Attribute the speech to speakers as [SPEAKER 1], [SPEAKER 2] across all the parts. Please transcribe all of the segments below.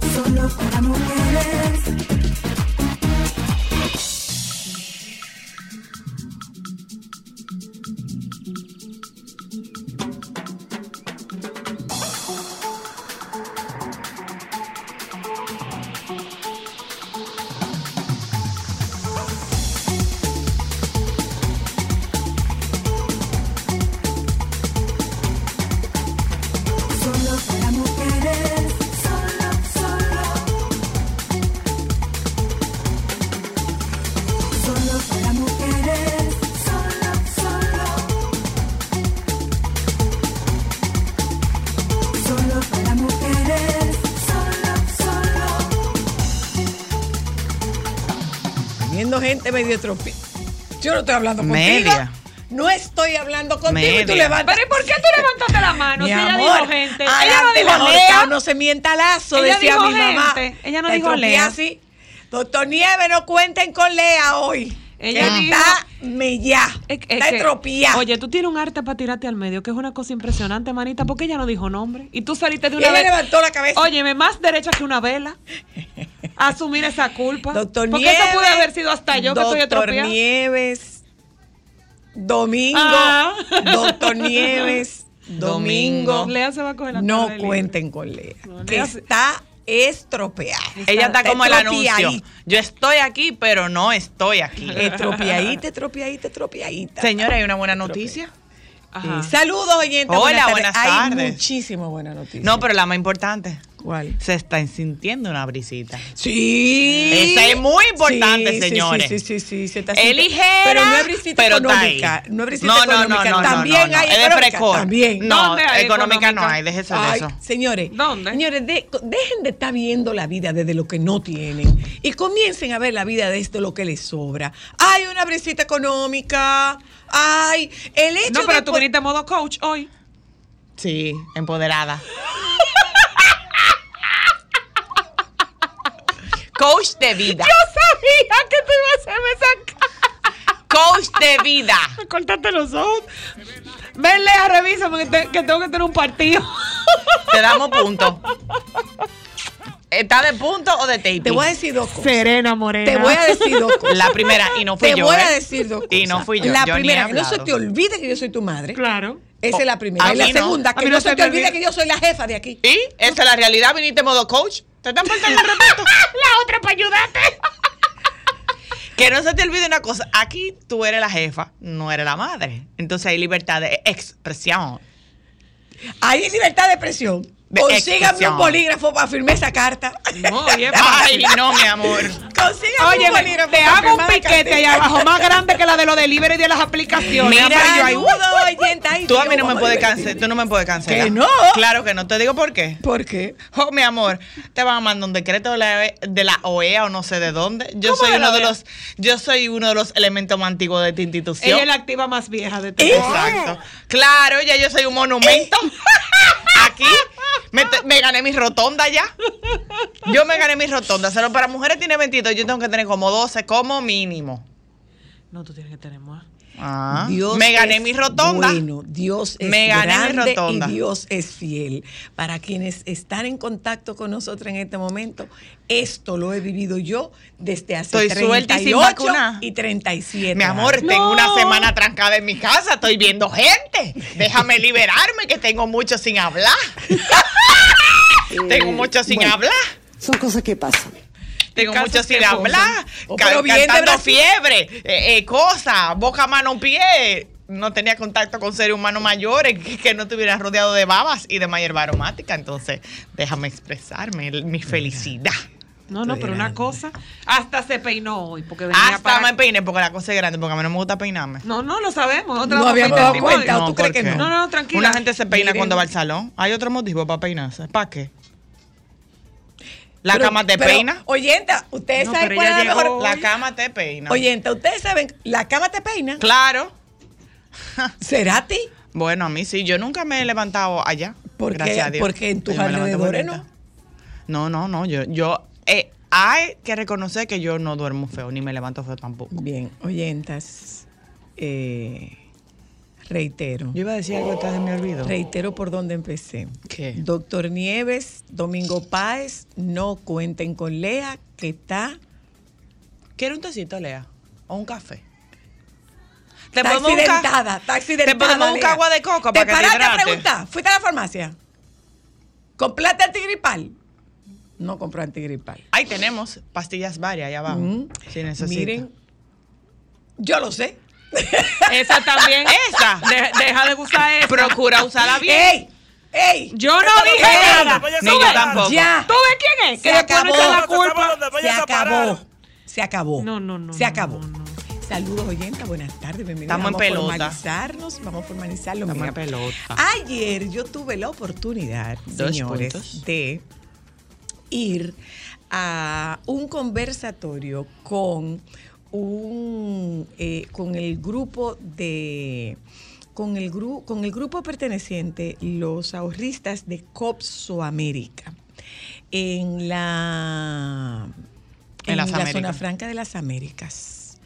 [SPEAKER 1] pensado para mujeres. Solo para mujeres, solo, solo. Solo para mujeres, solo, solo. Solo para mujeres, solo, solo.
[SPEAKER 2] Viendo gente medio trompi. Yo no estoy hablando contigo.
[SPEAKER 3] Media.
[SPEAKER 2] No estoy hablando contigo y tú
[SPEAKER 3] Media.
[SPEAKER 2] levantas.
[SPEAKER 4] Pero ¿y por qué tú levantaste la mano?
[SPEAKER 2] Mi
[SPEAKER 4] si ella
[SPEAKER 2] amor,
[SPEAKER 4] dijo gente. Ella no
[SPEAKER 2] adelante
[SPEAKER 4] dijo
[SPEAKER 2] la horca,
[SPEAKER 4] Lea.
[SPEAKER 2] no se mienta lazo,
[SPEAKER 4] Ella
[SPEAKER 2] decía
[SPEAKER 4] dijo
[SPEAKER 2] mi mamá.
[SPEAKER 4] gente, ella no
[SPEAKER 2] La
[SPEAKER 4] dijo
[SPEAKER 2] estropeé
[SPEAKER 4] Lea.
[SPEAKER 2] así. Doctor Nieve, no cuenten con Lea hoy.
[SPEAKER 4] Ella
[SPEAKER 2] Ella
[SPEAKER 4] dijo-
[SPEAKER 2] está mellá,
[SPEAKER 4] Es- es
[SPEAKER 2] está
[SPEAKER 4] que-
[SPEAKER 2] estropeada.
[SPEAKER 4] Oye, tú tienes un arte para tirarte al medio, que es una cosa impresionante, manita, porque ella no dijo nombre. Y tú saliste de una
[SPEAKER 2] ella
[SPEAKER 4] vez.
[SPEAKER 2] levantó la cabeza.
[SPEAKER 4] Óyeme, más derecha que una vela. Asumir esa culpa.
[SPEAKER 2] Doctor
[SPEAKER 4] porque
[SPEAKER 2] Nieves.
[SPEAKER 4] eso pudo haber sido hasta yo que estoy
[SPEAKER 2] Doctor
[SPEAKER 4] estropeada.
[SPEAKER 2] Nieves. Domingo.
[SPEAKER 4] Ah.
[SPEAKER 2] Doctor Nieves. Domingo.
[SPEAKER 4] Lea se va a coger la
[SPEAKER 2] No
[SPEAKER 4] tarde libre.
[SPEAKER 2] cuenten con Lea.
[SPEAKER 4] No,
[SPEAKER 2] que
[SPEAKER 4] Lea se-
[SPEAKER 2] está estropeada.
[SPEAKER 3] Ella está como el anuncio.
[SPEAKER 2] estropeadita.
[SPEAKER 3] Yo estoy aquí, pero no estoy aquí.
[SPEAKER 2] Estropeadita, estropeadita, estropeadita.
[SPEAKER 3] Señora, hay una buena noticia.
[SPEAKER 4] Ajá.
[SPEAKER 2] Eh, Saludos, oyentes.
[SPEAKER 3] Hola, buenas
[SPEAKER 2] Hay
[SPEAKER 3] tardes.
[SPEAKER 2] muchísimas buenas noticias.
[SPEAKER 3] No, pero la más importante.
[SPEAKER 2] ¿Cuál?
[SPEAKER 3] Se está sintiendo una brisita.
[SPEAKER 2] Sí.
[SPEAKER 3] Esa es muy importante,
[SPEAKER 2] sí,
[SPEAKER 3] señores.
[SPEAKER 2] Sí, sí, sí, sí, se está
[SPEAKER 3] Es
[SPEAKER 2] sintiendo-
[SPEAKER 3] ligera,
[SPEAKER 2] Pero no es brisita
[SPEAKER 3] pero está
[SPEAKER 2] económica.
[SPEAKER 3] ahí.
[SPEAKER 2] No es brisita
[SPEAKER 3] No, no, no,
[SPEAKER 2] económica.
[SPEAKER 3] no, no,
[SPEAKER 2] También
[SPEAKER 3] no, no.
[SPEAKER 2] hay
[SPEAKER 3] Es de
[SPEAKER 2] económica.
[SPEAKER 3] precoz.
[SPEAKER 2] También.
[SPEAKER 3] No,
[SPEAKER 4] ¿Dónde hay
[SPEAKER 3] económica no
[SPEAKER 4] económica?
[SPEAKER 3] hay, déjese de
[SPEAKER 2] Ay,
[SPEAKER 3] eso.
[SPEAKER 2] señores,
[SPEAKER 4] ¿Dónde?
[SPEAKER 2] señores, de- dejen de estar viendo la vida desde lo que no tienen y comiencen a ver la vida desde lo que les sobra. Hay una brisita económica. Ay, el hecho
[SPEAKER 4] No, pero
[SPEAKER 2] de
[SPEAKER 4] tú
[SPEAKER 2] po-
[SPEAKER 4] viniste en modo coach hoy.
[SPEAKER 3] Sí, empoderada. Coach de vida.
[SPEAKER 4] sabía que tú ibas a hacerme sacar.
[SPEAKER 3] Coach de vida.
[SPEAKER 4] Cortaste los ojos. Ven, Lea, revísame que, te- que tengo que tener un partido.
[SPEAKER 3] Te damos punto. ¿Está de punto o de tape?
[SPEAKER 2] te voy a decir dos cosas.
[SPEAKER 4] Serena Morena.
[SPEAKER 2] Te voy a decir dos cosas.
[SPEAKER 3] La primera, y no fui
[SPEAKER 2] te
[SPEAKER 3] yo.
[SPEAKER 2] voy
[SPEAKER 3] ¿eh?
[SPEAKER 2] a decir dos cosas.
[SPEAKER 3] Y no fui yo.
[SPEAKER 2] La
[SPEAKER 3] yo ni he
[SPEAKER 2] primera, que no se
[SPEAKER 3] hablado. Oh,
[SPEAKER 2] te olvide que yo soy tu madre.
[SPEAKER 4] Claro.
[SPEAKER 2] Esa es la primera.
[SPEAKER 3] A
[SPEAKER 2] Y la
[SPEAKER 3] mí no.
[SPEAKER 2] segunda,
[SPEAKER 4] A
[SPEAKER 2] que
[SPEAKER 4] mí
[SPEAKER 2] no,
[SPEAKER 4] no
[SPEAKER 2] se
[SPEAKER 4] se
[SPEAKER 2] te
[SPEAKER 4] me
[SPEAKER 2] olvide
[SPEAKER 4] olvida.
[SPEAKER 2] que yo soy la jefa de aquí.
[SPEAKER 3] ¿Y? Esa es la realidad, viniste en modo coach. Te están faltando el respeto.
[SPEAKER 4] La otra para ayudarte.
[SPEAKER 3] que no se te olvide una cosa. Aquí tú eres la jefa, no eres la madre. Entonces hay libertad de expresión.
[SPEAKER 2] Ahí es libertad de expresión.
[SPEAKER 3] De
[SPEAKER 2] Consígame un
[SPEAKER 3] Eh. expresión.
[SPEAKER 2] bolígrafo para firmar esa carta.
[SPEAKER 4] No, oye,
[SPEAKER 3] Ay, no, mi amor.
[SPEAKER 2] Consígame
[SPEAKER 4] Oye,
[SPEAKER 2] un bolígrafo.
[SPEAKER 4] te
[SPEAKER 2] para
[SPEAKER 4] hago un
[SPEAKER 2] firmar la
[SPEAKER 4] piquete
[SPEAKER 2] cartita.
[SPEAKER 4] allá abajo más grande que la de los delivery de las aplicaciones.
[SPEAKER 3] Mira,
[SPEAKER 4] Amarillo
[SPEAKER 3] yo
[SPEAKER 4] ahí.
[SPEAKER 3] ahí.
[SPEAKER 2] Saludos, oyenta. Ay,
[SPEAKER 3] Tú a
[SPEAKER 2] Dios,
[SPEAKER 3] mí no me
[SPEAKER 2] vamos
[SPEAKER 3] puedes
[SPEAKER 2] divertir.
[SPEAKER 3] cancelar. Tú no me puedes cancelar.
[SPEAKER 2] Que no.
[SPEAKER 3] Claro que no. Te digo por qué.
[SPEAKER 2] ¿Por qué?
[SPEAKER 3] Oh, mi amor, te van a mandar un decreto de la, E, de la OEA o no sé de dónde. Yo soy uno de los, yo soy uno de los elementos más antiguos de esta institución.
[SPEAKER 4] Ella es la activa más vieja de
[SPEAKER 2] ¿Eh?
[SPEAKER 4] todos.
[SPEAKER 3] Exacto. Claro, ya yo soy un monumento. Aquí me, te- me gané mi rotonda ya. Yo me gané mi rotonda. Solo para mujeres tiene 22, yo tengo que tener como 12 como mínimo.
[SPEAKER 4] No, tú tienes que tener más.
[SPEAKER 3] Ah,
[SPEAKER 2] Dios
[SPEAKER 3] me gané
[SPEAKER 2] es
[SPEAKER 3] mi rotonda.
[SPEAKER 2] Bueno, Dios es
[SPEAKER 3] Me gané mi
[SPEAKER 2] grande
[SPEAKER 3] rotonda.
[SPEAKER 2] y Dios es fiel. Para quienes están en contacto con nosotros en este momento, esto lo he vivido yo desde hace
[SPEAKER 3] Estoy suelta y sin
[SPEAKER 2] 38
[SPEAKER 3] vacunar.
[SPEAKER 2] y 37.
[SPEAKER 3] Mi amor,
[SPEAKER 4] No.
[SPEAKER 3] tengo una semana trancada en mi casa, estoy viendo gente. Déjame liberarme que tengo mucho sin hablar. tengo mucho sin
[SPEAKER 5] bueno.
[SPEAKER 3] hablar.
[SPEAKER 5] Son cosas que pasan.
[SPEAKER 3] Tengo
[SPEAKER 4] Casos
[SPEAKER 3] mucho sin
[SPEAKER 4] que
[SPEAKER 3] hablar.
[SPEAKER 2] Oh,
[SPEAKER 3] ca-
[SPEAKER 2] pero bien de
[SPEAKER 3] cantando
[SPEAKER 2] Brasil.
[SPEAKER 3] fiebre, eh, eh, cosa, boca, mano, pie. No tenía contacto con seres humanos mayores que, que no estuvieran rodeado de babas y de hierba aromática. Entonces, déjame expresarme el- mi felicidad.
[SPEAKER 4] No, no, pero una cosa. Hasta se peinó hoy porque venía
[SPEAKER 3] Hasta
[SPEAKER 4] para.
[SPEAKER 3] me peiné porque la cosa es grande, porque a mí no me gusta peinarme.
[SPEAKER 4] No, no, lo sabemos. Otra
[SPEAKER 2] No
[SPEAKER 4] vez
[SPEAKER 2] habíamos
[SPEAKER 4] peina
[SPEAKER 2] dado
[SPEAKER 4] el
[SPEAKER 2] cuenta,
[SPEAKER 4] timón.
[SPEAKER 2] ¿o tú crees
[SPEAKER 3] ¿por
[SPEAKER 2] que
[SPEAKER 3] qué?
[SPEAKER 4] no? No, no, tranquila.
[SPEAKER 3] Una gente se peina
[SPEAKER 2] Miren.
[SPEAKER 3] cuando va al salón. Hay otro motivo para peinarse. ¿Para qué? La
[SPEAKER 2] Pero-
[SPEAKER 3] cama te
[SPEAKER 2] pero,
[SPEAKER 3] peina.
[SPEAKER 2] Oyenta, ustedes
[SPEAKER 4] No,
[SPEAKER 2] saben
[SPEAKER 4] pero
[SPEAKER 2] cuál es
[SPEAKER 4] ella
[SPEAKER 2] la mejor.
[SPEAKER 4] llegó-
[SPEAKER 3] La cama te peina.
[SPEAKER 2] Oyenta, ustedes saben, la cama te peina.
[SPEAKER 3] Claro.
[SPEAKER 2] ¿Será a ti?
[SPEAKER 3] Bueno, a mí sí. Yo nunca me he levantado allá.
[SPEAKER 2] ¿Por qué?
[SPEAKER 3] gracias a Dios.
[SPEAKER 2] Porque en tus
[SPEAKER 3] Yo me levanto
[SPEAKER 2] alrededores
[SPEAKER 3] bonita. No, no, no. Yo, yo eh, hay que reconocer que yo no duermo feo, ni me levanto feo tampoco.
[SPEAKER 2] Bien, oyentas. eh, Reitero.
[SPEAKER 3] Yo iba a decir algo que se me olvidó.
[SPEAKER 2] Reitero por donde empecé.
[SPEAKER 3] ¿Qué?
[SPEAKER 2] Doctor Nieves, Domingo Páez, no cuenten con Lea, que está.
[SPEAKER 3] ¿Quieres un tecito, Lea? ¿O un café? ¿Te
[SPEAKER 2] está
[SPEAKER 3] podemos un ca-
[SPEAKER 2] accidentada, está accidentada.
[SPEAKER 3] Te podemos un
[SPEAKER 2] Lea.
[SPEAKER 3] agua de coco para que te
[SPEAKER 2] paraste a
[SPEAKER 3] hidrate?
[SPEAKER 2] preguntar. ¿Fuiste a la farmacia? ¿Compraste antigripal? No compró antigripal.
[SPEAKER 3] Ahí tenemos pastillas varias, allá abajo.
[SPEAKER 2] Mm.
[SPEAKER 3] Si Ah, necesita.
[SPEAKER 2] Miren, yo lo sé.
[SPEAKER 4] Esa también.
[SPEAKER 3] Esa.
[SPEAKER 4] De- deja de usar esa.
[SPEAKER 3] Procura usarla bien.
[SPEAKER 2] ¡Ey! ¡Ey!
[SPEAKER 4] Yo no
[SPEAKER 5] Ey,
[SPEAKER 4] dije
[SPEAKER 5] ey,
[SPEAKER 4] nada.
[SPEAKER 5] pues ya
[SPEAKER 4] Tú
[SPEAKER 3] Ni yo
[SPEAKER 4] ves-
[SPEAKER 3] tampoco.
[SPEAKER 2] ¡Ya!
[SPEAKER 4] ¿Tú ves quién es?
[SPEAKER 2] Se
[SPEAKER 4] Que después le
[SPEAKER 2] acabó.
[SPEAKER 4] echa la
[SPEAKER 5] Se
[SPEAKER 4] culpa.
[SPEAKER 5] acabó. Te
[SPEAKER 2] Se
[SPEAKER 5] vayas a
[SPEAKER 2] acabó.
[SPEAKER 5] parar.
[SPEAKER 2] Se acabó.
[SPEAKER 4] No, no, no,
[SPEAKER 2] Se
[SPEAKER 4] no,
[SPEAKER 2] acabó.
[SPEAKER 4] no, no.
[SPEAKER 2] Saludos, oyenta. Buenas tardes. Bienvenidos.
[SPEAKER 3] Estamos en
[SPEAKER 2] vamos
[SPEAKER 3] pelota.
[SPEAKER 2] a formalizarnos. Vamos a formalizarlo.
[SPEAKER 4] Estamos
[SPEAKER 2] mira.
[SPEAKER 4] en pelota.
[SPEAKER 2] Ah, Ayer yo tuve la oportunidad,
[SPEAKER 3] Dos
[SPEAKER 2] señores,
[SPEAKER 3] puntos.
[SPEAKER 2] de ir a un conversatorio con un eh, con el grupo de con el, gru- con el grupo perteneciente los ahorristas de Copso América en la
[SPEAKER 3] En
[SPEAKER 2] en
[SPEAKER 3] las
[SPEAKER 2] la zona
[SPEAKER 3] Américas.
[SPEAKER 2] franca de las Américas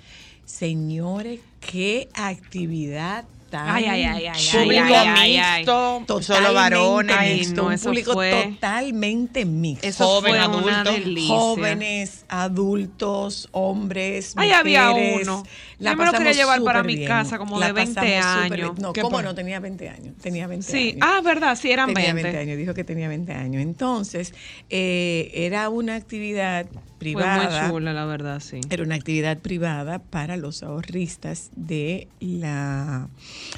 [SPEAKER 2] señores qué actividad tan
[SPEAKER 4] Ay, ay, ay, ay, ay,
[SPEAKER 2] público
[SPEAKER 3] Público
[SPEAKER 4] ay, ay, ay.
[SPEAKER 3] mixto, solo
[SPEAKER 2] Totalmente
[SPEAKER 3] varones.
[SPEAKER 4] Ay,
[SPEAKER 2] mixto,
[SPEAKER 4] no,
[SPEAKER 2] un
[SPEAKER 4] eso
[SPEAKER 2] público
[SPEAKER 4] fue-
[SPEAKER 2] totalmente mixto.
[SPEAKER 4] Eso
[SPEAKER 3] Joven,
[SPEAKER 4] fue una
[SPEAKER 3] adulto,
[SPEAKER 4] delicia.
[SPEAKER 2] Jóvenes, adultos, hombres,
[SPEAKER 4] Ahí
[SPEAKER 2] mujeres.
[SPEAKER 4] había uno.
[SPEAKER 2] La
[SPEAKER 4] Yo me lo quería
[SPEAKER 2] pasamos
[SPEAKER 4] llevar para
[SPEAKER 2] súper
[SPEAKER 4] mi
[SPEAKER 2] bien.
[SPEAKER 4] casa, como
[SPEAKER 2] La
[SPEAKER 4] de 20
[SPEAKER 2] pasamos súper
[SPEAKER 4] años.
[SPEAKER 2] bien. No,
[SPEAKER 4] ¿Qué
[SPEAKER 2] cómo
[SPEAKER 4] pasa?
[SPEAKER 2] no, tenía 20 años. Tenía 20
[SPEAKER 4] Sí.
[SPEAKER 2] años.
[SPEAKER 4] Ah, verdad, sí eran
[SPEAKER 2] Tenía
[SPEAKER 4] 20.
[SPEAKER 2] años, dijo que tenía 20 años. Entonces, eh, era una actividad privada.
[SPEAKER 4] Fue muy chula, la verdad, sí.
[SPEAKER 2] Era una actividad privada para los ahorristas de la,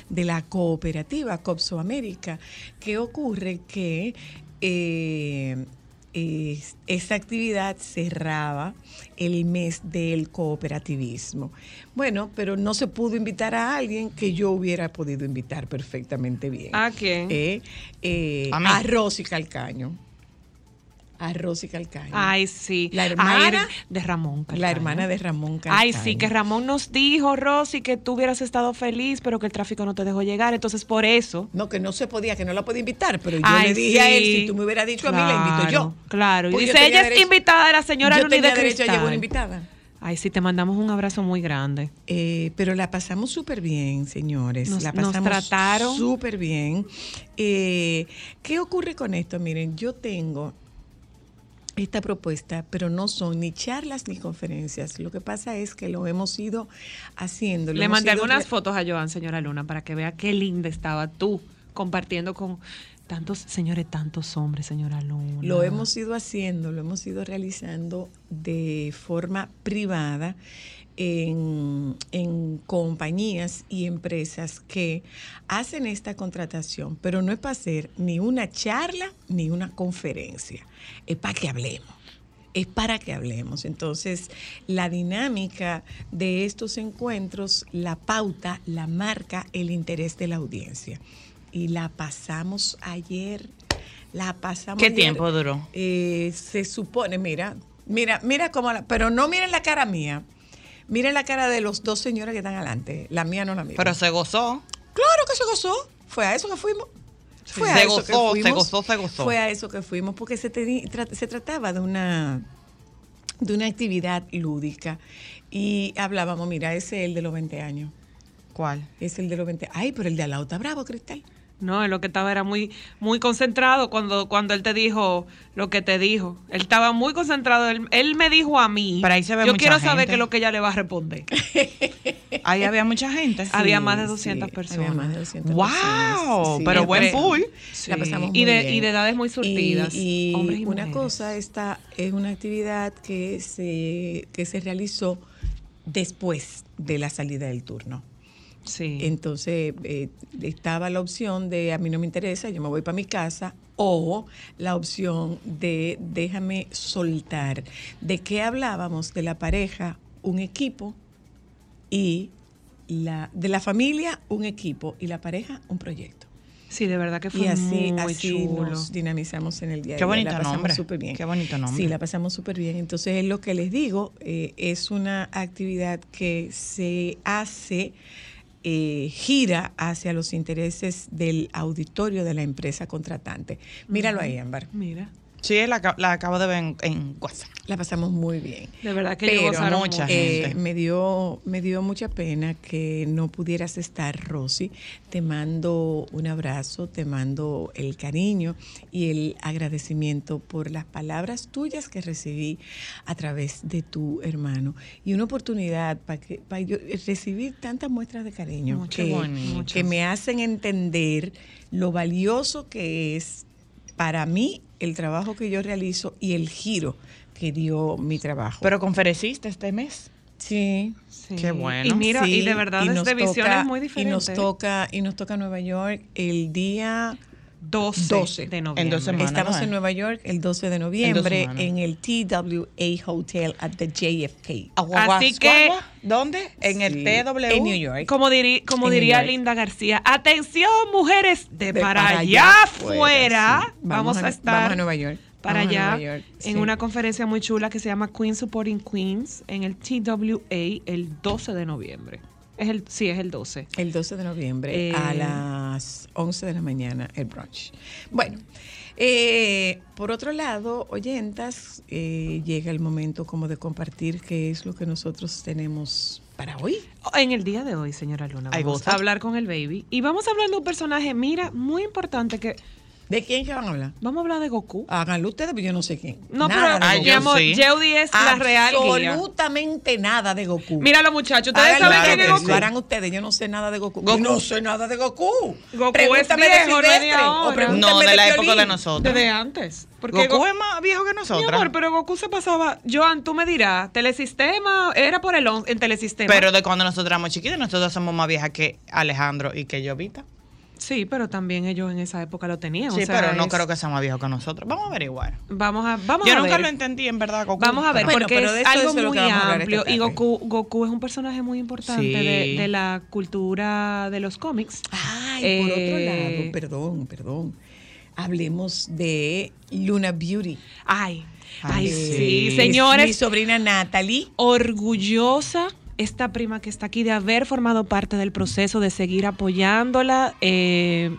[SPEAKER 2] de la cooperativa Copso América. ¿Qué ocurre? Que eh, es- esa actividad cerraba el mes del cooperativismo. Bueno, pero no se pudo invitar a alguien que yo hubiera podido invitar perfectamente bien.
[SPEAKER 4] ¿A quién?
[SPEAKER 2] Eh, eh,
[SPEAKER 3] A mí.
[SPEAKER 2] a Rosy Calcaño. A Rosy Calcaño.
[SPEAKER 4] Ay, sí.
[SPEAKER 2] La hermana-
[SPEAKER 4] Ay, de Ramón. Calcaño.
[SPEAKER 2] La hermana de Ramón Calcaño.
[SPEAKER 4] Ay, sí, que Ramón nos dijo, Rosy, que tú hubieras estado feliz, pero que el tráfico no te dejó llegar. Entonces, por eso.
[SPEAKER 2] No, que no se podía, que no la podía invitar, pero yo
[SPEAKER 4] Ay,
[SPEAKER 2] le dije
[SPEAKER 4] sí.
[SPEAKER 2] a él, si tú me hubieras dicho a mí, la invito yo.
[SPEAKER 4] Claro, Claro, y
[SPEAKER 2] Porque yo
[SPEAKER 4] dice,
[SPEAKER 2] tenía
[SPEAKER 4] ella es
[SPEAKER 2] derecho-
[SPEAKER 4] invitada de la señora
[SPEAKER 2] Yo
[SPEAKER 4] Luni
[SPEAKER 2] tenía
[SPEAKER 4] de
[SPEAKER 2] derecho a llevar una
[SPEAKER 4] Cristal.
[SPEAKER 2] invitada.
[SPEAKER 4] Ay, sí, te mandamos un abrazo muy grande.
[SPEAKER 2] Eh, pero la pasamos súper bien, señores.
[SPEAKER 4] Nos-
[SPEAKER 2] la
[SPEAKER 4] nos
[SPEAKER 2] pasamos
[SPEAKER 4] trataron.
[SPEAKER 2] súper bien. Eh, ¿Qué ocurre con esto? Miren, yo tengo esta propuesta, pero no son ni charlas ni conferencias. Lo que pasa es que lo hemos ido haciendo. lo
[SPEAKER 4] Le
[SPEAKER 2] hemos
[SPEAKER 4] mandé
[SPEAKER 2] ido
[SPEAKER 4] algunas
[SPEAKER 2] re-
[SPEAKER 4] fotos a Joan, señora Luna, para que vea qué linda estaba tú compartiendo con tantos, señores, tantos hombres, señora Luna.
[SPEAKER 2] Lo hemos ido haciendo, lo hemos ido realizando de forma privada en, en compañías y empresas que hacen esta contratación, pero no es para hacer ni una charla ni una conferencia, es para que hablemos es para que hablemos. Entonces, la dinámica de estos encuentros, la pauta, la marca, el interés de la audiencia. Y la pasamos ayer, la pasamos
[SPEAKER 3] ¿Qué
[SPEAKER 2] ayer.
[SPEAKER 3] tiempo duró?
[SPEAKER 2] Eh, se supone, mira, mira, mira cómo la- pero no miren la cara mía. Miren la cara de los dos señores que están adelante. La mía no la miren.
[SPEAKER 3] Pero se gozó.
[SPEAKER 2] Claro que se gozó. Fue a eso que fuimos. Fue
[SPEAKER 3] Se
[SPEAKER 2] a eso
[SPEAKER 3] gozó,
[SPEAKER 2] que
[SPEAKER 3] se
[SPEAKER 2] fuimos.
[SPEAKER 3] gozó, se gozó.
[SPEAKER 2] Fue a eso que fuimos porque se, teni- tra- se trataba de una de una actividad lúdica y hablábamos, mira, ese es el de los 20 años.
[SPEAKER 3] ¿Cuál?
[SPEAKER 2] Es el de los 20. Ay, pero el de al lado está bravo, Cristal.
[SPEAKER 4] No, él lo que estaba era muy, muy concentrado cuando, cuando él te dijo lo que te dijo. Él estaba muy concentrado. Él, él me dijo a mí.
[SPEAKER 3] Pero ahí se ve
[SPEAKER 4] yo
[SPEAKER 3] mucha
[SPEAKER 4] quiero saber
[SPEAKER 3] gente.
[SPEAKER 4] qué es lo que ella le va a responder.
[SPEAKER 3] Ahí había mucha gente.
[SPEAKER 4] Había
[SPEAKER 2] Sí,
[SPEAKER 4] más de
[SPEAKER 2] sí,
[SPEAKER 4] 200
[SPEAKER 2] había
[SPEAKER 4] personas.
[SPEAKER 2] más de 200
[SPEAKER 3] ¡Wow!
[SPEAKER 2] personas. Sí,
[SPEAKER 3] pero
[SPEAKER 2] la
[SPEAKER 3] buen
[SPEAKER 2] pasamos-
[SPEAKER 3] pool.
[SPEAKER 2] La
[SPEAKER 4] Sí.
[SPEAKER 2] pasamos
[SPEAKER 4] Y
[SPEAKER 2] muy
[SPEAKER 4] de-
[SPEAKER 2] bien.
[SPEAKER 4] y de edades muy surtidas,
[SPEAKER 2] Y, y
[SPEAKER 4] hombres y
[SPEAKER 2] una
[SPEAKER 4] mujeres.
[SPEAKER 2] cosa, esta es una actividad que se, que se realizó después de la salida del turno.
[SPEAKER 4] Sí.
[SPEAKER 2] Entonces eh, estaba la opción de a mí no me interesa, yo me voy para mi casa, o la opción de déjame soltar. ¿De qué hablábamos? De la pareja, un equipo y la, de la familia, un equipo y la pareja, un proyecto.
[SPEAKER 4] sí, de verdad que fue
[SPEAKER 2] Y así,
[SPEAKER 4] muy
[SPEAKER 2] así
[SPEAKER 4] chulo.
[SPEAKER 2] nos dinamizamos en el día a
[SPEAKER 3] Qué
[SPEAKER 2] día.
[SPEAKER 3] bonito
[SPEAKER 2] la pasamos
[SPEAKER 3] nombre.
[SPEAKER 2] súper bien.
[SPEAKER 3] Qué bonito nombre.
[SPEAKER 2] Sí, la pasamos súper bien. Entonces, es lo que les digo, eh, es una actividad que se hace, eh, gira hacia los intereses del auditorio de la empresa contratante. Míralo ahí, Ámbar.
[SPEAKER 4] Mira.
[SPEAKER 3] Sí, la, ca- la acabo de ver en, en WhatsApp.
[SPEAKER 2] La pasamos muy bien.
[SPEAKER 4] De verdad que yo
[SPEAKER 2] Pero
[SPEAKER 4] gozaron
[SPEAKER 3] mucha
[SPEAKER 4] mucho.
[SPEAKER 2] Eh,
[SPEAKER 3] gente.
[SPEAKER 2] me dio me dio mucha pena que no pudieras estar, Rosy. Te mando un abrazo, te mando el cariño y el agradecimiento por las palabras tuyas que recibí a través de tu hermano y una oportunidad para que para yo recibir tantas muestras de cariño
[SPEAKER 3] Mucho
[SPEAKER 2] que,
[SPEAKER 3] bonito.
[SPEAKER 2] que me hacen entender lo valioso que es para mí el trabajo que yo realizo y el giro que dio mi trabajo.
[SPEAKER 3] Pero conferencista este mes.
[SPEAKER 2] Sí,
[SPEAKER 4] Sí.
[SPEAKER 3] qué bueno.
[SPEAKER 4] Y mira, y
[SPEAKER 2] sí,
[SPEAKER 4] de verdad
[SPEAKER 2] y
[SPEAKER 4] es
[SPEAKER 2] nos
[SPEAKER 4] de visiones
[SPEAKER 2] toca-
[SPEAKER 4] muy
[SPEAKER 2] Y
[SPEAKER 4] diferentes.
[SPEAKER 2] nos toca, y nos toca Nueva York el día.
[SPEAKER 4] 12,
[SPEAKER 2] 12
[SPEAKER 4] de noviembre.
[SPEAKER 3] en dos semanas. Semana,
[SPEAKER 2] estamos
[SPEAKER 3] ¿no es?
[SPEAKER 2] en Nueva York el 12 de noviembre
[SPEAKER 3] semanas.
[SPEAKER 2] en el TWA Hotel at the JFK.
[SPEAKER 3] Guagua-
[SPEAKER 4] Así que-
[SPEAKER 3] guagua, ¿Dónde? En el
[SPEAKER 2] Sí,
[SPEAKER 3] TW.
[SPEAKER 2] En New York.
[SPEAKER 4] Como, diri- como
[SPEAKER 2] En
[SPEAKER 4] diría
[SPEAKER 2] New York.
[SPEAKER 4] Linda García, atención mujeres de,
[SPEAKER 2] De
[SPEAKER 4] para, allá
[SPEAKER 2] para allá
[SPEAKER 4] afuera,
[SPEAKER 2] fuera, sí.
[SPEAKER 4] vamos,
[SPEAKER 2] Vamos
[SPEAKER 4] a,
[SPEAKER 2] a-
[SPEAKER 4] estar
[SPEAKER 2] vamos a Nueva York.
[SPEAKER 4] para
[SPEAKER 2] Vamos a
[SPEAKER 4] allá
[SPEAKER 2] Nueva York,
[SPEAKER 4] en
[SPEAKER 2] sí.
[SPEAKER 4] una conferencia muy chula que se llama Queen Supporting Queens en el TWA el 12 de noviembre. Es el, sí, es el 12.
[SPEAKER 2] El 12 de noviembre
[SPEAKER 4] Eh.
[SPEAKER 2] a las 11 de la mañana, el brunch. Bueno, eh, por otro lado, oyentas, eh, llega el momento como de compartir qué es lo que nosotros tenemos para hoy.
[SPEAKER 4] Oh, En el día de hoy, señora Luna,
[SPEAKER 3] Ay,
[SPEAKER 4] vamos
[SPEAKER 3] goza.
[SPEAKER 4] a hablar con el baby y vamos a hablar de un personaje, mira, muy importante que
[SPEAKER 2] ¿De quién que van a hablar?
[SPEAKER 4] vamos a hablar de Goku.
[SPEAKER 2] Háganlo ustedes, pero yo no sé quién.
[SPEAKER 4] No,
[SPEAKER 2] Nada
[SPEAKER 4] pero
[SPEAKER 3] Ah,
[SPEAKER 2] de
[SPEAKER 4] mi
[SPEAKER 3] yo
[SPEAKER 2] Goku.
[SPEAKER 4] amor,
[SPEAKER 3] sí.
[SPEAKER 4] Jeudy es la real guía.
[SPEAKER 2] Absolutamente nada de Goku.
[SPEAKER 4] Mira los muchachos, ustedes
[SPEAKER 2] Háganlo
[SPEAKER 4] saben
[SPEAKER 3] claro
[SPEAKER 4] quién es
[SPEAKER 2] ustedes,
[SPEAKER 4] Goku.
[SPEAKER 3] sí.
[SPEAKER 2] Lo harán ustedes, yo no sé nada de Goku.
[SPEAKER 3] Goku.
[SPEAKER 2] Yo no sé nada de Goku.
[SPEAKER 4] Goku es viejo, no
[SPEAKER 2] Pregúntame de
[SPEAKER 4] es de
[SPEAKER 2] Silvestre,
[SPEAKER 4] ahora.
[SPEAKER 2] o pregúntame
[SPEAKER 3] No, de la época
[SPEAKER 2] Piolín.
[SPEAKER 3] de nosotros.
[SPEAKER 4] Desde antes. Porque
[SPEAKER 3] Goku
[SPEAKER 4] Go-
[SPEAKER 3] es más viejo que
[SPEAKER 4] mi
[SPEAKER 3] nosotros.
[SPEAKER 4] amor, pero Goku se pasaba. Joan, tú me dirás, Telesistema, era por el on- en Telesistema.
[SPEAKER 3] Pero de cuando nosotros éramos chiquitos, nosotros somos más viejas que Alejandro y que Llovita.
[SPEAKER 4] sí, pero también ellos en esa época lo tenían. o
[SPEAKER 3] Sí,
[SPEAKER 4] sea,
[SPEAKER 3] pero no
[SPEAKER 4] es-
[SPEAKER 3] creo que sea más viejo que nosotros. Vamos a averiguar.
[SPEAKER 4] Vamos a, vamos
[SPEAKER 3] Yo
[SPEAKER 4] a
[SPEAKER 3] nunca
[SPEAKER 4] ver.
[SPEAKER 3] lo entendí, en verdad, Goku.
[SPEAKER 4] Vamos a ver,
[SPEAKER 2] Bueno,
[SPEAKER 4] porque
[SPEAKER 2] pero de
[SPEAKER 4] es
[SPEAKER 2] eso-
[SPEAKER 4] algo
[SPEAKER 2] eso es lo
[SPEAKER 4] muy
[SPEAKER 2] que vamos a hablar
[SPEAKER 4] amplio.
[SPEAKER 2] esta
[SPEAKER 4] Y
[SPEAKER 2] tarde.
[SPEAKER 4] Goku, Goku es un personaje muy importante
[SPEAKER 3] Sí.
[SPEAKER 4] de, de la cultura de los cómics.
[SPEAKER 2] Ay,
[SPEAKER 4] Eh,
[SPEAKER 2] por otro lado, perdón, perdón. Hablemos de Luna Beauty. Eh,
[SPEAKER 4] Ay, ay,
[SPEAKER 3] Ay,
[SPEAKER 4] sí.
[SPEAKER 3] sí.
[SPEAKER 4] Señores,
[SPEAKER 2] Mi sobrina Natalie.
[SPEAKER 4] orgullosa esta prima que está aquí de haber formado parte del proceso, de seguir apoyándola, eh,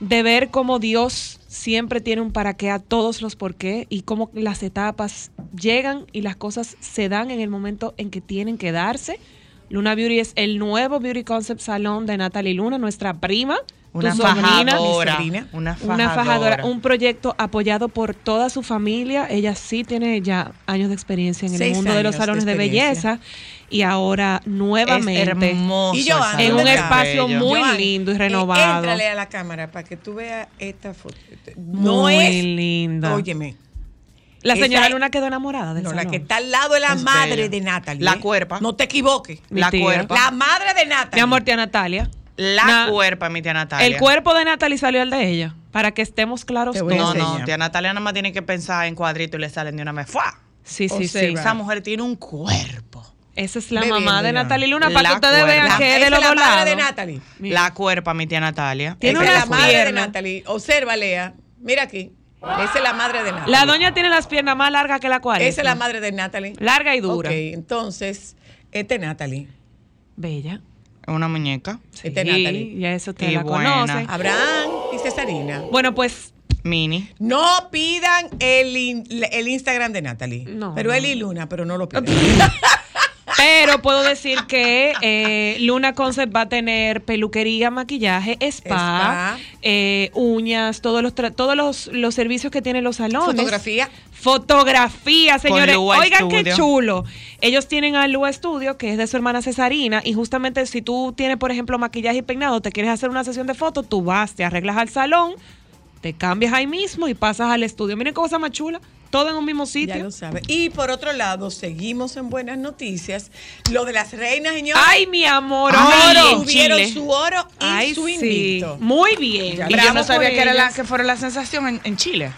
[SPEAKER 4] de ver cómo Dios siempre tiene un para qué a todos los por qué y cómo las etapas llegan y las cosas se dan en el momento en que tienen que darse. Luna Beauty es el nuevo Beauty Concept Salón de Natalie Luna, nuestra prima. tu
[SPEAKER 3] Una
[SPEAKER 4] sobrina.
[SPEAKER 3] fajadora,
[SPEAKER 2] mi sobrina.
[SPEAKER 3] una fajadora.
[SPEAKER 4] Una fajadora, un proyecto apoyado por toda su familia. Ella sí tiene ya años de experiencia en el
[SPEAKER 2] Seis
[SPEAKER 4] mundo de los
[SPEAKER 2] años de
[SPEAKER 4] salones de,
[SPEAKER 2] experiencia.
[SPEAKER 4] belleza y ahora
[SPEAKER 3] Es
[SPEAKER 4] nuevamente
[SPEAKER 3] hermoso.
[SPEAKER 2] Y Joan,
[SPEAKER 3] ese
[SPEAKER 4] en un
[SPEAKER 2] ¿dónde está?
[SPEAKER 4] espacio
[SPEAKER 3] cabello.
[SPEAKER 4] muy
[SPEAKER 2] Joan,
[SPEAKER 4] lindo y
[SPEAKER 2] eh,
[SPEAKER 4] renovado.
[SPEAKER 2] Éntrale a la cámara para que tú veas esta foto. No
[SPEAKER 4] muy
[SPEAKER 2] es.
[SPEAKER 4] linda.
[SPEAKER 2] Óyeme.
[SPEAKER 4] la
[SPEAKER 2] esa
[SPEAKER 4] señora
[SPEAKER 2] es-
[SPEAKER 4] Luna quedó enamorada del
[SPEAKER 2] No, la
[SPEAKER 4] salón.
[SPEAKER 2] que está al lado es la
[SPEAKER 3] Es
[SPEAKER 2] madre
[SPEAKER 3] bella.
[SPEAKER 2] de Natalie.
[SPEAKER 3] La
[SPEAKER 2] ¿eh?
[SPEAKER 3] cuerpa.
[SPEAKER 2] No te equivoques.
[SPEAKER 4] Mi
[SPEAKER 3] La
[SPEAKER 4] tía.
[SPEAKER 3] cuerpa.
[SPEAKER 2] La madre de Natalie.
[SPEAKER 4] Mi amor, tía Natalia.
[SPEAKER 3] La
[SPEAKER 4] Na-
[SPEAKER 3] cuerpa, mi tía Natalia.
[SPEAKER 4] El cuerpo de Natalie salió al de ella, para que estemos claros
[SPEAKER 2] Te voy a
[SPEAKER 4] todos.
[SPEAKER 3] No, no,
[SPEAKER 2] enseñar.
[SPEAKER 3] tía Natalia nada más tiene que pensar en cuadrito y le salen de una vez. ¡Fua!
[SPEAKER 4] Sí, sí, sí.
[SPEAKER 2] Observa.
[SPEAKER 3] Esa mujer tiene un cuerpo.
[SPEAKER 4] Esa es la
[SPEAKER 2] Bebiendo
[SPEAKER 4] mamá de
[SPEAKER 2] ya.
[SPEAKER 4] Natalie Luna, para
[SPEAKER 3] La
[SPEAKER 4] que ustedes
[SPEAKER 3] cuerpa.
[SPEAKER 4] vean
[SPEAKER 2] La-
[SPEAKER 4] que es
[SPEAKER 2] esa
[SPEAKER 4] de los
[SPEAKER 2] es la
[SPEAKER 4] dos
[SPEAKER 2] madre de
[SPEAKER 4] lados.
[SPEAKER 2] Natalie.
[SPEAKER 4] Mira.
[SPEAKER 3] La cuerpa, mi tía Natalia.
[SPEAKER 4] Tiene
[SPEAKER 2] Esa es la
[SPEAKER 4] unas
[SPEAKER 2] madre de
[SPEAKER 4] piernas.
[SPEAKER 2] Natalie. Observa, Lea. Mira aquí. Esa es la madre de Natalie.
[SPEAKER 4] La doña tiene las piernas más largas que la cual.
[SPEAKER 2] Esa es la madre de Natalie.
[SPEAKER 4] Larga y dura.
[SPEAKER 2] Ok, entonces, este es Natalie.
[SPEAKER 4] Bella.
[SPEAKER 3] Es Una muñeca.
[SPEAKER 2] Esta es Natalie.
[SPEAKER 4] Sí, ya eso te
[SPEAKER 3] Y
[SPEAKER 4] la
[SPEAKER 3] buena.
[SPEAKER 4] conoce.
[SPEAKER 2] Abraham y Cesarina.
[SPEAKER 4] Bueno, pues
[SPEAKER 3] Mini.
[SPEAKER 2] No pidan el, in- el Instagram de Natalie.
[SPEAKER 4] No,
[SPEAKER 2] Pero
[SPEAKER 4] no.
[SPEAKER 2] Eli Luna, pero no lo pidan.
[SPEAKER 4] Pero puedo decir que eh, Luna Concept va a tener peluquería, maquillaje, spa,
[SPEAKER 2] Spa.
[SPEAKER 4] eh, uñas, todos los tra- todos los, los servicios que tienen los salones.
[SPEAKER 2] Fotografía.
[SPEAKER 4] Fotografía, señores.
[SPEAKER 3] Lua
[SPEAKER 4] Oigan qué
[SPEAKER 3] Studio.
[SPEAKER 4] chulo. Ellos tienen a Lua Studio, que es de su hermana Cesarina, y justamente si tú tienes, por ejemplo, maquillaje y peinado, te quieres hacer una sesión de fotos, tú vas, te arreglas al salón, te cambias ahí mismo y pasas al estudio. Miren qué cosa más chula, todo en un mismo
[SPEAKER 2] Ya
[SPEAKER 4] sitio.
[SPEAKER 2] lo sabe. Y por otro lado, seguimos en buenas noticias. Lo de las reinas, señor.
[SPEAKER 4] Ay, mi amor,
[SPEAKER 3] Ay,
[SPEAKER 4] oro en
[SPEAKER 2] subieron
[SPEAKER 4] Chile.
[SPEAKER 2] su oro y
[SPEAKER 4] Ay,
[SPEAKER 2] su
[SPEAKER 4] sí.
[SPEAKER 2] invicto.
[SPEAKER 4] Muy bien.
[SPEAKER 2] Ya,
[SPEAKER 3] Y yo
[SPEAKER 4] Bravo
[SPEAKER 3] no sabía
[SPEAKER 4] por
[SPEAKER 3] que, era la,
[SPEAKER 4] ellas.
[SPEAKER 3] que fuera la sensación en, en Chile.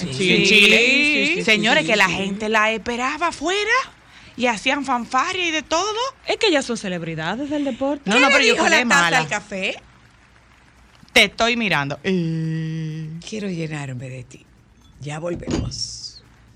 [SPEAKER 3] En
[SPEAKER 4] Sí, sí,
[SPEAKER 3] en
[SPEAKER 4] sí, sí,
[SPEAKER 3] Señores,
[SPEAKER 4] sí,
[SPEAKER 3] que la
[SPEAKER 4] sí.
[SPEAKER 3] gente la esperaba afuera y hacían fanfaria y de todo.
[SPEAKER 4] Es que ellas son celebridades del deporte.
[SPEAKER 3] No, no,
[SPEAKER 2] ¿Qué
[SPEAKER 3] pero
[SPEAKER 2] le
[SPEAKER 3] yo
[SPEAKER 2] dijo
[SPEAKER 3] quedé
[SPEAKER 2] la taza
[SPEAKER 3] mala.
[SPEAKER 2] al café?
[SPEAKER 3] Te estoy mirando. Eh.
[SPEAKER 2] Quiero llenarme de ti. Ya volvemos.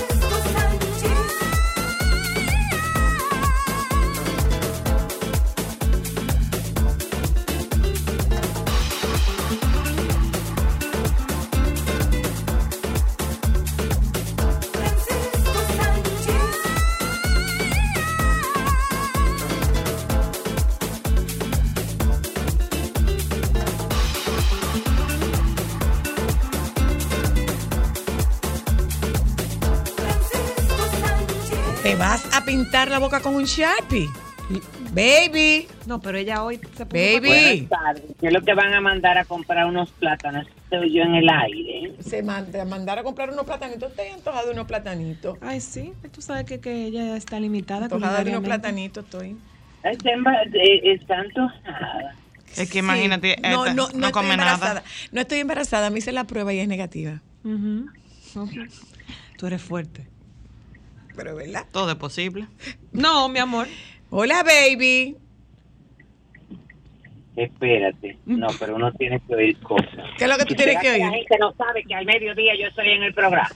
[SPEAKER 1] Francisco Sánchez.
[SPEAKER 2] ¿Te vas a pintar la boca con un Sharpie? Baby,
[SPEAKER 4] No, pero ella hoy se puso
[SPEAKER 2] baby.
[SPEAKER 5] tarde. ¿Qué es lo que van a mandar a comprar unos plátanos? Estoy yo en el aire.
[SPEAKER 2] Se manda- mandar a comprar unos platanitos. Te he antojado de unos platanitos.
[SPEAKER 4] Ay, sí, tú sabes que, que ella está limitada.
[SPEAKER 2] Antojada de unos
[SPEAKER 4] culinariamente.
[SPEAKER 2] platanitos estoy.
[SPEAKER 5] Está emba- eh, está antojada.
[SPEAKER 3] Es que imagínate,
[SPEAKER 2] Sí. No,
[SPEAKER 3] esta,
[SPEAKER 2] no, no,
[SPEAKER 3] no
[SPEAKER 2] estoy
[SPEAKER 3] come
[SPEAKER 2] embarazada.
[SPEAKER 3] nada.
[SPEAKER 2] No estoy embarazada. Me hice la prueba y es negativa.
[SPEAKER 4] Ujú. Ok. Tú eres fuerte.
[SPEAKER 2] Pero es verdad.
[SPEAKER 3] Todo es posible.
[SPEAKER 4] No, mi amor.
[SPEAKER 2] Hola, baby.
[SPEAKER 5] Espérate. No, pero uno tiene que oír cosas.
[SPEAKER 2] Mm. ¿Qué es lo que tú tienes que
[SPEAKER 5] ¿Será La
[SPEAKER 2] oír?
[SPEAKER 5] gente no sabe que al mediodía yo estoy en el programa.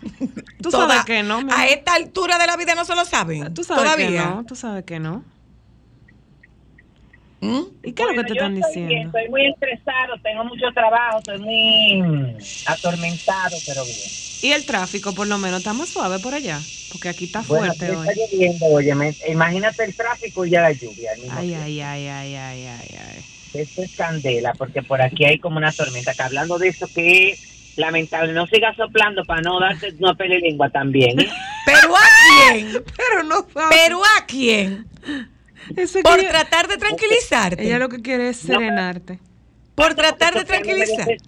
[SPEAKER 4] Tú
[SPEAKER 2] Toda-
[SPEAKER 4] sabes que no, mi
[SPEAKER 2] A
[SPEAKER 4] amor.
[SPEAKER 2] esta altura de la vida no se lo saben.
[SPEAKER 4] Ah, Tú sabes
[SPEAKER 2] Todavía.
[SPEAKER 4] que no, tú sabes que no.
[SPEAKER 2] ¿Mm?
[SPEAKER 4] ¿Y qué es lo que
[SPEAKER 5] Bueno,
[SPEAKER 4] te
[SPEAKER 5] yo
[SPEAKER 4] están
[SPEAKER 5] estoy
[SPEAKER 4] diciendo?
[SPEAKER 5] bien, pues. estoy muy estresado, tengo mucho trabajo, estoy muy mm, atormentado, pero bien.
[SPEAKER 4] Y el tráfico, por lo menos, está más suave por allá. Porque aquí está
[SPEAKER 5] Bueno,
[SPEAKER 4] fuerte
[SPEAKER 5] aquí
[SPEAKER 4] hoy.
[SPEAKER 5] está lloviendo, oye, me- imagínate el tráfico y ya la lluvia. al mismo
[SPEAKER 4] Ay,
[SPEAKER 5] tiempo.
[SPEAKER 4] ay, ay, ay, ay, ay, ay.
[SPEAKER 5] Esto es candela, porque por aquí hay como una tormenta. Que hablando de eso, que es lamentable. No sigas soplando para no darte una pele lengua también. ¿eh?
[SPEAKER 2] ¿Pero a quién?
[SPEAKER 4] Pero no fue.
[SPEAKER 2] ¿Pero a quién?
[SPEAKER 4] Eso Ah. es
[SPEAKER 2] Por
[SPEAKER 4] que ella,
[SPEAKER 2] tratar de tranquilizarte.
[SPEAKER 4] ella lo que quiere es serenarte.
[SPEAKER 2] Por tratar
[SPEAKER 5] Soplando
[SPEAKER 2] de
[SPEAKER 5] me
[SPEAKER 2] tranquilizar.
[SPEAKER 5] deses-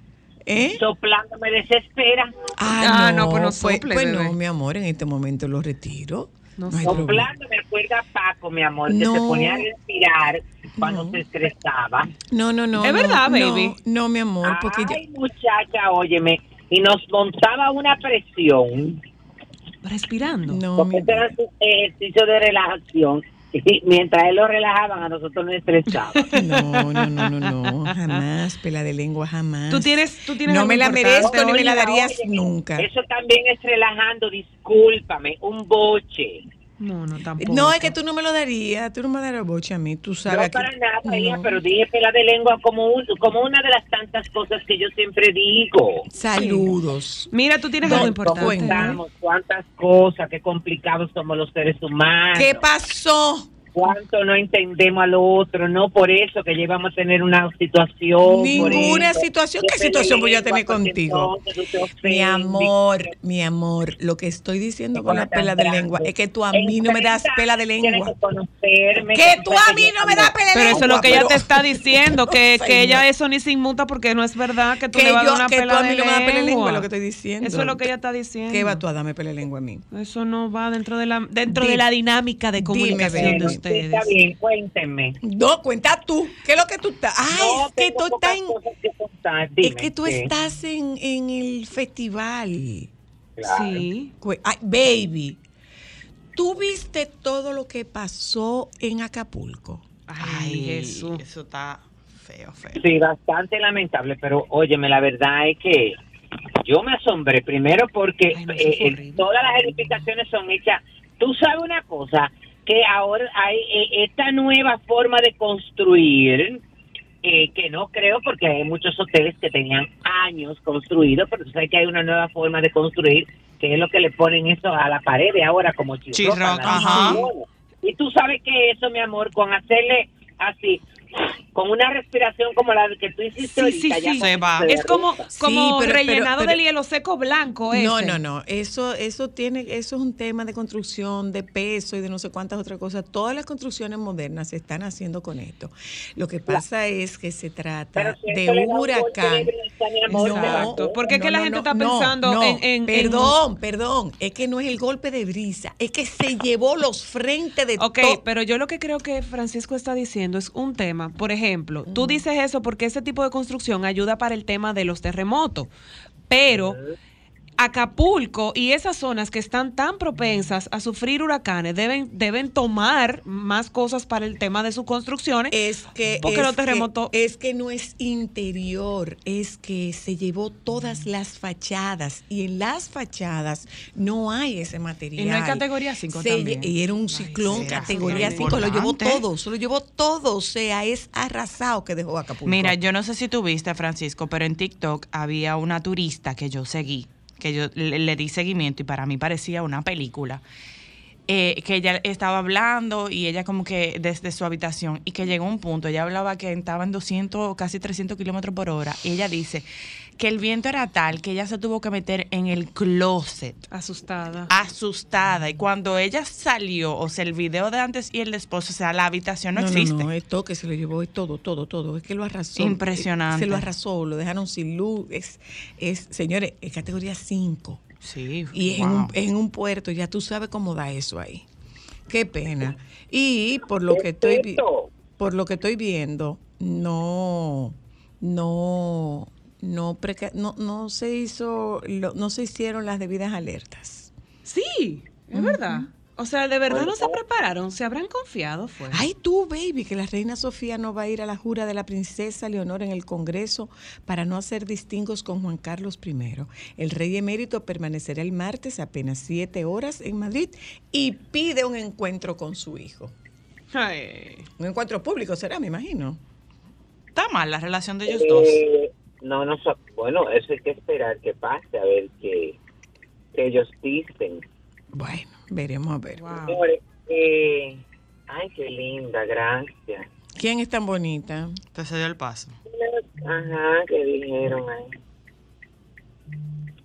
[SPEAKER 2] ¿Eh?
[SPEAKER 5] Soplando me desespera.
[SPEAKER 4] Ah, no, pues no sople,
[SPEAKER 2] pues
[SPEAKER 4] bebé.
[SPEAKER 2] no, mi amor, en este momento lo retiro.
[SPEAKER 4] No
[SPEAKER 2] No hay
[SPEAKER 4] sople.
[SPEAKER 2] problema.
[SPEAKER 5] Soplando me acuerda a Paco, mi amor,
[SPEAKER 2] No.
[SPEAKER 5] que se ponía a respirar cuando se estresaba.
[SPEAKER 2] No, no, no.
[SPEAKER 4] Es
[SPEAKER 2] no,
[SPEAKER 4] verdad,
[SPEAKER 2] no,
[SPEAKER 4] baby.
[SPEAKER 2] No, mi amor, porque yo-
[SPEAKER 5] Ay, muchacha, óyeme. Y nos montaba una presión.
[SPEAKER 4] Respirando.
[SPEAKER 2] No, mi-
[SPEAKER 5] Porque este era su ejercicio de relajación. Y mientras él lo relajaban, a nosotros nos estresaba.
[SPEAKER 2] no, no, no, no, no, jamás, pela de lengua, jamás.
[SPEAKER 4] Tú tienes, tú tienes
[SPEAKER 2] No
[SPEAKER 4] algo
[SPEAKER 2] me la
[SPEAKER 4] importante
[SPEAKER 2] merezco ni
[SPEAKER 4] hoy.
[SPEAKER 2] me la
[SPEAKER 5] Oiga,
[SPEAKER 2] darías
[SPEAKER 5] óyeme,
[SPEAKER 2] nunca.
[SPEAKER 5] Eso también es relajando, discúlpame, un boche.
[SPEAKER 4] No, no, tampoco.
[SPEAKER 2] No, es que tú no me lo darías, tú no me darías boche a mí, tú sabes.
[SPEAKER 5] no
[SPEAKER 2] que-
[SPEAKER 5] para nada, ella,
[SPEAKER 2] no.
[SPEAKER 5] pero dije pela de lengua como, un- como una de las tantas cosas que yo siempre digo.
[SPEAKER 2] Saludos.
[SPEAKER 4] Mira, tú tienes
[SPEAKER 2] No, pues,
[SPEAKER 4] algo
[SPEAKER 2] ¿cómo
[SPEAKER 5] ¿Cómo
[SPEAKER 4] importante.
[SPEAKER 2] está?
[SPEAKER 5] estamos? ¿Cuántas cosas? ¿Qué complicados somos los seres humanos?
[SPEAKER 2] ¿Qué pasó?
[SPEAKER 5] ¿Cuánto no entendemos al otro? No por eso que llevamos a tener una situación.
[SPEAKER 2] Ninguna
[SPEAKER 5] por eso.
[SPEAKER 2] situación.
[SPEAKER 5] Yo
[SPEAKER 2] ¿Qué
[SPEAKER 5] pela
[SPEAKER 2] situación voy a
[SPEAKER 5] lengua,
[SPEAKER 2] tener
[SPEAKER 5] porque
[SPEAKER 2] contigo?
[SPEAKER 5] entonces tú te
[SPEAKER 2] Mi
[SPEAKER 5] ofendes.
[SPEAKER 2] amor, mi amor, lo que estoy diciendo con la
[SPEAKER 5] Tan
[SPEAKER 2] pela de
[SPEAKER 5] grande.
[SPEAKER 2] lengua es que tú a mí no me das
[SPEAKER 5] Enfrenta,
[SPEAKER 2] pela de
[SPEAKER 5] tienes
[SPEAKER 2] lengua.
[SPEAKER 5] que conocerme,
[SPEAKER 2] Que
[SPEAKER 5] que
[SPEAKER 2] tú
[SPEAKER 5] sepas
[SPEAKER 2] a mí
[SPEAKER 5] yo
[SPEAKER 2] no me
[SPEAKER 5] también.
[SPEAKER 2] das pela de
[SPEAKER 4] Pero
[SPEAKER 2] lengua.
[SPEAKER 4] eso es lo que ella
[SPEAKER 2] pero-
[SPEAKER 4] te está diciendo, que, que ella
[SPEAKER 2] Señor.
[SPEAKER 4] eso ni se inmuta porque no es verdad que tú
[SPEAKER 2] que
[SPEAKER 4] le vas a dar
[SPEAKER 2] yo,
[SPEAKER 4] una
[SPEAKER 2] que tú
[SPEAKER 4] pela
[SPEAKER 2] a mí
[SPEAKER 4] de
[SPEAKER 2] no me das pela de lengua,
[SPEAKER 4] lengua.
[SPEAKER 2] lo que estoy diciendo.
[SPEAKER 4] Eso es lo que ella está diciendo.
[SPEAKER 2] ¿Qué va tú a darme pela de lengua a mí?
[SPEAKER 4] Eso no va dentro de la dentro
[SPEAKER 2] Dime.
[SPEAKER 4] de la dinámica de
[SPEAKER 2] Dime,
[SPEAKER 4] comunicación
[SPEAKER 2] Belén.
[SPEAKER 4] de
[SPEAKER 5] Bueno, sí,
[SPEAKER 4] ustedes.
[SPEAKER 5] Está bien, cuéntenme.
[SPEAKER 2] No, cuenta tú. ¿Qué es lo que tú estás? Ay,
[SPEAKER 5] No,
[SPEAKER 2] es que
[SPEAKER 5] tengo
[SPEAKER 2] tú
[SPEAKER 5] pocas
[SPEAKER 2] estás en,
[SPEAKER 5] cosas que contar.
[SPEAKER 2] es
[SPEAKER 5] Dime,
[SPEAKER 2] que tú
[SPEAKER 5] sí,
[SPEAKER 2] estás en, en el festival.
[SPEAKER 5] claro.
[SPEAKER 4] Sí.
[SPEAKER 2] Cu- Ay, baby, ¿tú viste todo lo que pasó en Acapulco?
[SPEAKER 4] Ay, Jesús.
[SPEAKER 3] Eso está feo, feo.
[SPEAKER 5] Sí, bastante lamentable, pero óyeme, la verdad es que yo me asombré primero porque
[SPEAKER 4] Ay, no,
[SPEAKER 5] eh,
[SPEAKER 4] eso fue
[SPEAKER 5] eh,
[SPEAKER 4] horrible.
[SPEAKER 5] todas las edificaciones son hechas. Tú sabes una cosa, que ahora hay eh, esta nueva forma de construir, eh, que no creo porque hay muchos hoteles que tenían años construidos, pero tú sabes que hay una nueva forma de construir, que es lo que le ponen eso a la pared de ahora como chirroca.
[SPEAKER 3] Chirroca,
[SPEAKER 5] la-
[SPEAKER 3] ajá.
[SPEAKER 5] Y tú sabes que eso, mi amor, con hacerle así, con una respiración como la que tú hiciste
[SPEAKER 4] Sí,
[SPEAKER 5] ahorita,
[SPEAKER 4] sí,
[SPEAKER 5] ya
[SPEAKER 4] sí.
[SPEAKER 5] con-
[SPEAKER 3] Se va.
[SPEAKER 4] Es como,
[SPEAKER 2] Sí,
[SPEAKER 4] como
[SPEAKER 2] pero- pero-
[SPEAKER 4] rellenado
[SPEAKER 2] pero-
[SPEAKER 4] del hielo seco blanco ese.
[SPEAKER 2] No, no, no. Eso, eso tiene, eso es un tema de construcción, de peso y de no sé cuántas otras cosas. Todas las construcciones modernas se están haciendo con esto. Lo que pasa es que se
[SPEAKER 5] Pero
[SPEAKER 2] trata
[SPEAKER 5] si
[SPEAKER 2] de
[SPEAKER 5] eso le da
[SPEAKER 2] un
[SPEAKER 5] un golpe
[SPEAKER 2] huracán.
[SPEAKER 5] de brisa, mi amor, se va.
[SPEAKER 4] Exacto. Porque es que la gente está pensando en- en-
[SPEAKER 2] Perdón, perdón. Es que no es el golpe de brisa. Es que se llevó los frentes de
[SPEAKER 4] Ok,
[SPEAKER 2] todo.
[SPEAKER 4] pero yo lo que creo que Francisco está diciendo es un tema. Por ejemplo, tú dices eso porque ese tipo de construcción ayuda para el tema de los terremotos, pero Acapulco y esas zonas que están tan propensas a sufrir huracanes deben, deben tomar más cosas para el tema de sus construcciones.
[SPEAKER 2] Es que,
[SPEAKER 4] Porque
[SPEAKER 2] es
[SPEAKER 4] los terremotos-
[SPEAKER 2] que- es que no es interior, es que se llevó todas las fachadas y en las fachadas no hay ese material.
[SPEAKER 4] Y no hay categoría cinco
[SPEAKER 2] Se
[SPEAKER 4] también.
[SPEAKER 2] lle- Y era un ciclón
[SPEAKER 3] será
[SPEAKER 2] categoría
[SPEAKER 3] súper
[SPEAKER 2] 5, lo llevó
[SPEAKER 3] importante.
[SPEAKER 2] todo, se lo llevó todo, o sea, es arrasado que dejó Acapulco.
[SPEAKER 3] Mira, yo no sé si tú viste, Francisco, pero en TikTok había una turista que yo seguí, que yo le, le di seguimiento y para mí parecía una película. eh, que ella estaba hablando y ella como que desde su habitación y que llegó un punto, ella hablaba que estaba en 200, casi 300 kilómetros por hora y ella dice que el viento era tal que ella se tuvo que meter en el closet
[SPEAKER 4] Asustada.
[SPEAKER 2] Ah.
[SPEAKER 3] asustada y cuando ella salió, o sea, el video de antes y el después, o sea, la habitación no, existe.
[SPEAKER 2] No, eh. esto que se lo llevó es todo, todo, todo. Es que lo arrasó.
[SPEAKER 3] Impresionante.
[SPEAKER 2] Se lo arrasó, lo dejaron sin luz. Es, es señores, es categoría 5.
[SPEAKER 3] Sí,
[SPEAKER 2] Y es en,
[SPEAKER 3] wow.
[SPEAKER 2] un, es en un puerto, ya tú sabes cómo da eso ahí. Qué pena. Y por lo que estoy vi-
[SPEAKER 5] Perfecto.
[SPEAKER 2] por lo que estoy viendo, no no no preca- no, no se hizo lo- no se hicieron las debidas alertas.
[SPEAKER 4] Sí, es verdad. O sea, de verdad no se prepararon, se habrán confiado, fue.
[SPEAKER 2] Ay, tú, baby, que la reina Sofía no va a ir a la jura de la princesa Leonor en el Congreso para no hacer distingos con Juan Carlos I. El rey emérito permanecerá el martes apenas siete horas en Madrid y pide un encuentro con su hijo.
[SPEAKER 4] Ay.
[SPEAKER 2] Un encuentro público será, me imagino.
[SPEAKER 3] Está mal la relación de ellos dos.
[SPEAKER 5] Eh, no, no, so- bueno, eso hay que esperar que pase, a ver qué qué ellos dicen.
[SPEAKER 2] Bueno, veremos a ver.
[SPEAKER 4] Wow.
[SPEAKER 5] Señores, eh, ay, qué linda, gracias.
[SPEAKER 2] ¿Quién es tan bonita?
[SPEAKER 3] Te cedió el paso.
[SPEAKER 5] Ajá, que dijeron ahí.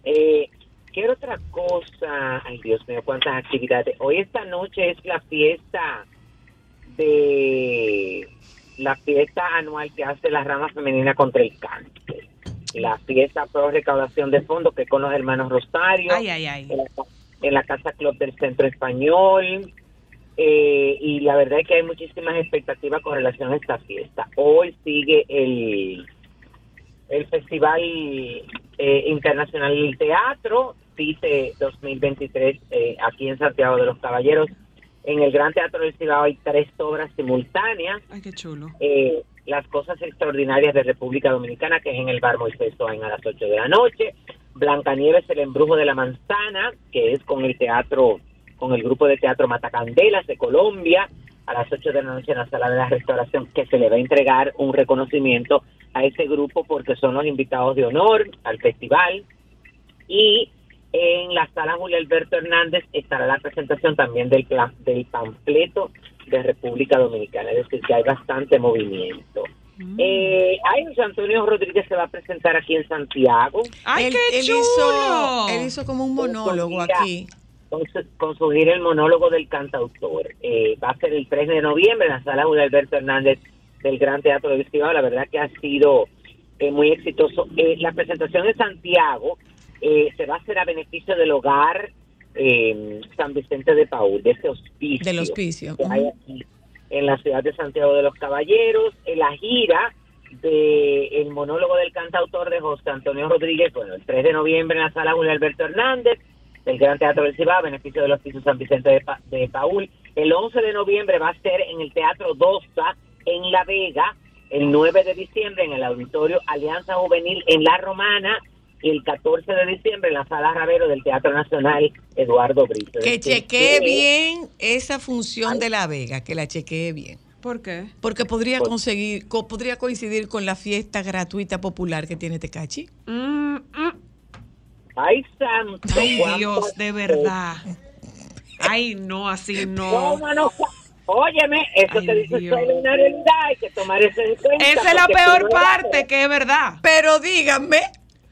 [SPEAKER 5] Eh, quiero otra cosa. Ay, Dios mío, cuántas actividades. Hoy esta noche es la fiesta de la fiesta anual que hace la rama femenina contra el cáncer. La fiesta pro recaudación de fondos que es con los hermanos Rosario
[SPEAKER 3] Ay, ay, ay.
[SPEAKER 5] en la, en la Casa Club del Centro Español. eh, y la verdad es que hay muchísimas expectativas con relación a esta fiesta. Hoy sigue el, el Festival eh, Internacional del Teatro, CITE 2023, eh, aquí en Santiago de los Caballeros. En el Gran Teatro del Cibao hay tres obras simultáneas
[SPEAKER 4] Ay, qué chulo.
[SPEAKER 5] eh, las cosas extraordinarias de República Dominicana, que es en el bar Moisés Soain a las 8 de la noche. Blancanieves, el embrujo de la manzana, que es con el teatro, con el grupo de teatro Matacandelas de Colombia, a las 8 de la noche en la sala de la restauración, que se le va a entregar un reconocimiento a ese grupo porque son los invitados de honor al festival. Y en la sala Julio Alberto Hernández estará la presentación también del, pla- del panfleto de República Dominicana, es decir, que hay bastante movimiento.
[SPEAKER 4] Mm.
[SPEAKER 5] Eh, hay José Antonio Rodríguez se va a presentar aquí en Santiago
[SPEAKER 4] Ay,
[SPEAKER 2] él,
[SPEAKER 4] qué
[SPEAKER 2] él
[SPEAKER 4] chulo.
[SPEAKER 2] Hizo, él hizo como un monólogo
[SPEAKER 5] Mira.
[SPEAKER 2] aquí.
[SPEAKER 5] con su, con su gira el monólogo del cantautor. Eh, va a ser el 3 de noviembre en la sala Julio Alberto Hernández del Gran Teatro del Cibao. La verdad que ha sido eh, muy exitoso. Eh, la presentación en Santiago eh, se va a hacer a beneficio del hogar eh, San Vicente de Paul, de ese hospicio.
[SPEAKER 2] Del hospicio.
[SPEAKER 5] que hay
[SPEAKER 2] Ujú.
[SPEAKER 5] aquí en la ciudad de Santiago de los Caballeros, en la gira de el monólogo del cantautor de José Antonio Rodríguez, bueno, el 3 de noviembre en la sala Julio Alberto Hernández, del Gran Teatro del Cibao, a beneficio del Hospicio San Vicente de, Pa- de Paul. El 11 de noviembre va a ser en el Teatro Dosta, en La Vega, el 9 de diciembre en el Auditorio Alianza Juvenil en La Romana, y el 14 de diciembre en la sala Ravero del Teatro Nacional Eduardo Brito.
[SPEAKER 2] Que
[SPEAKER 5] Es decir,
[SPEAKER 2] chequee
[SPEAKER 5] que-
[SPEAKER 2] bien esa función de la Vega, que la chequee bien.
[SPEAKER 4] ¿Por qué?
[SPEAKER 2] Porque podría
[SPEAKER 5] Por-
[SPEAKER 2] conseguir, co- podría coincidir con la fiesta gratuita popular que tiene Tecachi.
[SPEAKER 4] Mm, mm.
[SPEAKER 5] Ay, santo.
[SPEAKER 4] Ay,
[SPEAKER 5] cuánto
[SPEAKER 4] Dios, de
[SPEAKER 5] estrés.
[SPEAKER 4] verdad. Ay, no, así no.
[SPEAKER 5] Toma, no, Óyeme, eso
[SPEAKER 4] Ay,
[SPEAKER 5] que dices
[SPEAKER 4] Dios.
[SPEAKER 5] solo una realidad, hay que tomar eso en cuenta.
[SPEAKER 4] Esa es la
[SPEAKER 5] porque
[SPEAKER 4] peor
[SPEAKER 5] primero
[SPEAKER 4] parte, que es verdad.
[SPEAKER 2] Pero díganme,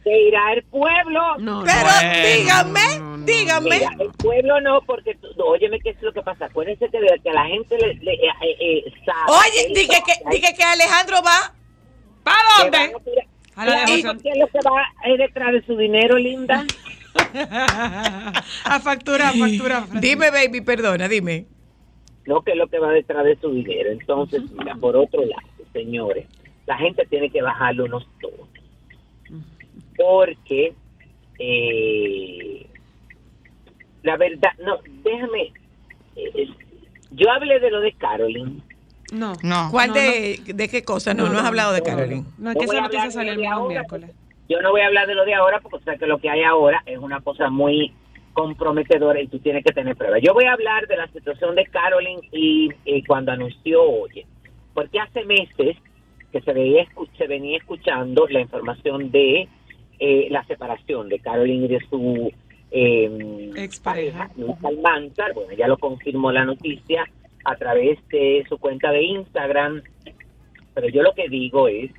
[SPEAKER 5] Que irá el pueblo.
[SPEAKER 4] No,
[SPEAKER 2] pero
[SPEAKER 3] Bueno,
[SPEAKER 2] díganme,
[SPEAKER 4] no, no,
[SPEAKER 2] díganme.
[SPEAKER 5] Mira, el pueblo no, porque tú- óyeme, ¿qué es lo que pasa? Acuérdense que, de- que a la gente le, le- eh, eh, eh, sabe
[SPEAKER 2] Oye,
[SPEAKER 5] eso,
[SPEAKER 2] dije que,
[SPEAKER 5] hay-
[SPEAKER 2] dije que Alejandro va.
[SPEAKER 4] ¿Para
[SPEAKER 5] que
[SPEAKER 4] dónde?
[SPEAKER 5] van a tirar-
[SPEAKER 4] A la
[SPEAKER 5] Claro,
[SPEAKER 4] devoción.
[SPEAKER 5] porque es lo que va eh, detrás de su dinero, linda?
[SPEAKER 4] a factura, a factura.
[SPEAKER 2] Dime, baby, perdona, dime.
[SPEAKER 5] no que es lo que va detrás de su dinero. Entonces, mira, por otro lado, señores, la gente tiene que bajarle unos tonos. Porque eh, la verdad, no, déjame. eh, yo hablé de lo de Carolyn.
[SPEAKER 4] No.
[SPEAKER 3] No.
[SPEAKER 2] ¿Cuál
[SPEAKER 4] No,
[SPEAKER 2] de, de qué cosa? No, no,
[SPEAKER 4] No,
[SPEAKER 2] has
[SPEAKER 4] no,
[SPEAKER 2] hablado de
[SPEAKER 5] no,
[SPEAKER 2] Carolyn.
[SPEAKER 4] No, es que
[SPEAKER 5] Voy a
[SPEAKER 4] esa
[SPEAKER 5] hablar
[SPEAKER 4] noticia
[SPEAKER 5] de
[SPEAKER 4] sale el
[SPEAKER 5] lo de
[SPEAKER 4] mismo
[SPEAKER 5] ahora.
[SPEAKER 4] miércoles.
[SPEAKER 5] Yo no voy a hablar de lo de ahora porque o sea que lo que hay ahora es una cosa muy comprometedora y tú tienes que tener pruebas. Yo voy a hablar de la situación de Carolyn y, y cuando anunció, oye, porque hace meses que se, veía, escu- se venía escuchando la información de eh, la separación de Carolyn y de su eh,
[SPEAKER 4] Expareja.
[SPEAKER 5] Luis Almanzar, bueno, ya lo confirmó la noticia a través de su cuenta de Instagram, pero yo lo que digo es,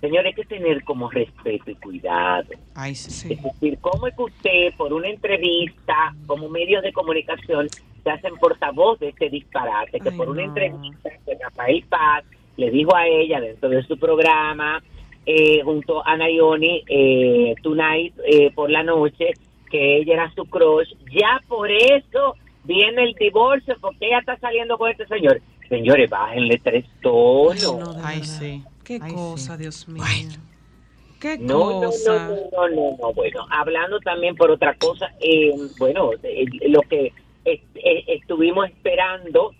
[SPEAKER 5] señor, hay que tener como respeto y cuidado.
[SPEAKER 3] Ay, sí.
[SPEAKER 4] Sí.
[SPEAKER 5] Es decir, ¿cómo es que usted, por una entrevista, como medios de comunicación, se hacen portavoz de este disparate? Que
[SPEAKER 4] Ay,
[SPEAKER 5] por una
[SPEAKER 4] no.
[SPEAKER 5] entrevista que Rafael Paz le dijo a ella dentro de su programa, eh, junto a Nayoni eh, Tonight eh, por la noche, que ella era su crush, ya por eso viene el divorcio, porque ella está saliendo con este señor. Señores, bájenle tres
[SPEAKER 4] Ay,
[SPEAKER 5] tonos.
[SPEAKER 4] no, de
[SPEAKER 3] Ay,
[SPEAKER 4] verdad.
[SPEAKER 3] sí.
[SPEAKER 4] Qué
[SPEAKER 3] Ay,
[SPEAKER 4] cosa,
[SPEAKER 3] sí.
[SPEAKER 4] Dios mío.
[SPEAKER 3] Bueno.
[SPEAKER 4] Qué
[SPEAKER 5] No, no,
[SPEAKER 4] cosa.
[SPEAKER 5] no, no, no, no. Bueno, hablando también por otra cosa, eh, bueno, eh, lo que eh, eh, estuvimos esperando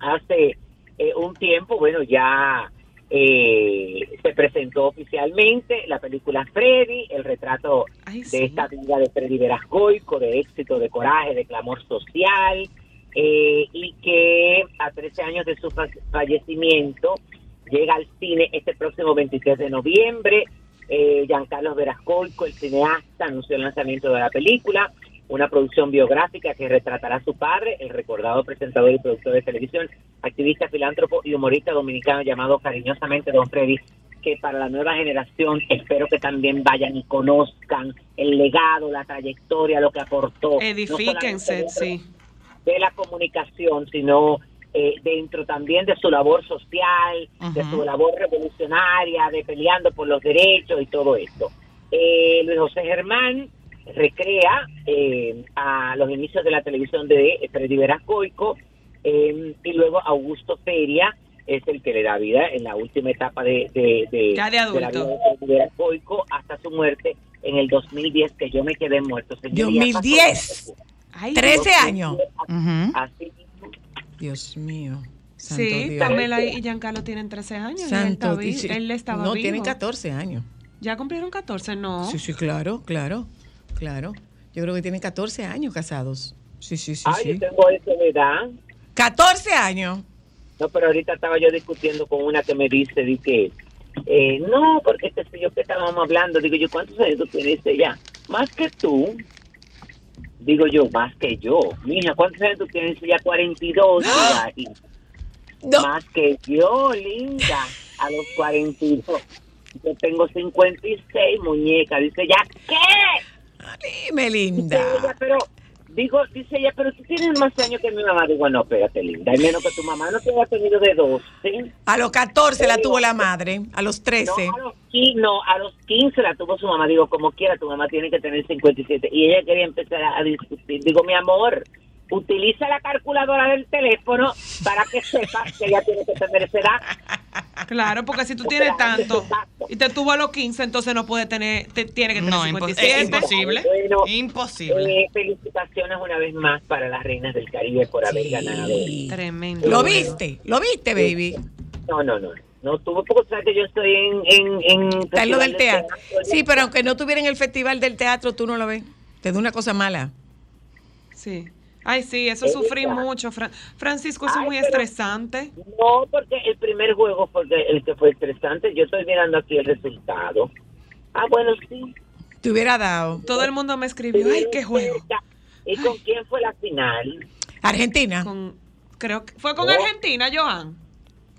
[SPEAKER 5] hace eh, un tiempo, bueno, ya eh, se presentó oficialmente la película Freddy, el retrato
[SPEAKER 4] Ay,
[SPEAKER 5] de
[SPEAKER 4] sí.
[SPEAKER 5] esta vida de Freddy Verascoico, de éxito, de coraje, de clamor social, eh, y que a 13 años de su fa- fallecimiento llega al cine este próximo 23 de noviembre. Eh, Giancarlo Verascoico, el cineasta, anunció el lanzamiento de la película, una producción biográfica que retratará a su padre, el recordado presentador y productor de televisión, activista, filántropo y humorista dominicano llamado cariñosamente Don Freddy que para la nueva generación espero que también vayan y conozcan el legado, la trayectoria, lo que aportó. no solamente
[SPEAKER 4] Edifíquense,
[SPEAKER 5] dentro
[SPEAKER 4] sí.
[SPEAKER 5] De la comunicación, sino eh, dentro también de su labor social, de
[SPEAKER 3] Ujú.
[SPEAKER 5] su labor revolucionaria, de peleando por los derechos y todo esto. Eh, Luis José Germán recrea eh, a los inicios de la televisión de eh, Freddy Verascoico eh, y luego Augusto Feria es el que le da vida en la última etapa de, de, de-
[SPEAKER 4] Ya de
[SPEAKER 5] de la
[SPEAKER 4] adulto.
[SPEAKER 5] vida de Freddy Verascoico hasta su muerte en el 2010, que yo me quedé muerto. Señoría,
[SPEAKER 2] 2010.
[SPEAKER 5] pasó-
[SPEAKER 4] Ay,
[SPEAKER 2] Tres. 13 años.
[SPEAKER 3] Ujú.
[SPEAKER 5] Así mismo.
[SPEAKER 2] Dios mío. Santo
[SPEAKER 4] Sí,
[SPEAKER 2] Dios.
[SPEAKER 4] Pamela y Giancarlo tienen 13 años. y él,
[SPEAKER 2] Santo
[SPEAKER 4] está vi-
[SPEAKER 2] Dios.
[SPEAKER 4] él estaba
[SPEAKER 2] No,
[SPEAKER 4] vivo.
[SPEAKER 2] tienen 14 años.
[SPEAKER 4] Ya cumplieron 14, ¿no?
[SPEAKER 2] Sí, sí, claro, claro, claro. Yo creo que tienen 14 años casados. Sí, sí, sí,
[SPEAKER 5] Ay,
[SPEAKER 2] sí.
[SPEAKER 5] Ah, yo tengo esa edad.
[SPEAKER 2] 14 años.
[SPEAKER 5] No, pero ahorita estaba yo discutiendo con una que me dice, di que, eh, no, porque este yo que estábamos hablando, digo yo, ¿cuántos años tú tienes? Dice ella, más que tú. Digo yo, más que yo. Mija, ¿cuántos años tú tienes? este Dice ella, 42. y-
[SPEAKER 2] ¡Ah! No.
[SPEAKER 5] Más que yo, linda, a los 42. Yo tengo 56, muñeca. Dice ella, ¿qué?
[SPEAKER 2] Dime,
[SPEAKER 5] Dice ella,
[SPEAKER 2] linda.
[SPEAKER 5] pero... Digo, dice ella, pero tú tienes más años que mi mamá. Digo, "Ah, no, espérate, linda. Y menos que tu mamá no te haya tenido de 12.
[SPEAKER 2] A los 14 la tuvo la madre, a los 13.
[SPEAKER 5] No, a los, qui- no, a los 15 la tuvo su mamá. Digo, como quiera, tu mamá tiene que tener 57. Y ella quería empezar a, a discutir. Digo, mi amor, utiliza la calculadora del teléfono para que sepas que ella tiene que tener esa edad.
[SPEAKER 4] Claro, porque si tú tienes tanto y te tuvo a los 15, entonces no puede tener, te- tiene que tener
[SPEAKER 3] No, impo- es
[SPEAKER 4] 57.
[SPEAKER 3] imposible.
[SPEAKER 5] Bueno,
[SPEAKER 3] Imposible.
[SPEAKER 5] Eh, felicitaciones una vez más para las reinas del Caribe por haber
[SPEAKER 2] Sí.
[SPEAKER 5] ganado.
[SPEAKER 4] Tremendo.
[SPEAKER 2] Lo viste, lo viste, baby.
[SPEAKER 5] No, no, no. No tuvo porque sabes que yo estoy en... en, en
[SPEAKER 2] Está en
[SPEAKER 5] Festival
[SPEAKER 2] lo del
[SPEAKER 5] de
[SPEAKER 2] teatro.
[SPEAKER 5] Teatro.
[SPEAKER 2] Sí, pero aunque no tuviera en el festival del teatro, tú no lo ves. Te da una cosa mala.
[SPEAKER 4] Sí. Ay, sí, eso sufrí mucho. Fran- Francisco, eso es
[SPEAKER 5] Ay,
[SPEAKER 4] muy
[SPEAKER 5] pero-
[SPEAKER 4] estresante.
[SPEAKER 5] No, porque el primer juego fue el que fue estresante. Yo estoy mirando aquí el resultado. Ah, bueno, sí.
[SPEAKER 2] Te hubiera dado.
[SPEAKER 4] Todo el mundo me escribió, ay, qué juego.
[SPEAKER 5] Cerca. este, ¿Y con quién fue la final?
[SPEAKER 2] Argentina, con,
[SPEAKER 4] Con- creo que fue con
[SPEAKER 5] No.
[SPEAKER 4] Argentina, Joan.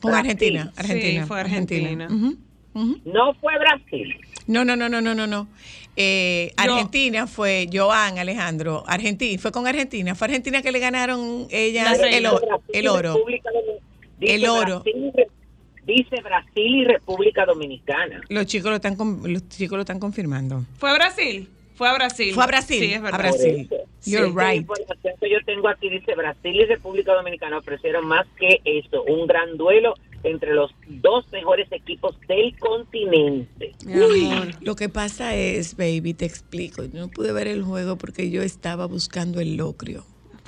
[SPEAKER 2] Argentina.
[SPEAKER 4] Sí,
[SPEAKER 2] Argentina.
[SPEAKER 4] fue Argentina.
[SPEAKER 2] Ujú, ujú.
[SPEAKER 5] No fue Brasil.
[SPEAKER 2] No, no, no, no, no, no, no. Eh,
[SPEAKER 4] Yo-
[SPEAKER 2] Argentina fue Joan Alejandro. Argentina, fue con Argentina. Fue Argentina que le ganaron ella
[SPEAKER 4] Las
[SPEAKER 2] el,
[SPEAKER 4] reinas.
[SPEAKER 2] o-
[SPEAKER 5] Brasil y
[SPEAKER 2] el oro.
[SPEAKER 5] República Domin- dice
[SPEAKER 2] El oro.
[SPEAKER 5] Brasil y Re- dice Brasil y República Dominicana.
[SPEAKER 2] Los chicos lo están con- los chicos lo están confirmando.
[SPEAKER 4] ¿Fue a Brasil? Fue a Brasil.
[SPEAKER 2] Fue a Brasil.
[SPEAKER 4] Sí, es verdad.
[SPEAKER 2] A Brasil.
[SPEAKER 5] Por eso.
[SPEAKER 2] You're
[SPEAKER 5] Esta
[SPEAKER 2] right.
[SPEAKER 5] información que yo tengo aquí dice Brasil y República Dominicana ofrecieron más que eso, un gran duelo entre los dos mejores equipos del continente.
[SPEAKER 4] Mi
[SPEAKER 2] Uy,
[SPEAKER 4] amor.
[SPEAKER 2] lo que pasa es, baby, te explico. Yo no pude ver el juego porque yo estaba buscando el locrio.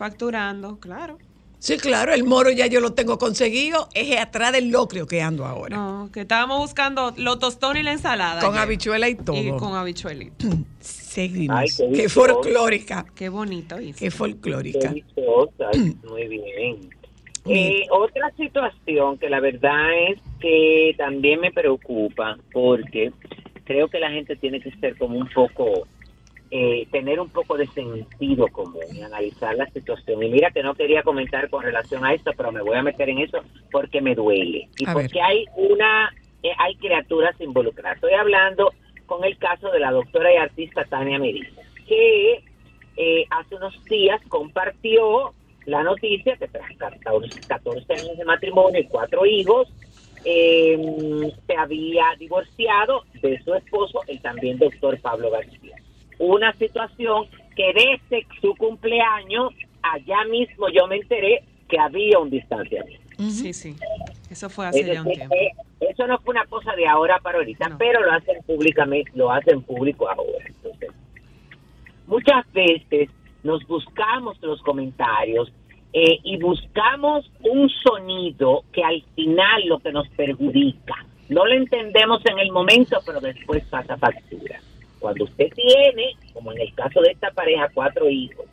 [SPEAKER 4] Facturando, claro.
[SPEAKER 2] Sí, claro, el moro ya yo lo tengo conseguido. Es atrás del locrio que ando ahora.
[SPEAKER 4] No, que estábamos buscando los tostones y la ensalada.
[SPEAKER 2] con
[SPEAKER 4] ayer.
[SPEAKER 2] habichuela y todo.
[SPEAKER 4] Y con habichuelita.
[SPEAKER 2] Seguimos.
[SPEAKER 5] Ay, qué
[SPEAKER 2] qué
[SPEAKER 5] bicho.
[SPEAKER 2] folclórica.
[SPEAKER 4] Qué bonito. Isa.
[SPEAKER 2] Qué folclórica.
[SPEAKER 5] Deliciosas, muy bien. Eh, otra situación que la verdad es que también me preocupa porque creo que la gente tiene que ser como un poco eh, tener un poco de sentido común y analizar la situación. Y mira que no quería comentar con relación a esto, pero me voy a meter en eso porque me duele y
[SPEAKER 2] A ver.
[SPEAKER 5] porque hay una eh, hay criaturas involucradas. Estoy hablando con el caso de la doctora y artista Tania Medina, que eh, hace unos días compartió la noticia que tras 14, 14 años de matrimonio y cuatro hijos, eh, se había divorciado de su esposo, el también doctor Pablo García. Una situación que desde su cumpleaños, allá mismo yo me enteré que había un distanciamiento.
[SPEAKER 2] Ujú.
[SPEAKER 4] Sí, sí. Eso fue
[SPEAKER 5] Es
[SPEAKER 4] hace ya un
[SPEAKER 5] decir,
[SPEAKER 4] tiempo.
[SPEAKER 5] que eso no fue una cosa de ahora para ahorita,
[SPEAKER 4] No.
[SPEAKER 5] pero lo hacen públicamente, lo hacen público ahora. Entonces, muchas veces nos buscamos los comentarios eh, y buscamos un sonido que al final lo que nos perjudica. No lo entendemos en el momento, pero después pasa factura. Cuando usted tiene, como en el caso de esta pareja, cuatro hijos,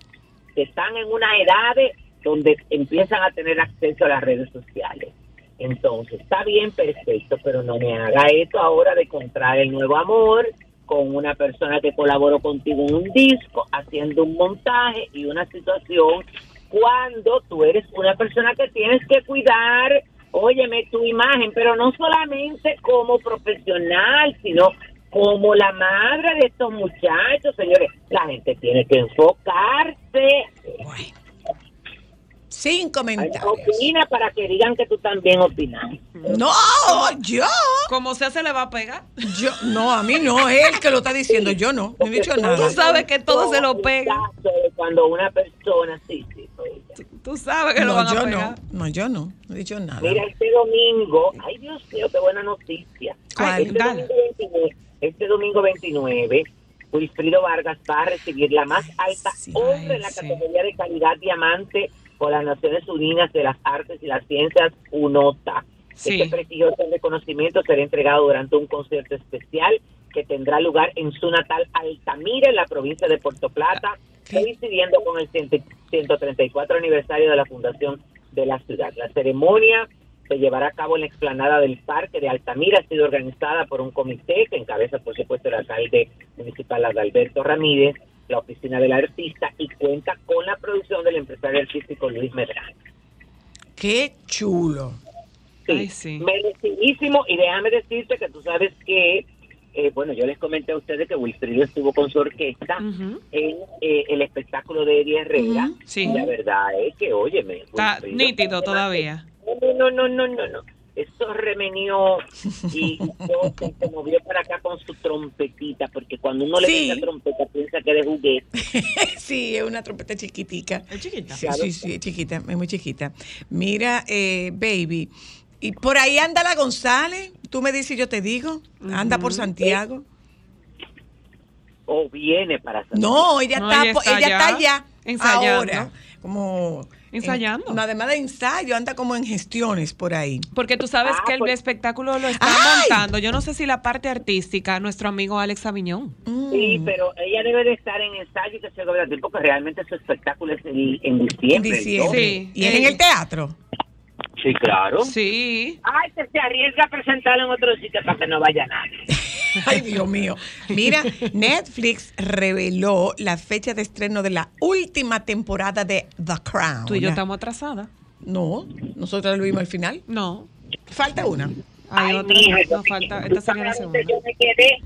[SPEAKER 5] que están en una edad donde empiezan a tener acceso a las redes sociales. Entonces, está bien, perfecto, pero no me haga esto ahora de encontrar el nuevo amor con una persona que colaboró contigo en un disco, haciendo un montaje y una situación, cuando tú eres una persona que tienes que cuidar, óyeme, tu imagen, pero no solamente como profesional, sino como la madre de estos muchachos, señores. La gente tiene que enfocarse
[SPEAKER 2] Bueno. Sin
[SPEAKER 5] Ay,
[SPEAKER 2] comentarios.
[SPEAKER 5] opina para que digan que tú también opinas.
[SPEAKER 2] No, yo,
[SPEAKER 4] Como sea, se le va a pegar.
[SPEAKER 2] yo, no, a mí no, él que lo está diciendo, yo no, no he dicho nada.
[SPEAKER 4] Tú sabes que todo se lo pega.
[SPEAKER 5] Un caso de Cuando una persona, sí, sí. oye.
[SPEAKER 4] Tú- Tú sabes que lo van
[SPEAKER 2] No,
[SPEAKER 4] a
[SPEAKER 2] yo
[SPEAKER 4] pegar.
[SPEAKER 2] no, no, yo no, no he dicho nada.
[SPEAKER 5] Mira, este domingo, ay Dios mío, qué buena noticia.
[SPEAKER 2] ¿Cuál?
[SPEAKER 5] Este, domingo 29, este domingo 29, Wilfrido Vargas va a recibir la más alta
[SPEAKER 2] sí,
[SPEAKER 5] obra
[SPEAKER 4] ay,
[SPEAKER 5] en la
[SPEAKER 4] sí.
[SPEAKER 5] categoría de calidad diamante por las Naciones Unidas de las Artes y las Ciencias, UNOTA.
[SPEAKER 4] Sí.
[SPEAKER 5] Este prestigioso reconocimiento será entregado durante un concierto especial que tendrá lugar en su natal Altamira, en la provincia de Puerto Plata,
[SPEAKER 2] ¿Qué?
[SPEAKER 5] coincidiendo con el 100 134 aniversario de la fundación de la ciudad. La ceremonia se llevará a cabo en la explanada del Parque de Altamira, ha sido organizada por un comité que encabeza, por supuesto, el alcalde municipal Adalberto Ramírez, la oficina del artista y cuenta con la producción del empresario artístico Luis Medrano.
[SPEAKER 2] Qué chulo.
[SPEAKER 5] Sí,
[SPEAKER 4] Ay, sí.
[SPEAKER 5] merecidísimo. Y déjame decirte que tú sabes que, eh, bueno, yo les comenté a ustedes que Wilfrido estuvo con su orquesta
[SPEAKER 4] Ujú.
[SPEAKER 5] en eh, el espectáculo de Eddie Herrera.
[SPEAKER 2] Ujú,
[SPEAKER 4] sí.
[SPEAKER 5] Y La verdad es que, óyeme.
[SPEAKER 4] Está
[SPEAKER 5] Wilfrido,
[SPEAKER 4] nítido
[SPEAKER 5] además,
[SPEAKER 4] todavía.
[SPEAKER 5] No, no, no, no, no, no. Eso remenió y todo se movió para acá con su trompetita, porque cuando uno le
[SPEAKER 2] Sí.
[SPEAKER 5] ve la trompeta piensa que es de juguete.
[SPEAKER 2] Sí, es una trompeta chiquitica.
[SPEAKER 4] Es chiquita.
[SPEAKER 2] Sí, sí, sí, es chiquita, es muy chiquita. Mira, eh, baby, y por ahí anda la González, tú me dices y yo te digo, anda por Santiago.
[SPEAKER 5] O viene para Santiago.
[SPEAKER 2] No, ella
[SPEAKER 4] No,
[SPEAKER 2] está,
[SPEAKER 4] ella
[SPEAKER 2] po-
[SPEAKER 4] está
[SPEAKER 2] ella está
[SPEAKER 4] allá,
[SPEAKER 2] allá
[SPEAKER 4] ensayando.
[SPEAKER 2] ahora, como en-
[SPEAKER 4] Ensayando.
[SPEAKER 2] no, además de ensayo, anda como en gestiones por ahí.
[SPEAKER 4] Porque tú sabes
[SPEAKER 5] Ah,
[SPEAKER 4] que el
[SPEAKER 5] pues-
[SPEAKER 4] espectáculo lo está
[SPEAKER 2] ¡Ay!
[SPEAKER 4] montando. Yo no sé si la parte artística, nuestro amigo Alex Aviñón.
[SPEAKER 2] Mm.
[SPEAKER 5] Sí, pero ella debe de estar en ensayo y que se el tiempo, porque realmente su espectáculo es en, en diciembre.
[SPEAKER 2] en diciembre.
[SPEAKER 4] Sí.
[SPEAKER 2] Y es en el teatro.
[SPEAKER 5] ¿no? Sí, claro.
[SPEAKER 4] Sí.
[SPEAKER 5] Ay, que se arriesga a presentarlo en otro sitio para que no vaya nadie.
[SPEAKER 2] Ay, Dios mío. Mira, Netflix reveló la fecha de estreno de la última temporada de The Crown.
[SPEAKER 4] Tú y yo estamos atrasadas.
[SPEAKER 2] No, nosotros lo vimos al final.
[SPEAKER 4] No.
[SPEAKER 2] Falta una.
[SPEAKER 4] Hay
[SPEAKER 5] Ay,
[SPEAKER 4] otra.
[SPEAKER 5] mija, yo-
[SPEAKER 4] Nos falta. Esta sería la segunda.
[SPEAKER 5] Yo me quedé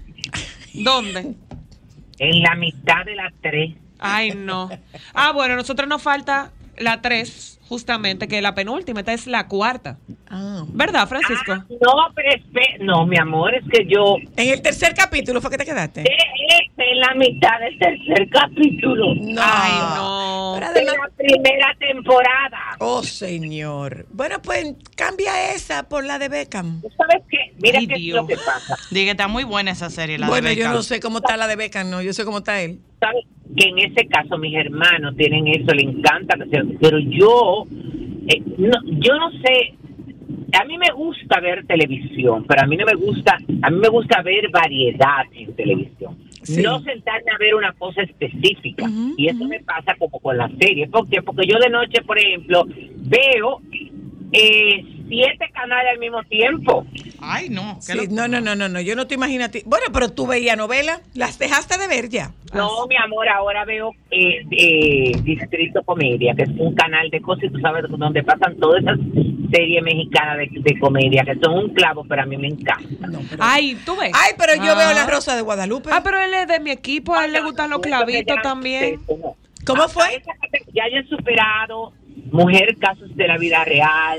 [SPEAKER 4] ¿Dónde?
[SPEAKER 5] en la mitad de las tres.
[SPEAKER 4] Ay, no. Ah, bueno, nosotros nos falta la tres, justamente, que la penúltima. Esta es la cuarta.
[SPEAKER 2] Ah.
[SPEAKER 4] ¿Verdad, Francisco?
[SPEAKER 5] Ah, no, pero espe- no, mi amor, es que yo
[SPEAKER 2] En el tercer capítulo fue que te quedaste.
[SPEAKER 5] Eh, es en la mitad del tercer capítulo
[SPEAKER 2] No.
[SPEAKER 4] Ay, no.
[SPEAKER 2] Pero
[SPEAKER 5] de
[SPEAKER 2] además-
[SPEAKER 5] la primera temporada.
[SPEAKER 2] Oh, señor. Bueno, pues cambia esa por la de Beckham.
[SPEAKER 5] ¿Tú sabes qué? Mira
[SPEAKER 4] Ay,
[SPEAKER 5] qué es
[SPEAKER 4] Dios.
[SPEAKER 5] lo que pasa.
[SPEAKER 3] Dije que está muy buena esa serie, la
[SPEAKER 2] bueno,
[SPEAKER 3] de
[SPEAKER 2] yo
[SPEAKER 3] Beckham.
[SPEAKER 2] no sé cómo está la de Beckham, no. Yo sé cómo está él.
[SPEAKER 5] ¿Sabes? Que en ese caso mis hermanos tienen eso, le encanta. que sea- Pero yo, eh, no, yo no sé. A mí me gusta ver televisión, pero a mí no me gusta, a mí me gusta ver variedad en televisión.
[SPEAKER 2] Sí.
[SPEAKER 5] No sentarme a ver una cosa específica.
[SPEAKER 2] Ujú,
[SPEAKER 5] y eso
[SPEAKER 2] ujú.
[SPEAKER 5] me pasa como con las series. ¿Por qué? Porque yo de noche, por ejemplo, veo eh, siete canales al mismo tiempo.
[SPEAKER 3] Ay, no. qué
[SPEAKER 2] Sí,
[SPEAKER 3] locura.
[SPEAKER 2] no, no, no, no, no, yo no te imagino Bueno, pero tú veías novela, las dejaste de ver ya.
[SPEAKER 5] No, mi amor, ahora veo eh, eh, Distrito Comedia, que es un canal de cosas, y tú sabes, donde pasan todas esas series mexicanas de, de comedia, que son un clavo, pero a mí me encanta.
[SPEAKER 2] No, pero-
[SPEAKER 4] Ay, tú ves.
[SPEAKER 2] Ay, pero yo
[SPEAKER 4] Ah.
[SPEAKER 2] veo La Rosa de Guadalupe.
[SPEAKER 4] Ah, pero él es de mi equipo, a él le gustan los clavitos también.
[SPEAKER 2] ¿Cómo
[SPEAKER 5] Hasta
[SPEAKER 2] fue?
[SPEAKER 5] esa categoría Ya hayan superado Mujer, Casos de la Vida Real,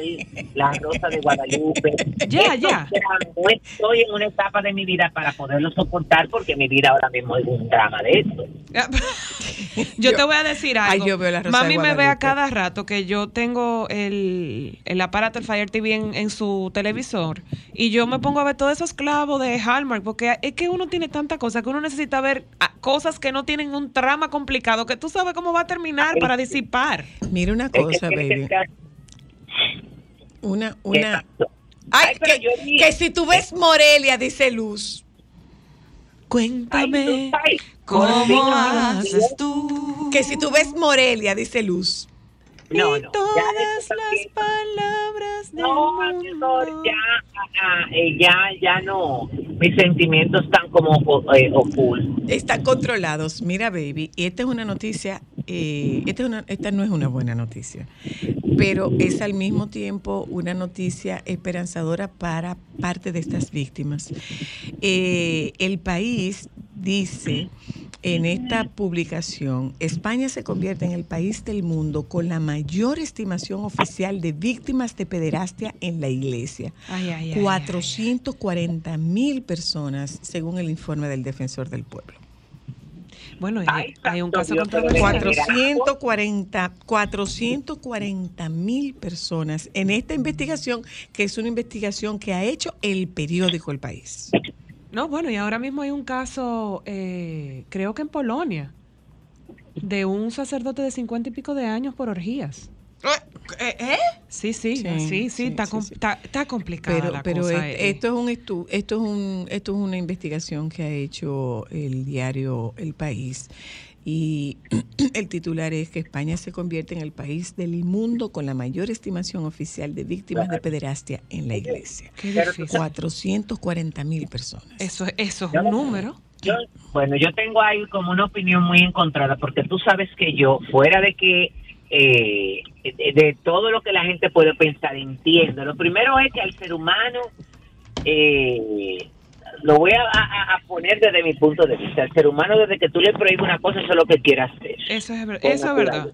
[SPEAKER 5] La Rosa de Guadalupe.
[SPEAKER 4] Ya,
[SPEAKER 5] Eso,
[SPEAKER 4] ya.
[SPEAKER 5] No estoy en una etapa de mi vida para poderlo soportar porque mi vida ahora mismo es un drama de eso.
[SPEAKER 4] yo,
[SPEAKER 2] Yo-
[SPEAKER 4] te voy a decir algo.
[SPEAKER 2] Ay, yo veo la Rosa
[SPEAKER 4] Mami
[SPEAKER 2] de
[SPEAKER 4] me ve
[SPEAKER 2] Guadalupe.
[SPEAKER 4] a cada rato que yo tengo el, el aparato, el Fire TV en, en su televisor. Y yo me pongo a ver todos esos clavos de Hallmark, porque es que uno tiene tanta cosa que uno necesita ver ah, cosas que no tienen un trama complicado, que tú sabes cómo va a terminar para disipar.
[SPEAKER 2] Mira una
[SPEAKER 5] Es que
[SPEAKER 2] cosa,
[SPEAKER 5] tiene que
[SPEAKER 2] baby.
[SPEAKER 5] ser-
[SPEAKER 2] Una, una.
[SPEAKER 5] Exacto.
[SPEAKER 2] Ay,
[SPEAKER 5] Ay, pero
[SPEAKER 2] que,
[SPEAKER 5] yo vi-
[SPEAKER 2] que si tú ves Morelia, dice Luz.
[SPEAKER 4] Cuéntame.
[SPEAKER 5] Ay, ay,
[SPEAKER 4] ¿Cómo
[SPEAKER 5] por
[SPEAKER 4] haces
[SPEAKER 5] Dios.
[SPEAKER 4] tú?
[SPEAKER 2] Que si tú ves Morelia, dice Luz.
[SPEAKER 5] No, no,
[SPEAKER 4] y
[SPEAKER 5] ya
[SPEAKER 4] todas
[SPEAKER 5] eso
[SPEAKER 4] las
[SPEAKER 5] también.
[SPEAKER 4] palabras del
[SPEAKER 5] No, mi
[SPEAKER 4] mundo.
[SPEAKER 5] amor, ya, ah, eh, ya, ya no. Mis sentimientos están como o- eh, ocultos.
[SPEAKER 2] Están controlados. Mira, baby, y esta es una noticia, eh, esta, es una- esta no es una buena noticia, pero es al mismo tiempo una noticia esperanzadora para parte de estas víctimas. Eh, el país dice en esta publicación, España se convierte en el país del mundo con la mayor estimación oficial de víctimas de pederastia en la iglesia.
[SPEAKER 4] Ay, ay, ay, ay.
[SPEAKER 2] 440 mil personas, según el informe del Defensor del Pueblo.
[SPEAKER 4] Bueno,
[SPEAKER 5] Ay,
[SPEAKER 4] hay, hay un
[SPEAKER 5] santo
[SPEAKER 4] caso
[SPEAKER 5] Dios, pero
[SPEAKER 4] controversial.
[SPEAKER 5] mira.
[SPEAKER 2] 440 440 mil personas en esta investigación, que es una investigación que ha hecho el periódico El País.
[SPEAKER 4] No, bueno, y ahora mismo hay un caso, eh, creo que en Polonia, de un sacerdote de cincuenta y pico de años por orgías.
[SPEAKER 3] Eh, eh, eh.
[SPEAKER 4] Sí, sí,
[SPEAKER 2] Sí,
[SPEAKER 4] sí, sí,
[SPEAKER 2] sí,
[SPEAKER 4] está,
[SPEAKER 2] sí,
[SPEAKER 4] com-
[SPEAKER 2] sí.
[SPEAKER 4] Está, está complicada
[SPEAKER 2] Pero,
[SPEAKER 4] la
[SPEAKER 2] pero
[SPEAKER 4] cosa.
[SPEAKER 2] es-
[SPEAKER 4] eh.
[SPEAKER 2] esto es un estu- esto es un, esto es una investigación que ha hecho el diario El País y el titular es que España se convierte en el país del mundo con la mayor estimación oficial de víctimas de pederastia en la iglesia.
[SPEAKER 4] eh, Qué
[SPEAKER 5] pero tú
[SPEAKER 4] difícil.
[SPEAKER 2] 440 mil personas.
[SPEAKER 4] Eso, es- eso es un número.
[SPEAKER 5] Yo, bueno, yo tengo ahí como una opinión muy encontrada, porque tú sabes que yo, fuera de que eh, de, de todo lo que la gente puede pensar, entiendo. Lo primero es que al ser humano, eh, lo voy a, a- a poner desde mi punto de vista, al ser humano desde que tú le prohíbes una cosa, eso es lo que quiere hacer.
[SPEAKER 4] Eso es, ver-
[SPEAKER 5] Por
[SPEAKER 4] eso es verdad.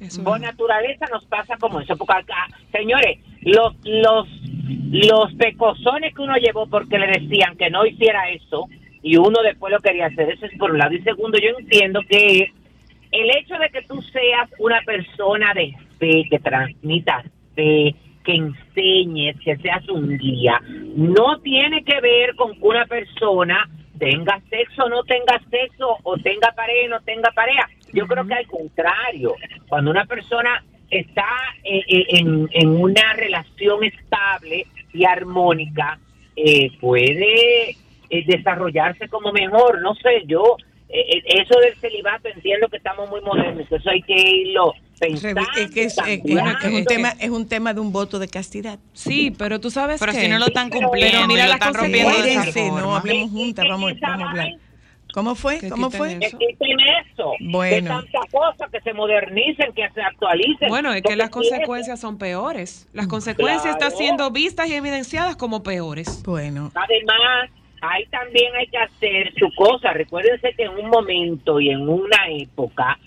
[SPEAKER 4] Eso es
[SPEAKER 5] Por
[SPEAKER 4] verdad.
[SPEAKER 5] naturaleza nos pasa como eso, porque acá, señores, los los los pecosones que uno llevó porque le decían que no hiciera eso y uno después lo quería hacer, eso es por un lado. Y segundo, yo entiendo que el hecho de que tú seas una persona de fe, que transmitas fe, que enseñes, que seas un guía, no tiene que ver con que una persona tenga sexo o no tenga sexo, o tenga pareja o no tenga pareja. Yo creo que al contrario, cuando una persona está eh, eh, en, en una relación estable y armónica, eh, puede eh, desarrollarse como mejor. No sé, yo, eh, eh, eso del celibato entiendo que estamos muy modernos, eso hay que irlo pensando.
[SPEAKER 2] Revi- es que es, es que-
[SPEAKER 4] Bueno, es que-
[SPEAKER 2] es un
[SPEAKER 5] cambiando.
[SPEAKER 2] tema, es un tema de un voto de castidad.
[SPEAKER 4] Sí, pero tú sabes
[SPEAKER 3] Pero
[SPEAKER 4] que...
[SPEAKER 3] si no lo están
[SPEAKER 5] Pero
[SPEAKER 3] cumpliendo,
[SPEAKER 4] mira
[SPEAKER 3] y lo
[SPEAKER 4] las
[SPEAKER 3] están rompiendo de esa
[SPEAKER 2] Cuídense,
[SPEAKER 3] forma.
[SPEAKER 2] no hablemos juntas,
[SPEAKER 5] Sí, sí,
[SPEAKER 2] vamos,
[SPEAKER 5] sí,
[SPEAKER 2] vamos a hablar.
[SPEAKER 5] sí.
[SPEAKER 2] ¿Cómo fue?
[SPEAKER 4] Que
[SPEAKER 2] ¿Cómo
[SPEAKER 4] quiten
[SPEAKER 2] fue?
[SPEAKER 4] eso.
[SPEAKER 5] Existen eso, de
[SPEAKER 2] Bueno.
[SPEAKER 5] tanta cosa que se modernicen, que se actualicen.
[SPEAKER 4] Bueno, es que las
[SPEAKER 5] Porque si es-
[SPEAKER 4] consecuencias son peores. Las consecuencias están
[SPEAKER 5] Claro.
[SPEAKER 4] siendo vistas y evidenciadas como peores.
[SPEAKER 2] Bueno,
[SPEAKER 5] Además, ahí también hay que hacer su cosa. Recuérdense que en un momento y en una época,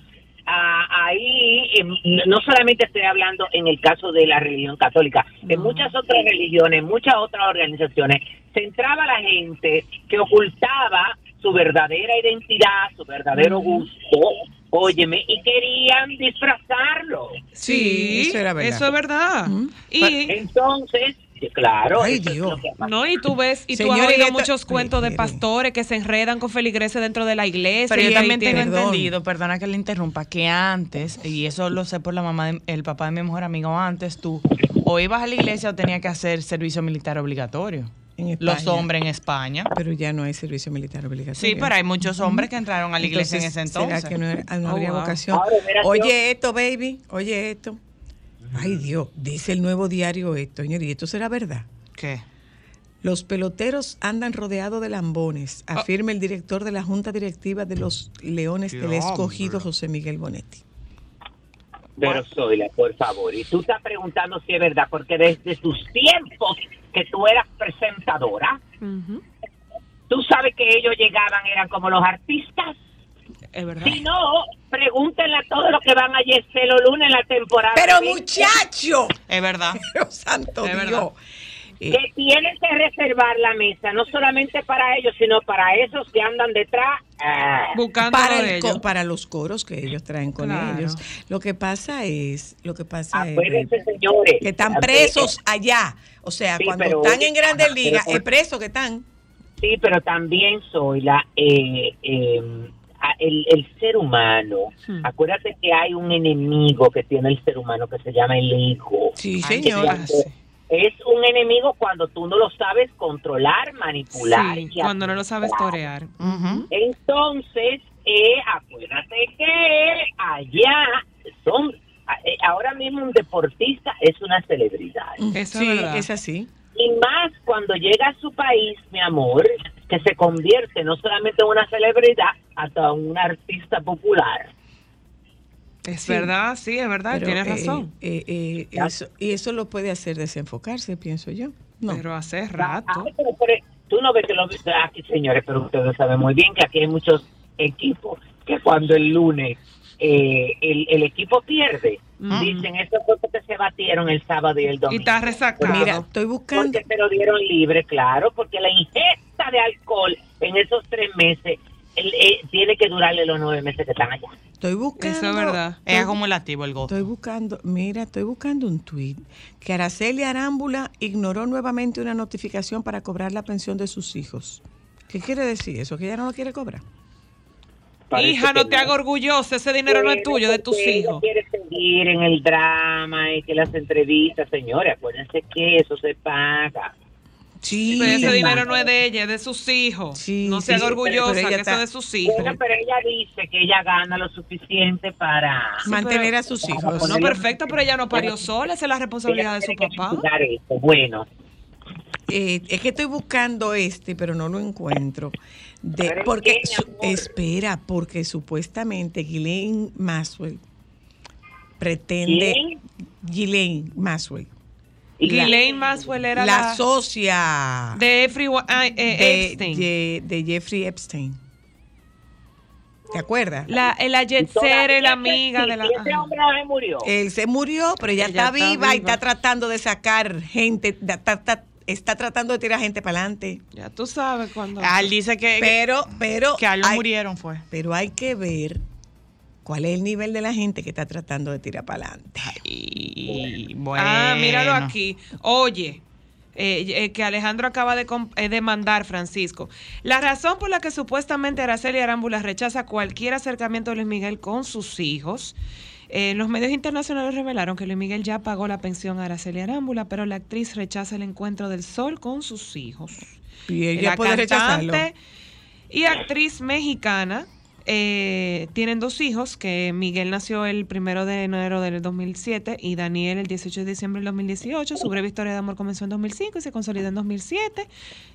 [SPEAKER 5] ah, ahí, em, no solamente estoy hablando en el caso de la religión católica, en muchas otras religiones, en muchas otras organizaciones, se entraba la gente que ocultaba su verdadera identidad, su verdadero gusto, óyeme, y querían disfrazarlo.
[SPEAKER 2] Sí, eso era verdad.
[SPEAKER 4] Eso es verdad.
[SPEAKER 2] Ujú.
[SPEAKER 4] Y
[SPEAKER 5] Entonces, claro,
[SPEAKER 2] Ay,
[SPEAKER 5] eso es
[SPEAKER 2] Dios.
[SPEAKER 5] lo que pasa.
[SPEAKER 4] no, y tú ves, y tú has
[SPEAKER 2] Señores,
[SPEAKER 4] oído
[SPEAKER 2] esto-
[SPEAKER 4] muchos cuentos de
[SPEAKER 2] Miren.
[SPEAKER 4] pastores que se enredan con feligreses dentro de la iglesia.
[SPEAKER 3] Pero
[SPEAKER 4] y
[SPEAKER 3] yo
[SPEAKER 4] ahí
[SPEAKER 3] también tengo
[SPEAKER 4] tienen-
[SPEAKER 2] Perdón.
[SPEAKER 3] entendido, perdona que le interrumpa, que antes, y eso lo sé por la mamá, de- el papá de mi mejor amigo, antes tú o ibas a la iglesia o tenías que hacer servicio militar obligatorio.
[SPEAKER 2] en España.
[SPEAKER 3] Los hombres en España.
[SPEAKER 2] Pero ya no hay servicio militar obligatorio.
[SPEAKER 3] Sí, pero hay muchos hombres que entraron a la iglesia en ese entonces.
[SPEAKER 2] ¿Será que no, era- no
[SPEAKER 4] Oh,
[SPEAKER 2] habría
[SPEAKER 4] wow.
[SPEAKER 2] vocación?
[SPEAKER 5] Ahora, mira,
[SPEAKER 2] oye
[SPEAKER 5] yo-
[SPEAKER 2] esto, baby, oye esto. Ay Dios, dice el nuevo diario esto, señor, y esto será verdad.
[SPEAKER 3] ¿Qué?
[SPEAKER 2] Los peloteros andan rodeados de lambones,
[SPEAKER 4] Ah.
[SPEAKER 2] afirma el director de la Junta Directiva de los Leones del Escogido,
[SPEAKER 6] Diablo.
[SPEAKER 2] José Miguel Bonetti.
[SPEAKER 5] Pero Zoila, por favor, y tú estás preguntando si es verdad, porque desde tus tiempos que tú eras presentadora,
[SPEAKER 4] Ujú.
[SPEAKER 5] tú sabes que ellos llegaban, eran como los artistas.
[SPEAKER 4] Es verdad.
[SPEAKER 5] Si no, pregúntenle a todos los que van a Yeselo Luna en la temporada.
[SPEAKER 2] Pero
[SPEAKER 5] 20,
[SPEAKER 2] muchacho,
[SPEAKER 3] Es verdad.
[SPEAKER 2] pero santo
[SPEAKER 3] Es
[SPEAKER 2] Dios.
[SPEAKER 3] verdad.
[SPEAKER 2] Eh,
[SPEAKER 5] Que tienen que reservar la mesa, no solamente para ellos, sino para esos que andan detrás. Ah.
[SPEAKER 4] Buscando
[SPEAKER 2] para,
[SPEAKER 4] por
[SPEAKER 2] el
[SPEAKER 4] ello.
[SPEAKER 2] co- para los coros que ellos traen con
[SPEAKER 4] Claro.
[SPEAKER 2] ellos. Lo que pasa es, lo que pasa es
[SPEAKER 5] Acuérdense,
[SPEAKER 2] Rey,
[SPEAKER 5] señores.
[SPEAKER 2] que están
[SPEAKER 5] acuérdense.
[SPEAKER 2] presos allá. O sea,
[SPEAKER 5] Sí,
[SPEAKER 2] cuando
[SPEAKER 5] pero-
[SPEAKER 2] están en Grandes
[SPEAKER 5] Ajá,
[SPEAKER 2] Ligas,
[SPEAKER 5] pero-
[SPEAKER 2] es preso que están.
[SPEAKER 5] Sí, pero también soy la eh, eh, a- el, el ser humano.
[SPEAKER 4] Hmm.
[SPEAKER 5] Acuérdate que hay un enemigo que tiene el ser humano que se llama el ego.
[SPEAKER 2] Sí,
[SPEAKER 3] Ay,
[SPEAKER 2] señora.
[SPEAKER 4] Ah,
[SPEAKER 3] sí,
[SPEAKER 5] Cuando- Es un enemigo cuando tú no lo sabes controlar, manipular.
[SPEAKER 4] Sí,
[SPEAKER 5] y
[SPEAKER 4] cuando no lo sabes
[SPEAKER 5] administrar.
[SPEAKER 4] torear.
[SPEAKER 3] Ujú.
[SPEAKER 5] Entonces, eh, acuérdate que allá son... a- eh, Ahora mismo un deportista es una celebridad.
[SPEAKER 4] Eso es
[SPEAKER 2] sí,
[SPEAKER 4] verdad.
[SPEAKER 2] es así.
[SPEAKER 5] Y más cuando llega a su país, mi amor, que se convierte no solamente en una celebridad, hasta en un artista popular.
[SPEAKER 4] Es
[SPEAKER 2] Sí.
[SPEAKER 4] verdad, sí, es verdad,
[SPEAKER 2] Pero,
[SPEAKER 4] Ah, tienes
[SPEAKER 2] eh,
[SPEAKER 4] razón.
[SPEAKER 2] eh, eh, eso- y eso lo puede hacer desenfocarse, pienso yo. No.
[SPEAKER 4] Pero
[SPEAKER 5] Ah,
[SPEAKER 4] hace rato.
[SPEAKER 5] Ay, pero- pero tú no ves que lo aquí, señores, pero ustedes saben muy bien que aquí hay muchos equipos que cuando el lunes eh, el, el equipo pierde,
[SPEAKER 4] Ujú.
[SPEAKER 5] dicen, estos fue porque se batieron el sábado y el
[SPEAKER 4] Y
[SPEAKER 5] domingo.
[SPEAKER 4] está resacado.
[SPEAKER 2] Mira, estoy buscando.
[SPEAKER 5] Porque se lo dieron libre, claro, porque la ingesta de alcohol en esos tres meses el- eh, tiene que durarle los nueve meses que están allá.
[SPEAKER 2] Estoy buscando.
[SPEAKER 4] Eso es verdad.
[SPEAKER 2] estoy-
[SPEAKER 3] Es acumulativo el gozo.
[SPEAKER 2] Estoy buscando, mira, estoy buscando un tuit que Araceli Arámbula ignoró nuevamente una notificación para cobrar la pensión de sus hijos. ¿Qué quiere decir eso? Que ella no lo quiere cobrar.
[SPEAKER 5] Parece
[SPEAKER 4] Hija, no
[SPEAKER 5] que
[SPEAKER 4] te hagas orgullosa, ese dinero no es
[SPEAKER 5] Pero
[SPEAKER 4] tuyo, de tus
[SPEAKER 5] porque ella
[SPEAKER 4] hijos.
[SPEAKER 5] Quiere seguir en el drama y que las entrevistas, señores, acuérdense que eso se paga.
[SPEAKER 2] Sí,
[SPEAKER 4] Pero ese
[SPEAKER 5] Sí.
[SPEAKER 4] dinero no es de ella, es de sus hijos.
[SPEAKER 2] Sí,
[SPEAKER 4] no
[SPEAKER 2] sí,
[SPEAKER 4] se haga
[SPEAKER 2] pero-
[SPEAKER 4] orgullosa,
[SPEAKER 2] pero ella
[SPEAKER 4] que eso
[SPEAKER 2] está-
[SPEAKER 4] es de sus hijos.
[SPEAKER 5] Bueno, pero ella dice que ella gana lo suficiente para.
[SPEAKER 2] mantener
[SPEAKER 4] pero-
[SPEAKER 2] a sus
[SPEAKER 5] Vamos a
[SPEAKER 2] hijos.
[SPEAKER 4] no,
[SPEAKER 5] ponerlo-
[SPEAKER 4] perfecto, pero ella no parió sola, esa es la responsabilidad
[SPEAKER 5] ella
[SPEAKER 4] de su
[SPEAKER 5] tiene que
[SPEAKER 4] papá.
[SPEAKER 5] estudiar eso. Bueno,
[SPEAKER 2] Eh, es que estoy buscando este, pero no lo encuentro. De-
[SPEAKER 5] Pero es
[SPEAKER 2] porque
[SPEAKER 5] que, mi
[SPEAKER 2] su-
[SPEAKER 5] amor.
[SPEAKER 2] espera, porque supuestamente Ghislaine Maxwell pretende
[SPEAKER 5] ¿Quién?
[SPEAKER 2] Ghislaine Maxwell,
[SPEAKER 5] y la-
[SPEAKER 4] Ghislaine Maxwell era
[SPEAKER 2] la,
[SPEAKER 4] la,
[SPEAKER 2] socia
[SPEAKER 4] de everyone, ah, eh,
[SPEAKER 2] de,
[SPEAKER 4] Epstein.
[SPEAKER 2] de- de Jeffrey Epstein. ¿Te acuerdas?
[SPEAKER 4] la, eh, la jet
[SPEAKER 5] todavía
[SPEAKER 4] setter, la
[SPEAKER 5] eso
[SPEAKER 4] amiga de la... Ah. Eh.
[SPEAKER 5] existe, Ese
[SPEAKER 4] ajá.
[SPEAKER 5] hombre no se murió.
[SPEAKER 2] Él se murió, pero
[SPEAKER 4] Ella
[SPEAKER 2] ya está,
[SPEAKER 4] está
[SPEAKER 2] viva, y
[SPEAKER 4] viva.
[SPEAKER 2] está tratando de sacar gente, da- ta- ta- está tratando de tirar gente para adelante.
[SPEAKER 4] Ya tú sabes cuando...
[SPEAKER 3] Al dice
[SPEAKER 4] Eh,
[SPEAKER 3] que,
[SPEAKER 2] Pero, pero...
[SPEAKER 3] que a él lo
[SPEAKER 2] hay-
[SPEAKER 3] murieron fue.
[SPEAKER 2] Pero hay que ver cuál es el nivel de la gente que está tratando de tirar para adelante.
[SPEAKER 3] Y bueno.
[SPEAKER 4] Ah, míralo aquí. Oye, eh, eh, que Alejandro acaba de com- eh, demandar, Francisco. La razón por la que supuestamente Araceli Arámbula rechaza cualquier acercamiento de Luis Miguel con sus hijos. eh, los medios internacionales revelaron que Luis Miguel ya pagó la pensión a Araceli Arámbula, pero la actriz rechaza el encuentro del sol con sus hijos.
[SPEAKER 2] Y
[SPEAKER 4] la cantante y actriz mexicana. eh, tienen dos hijos, que Miguel nació el primero de enero del 2007 y Daniel el 18 de diciembre del 2018. Su breve historia de amor comenzó en 2005 y se consolidó en 2007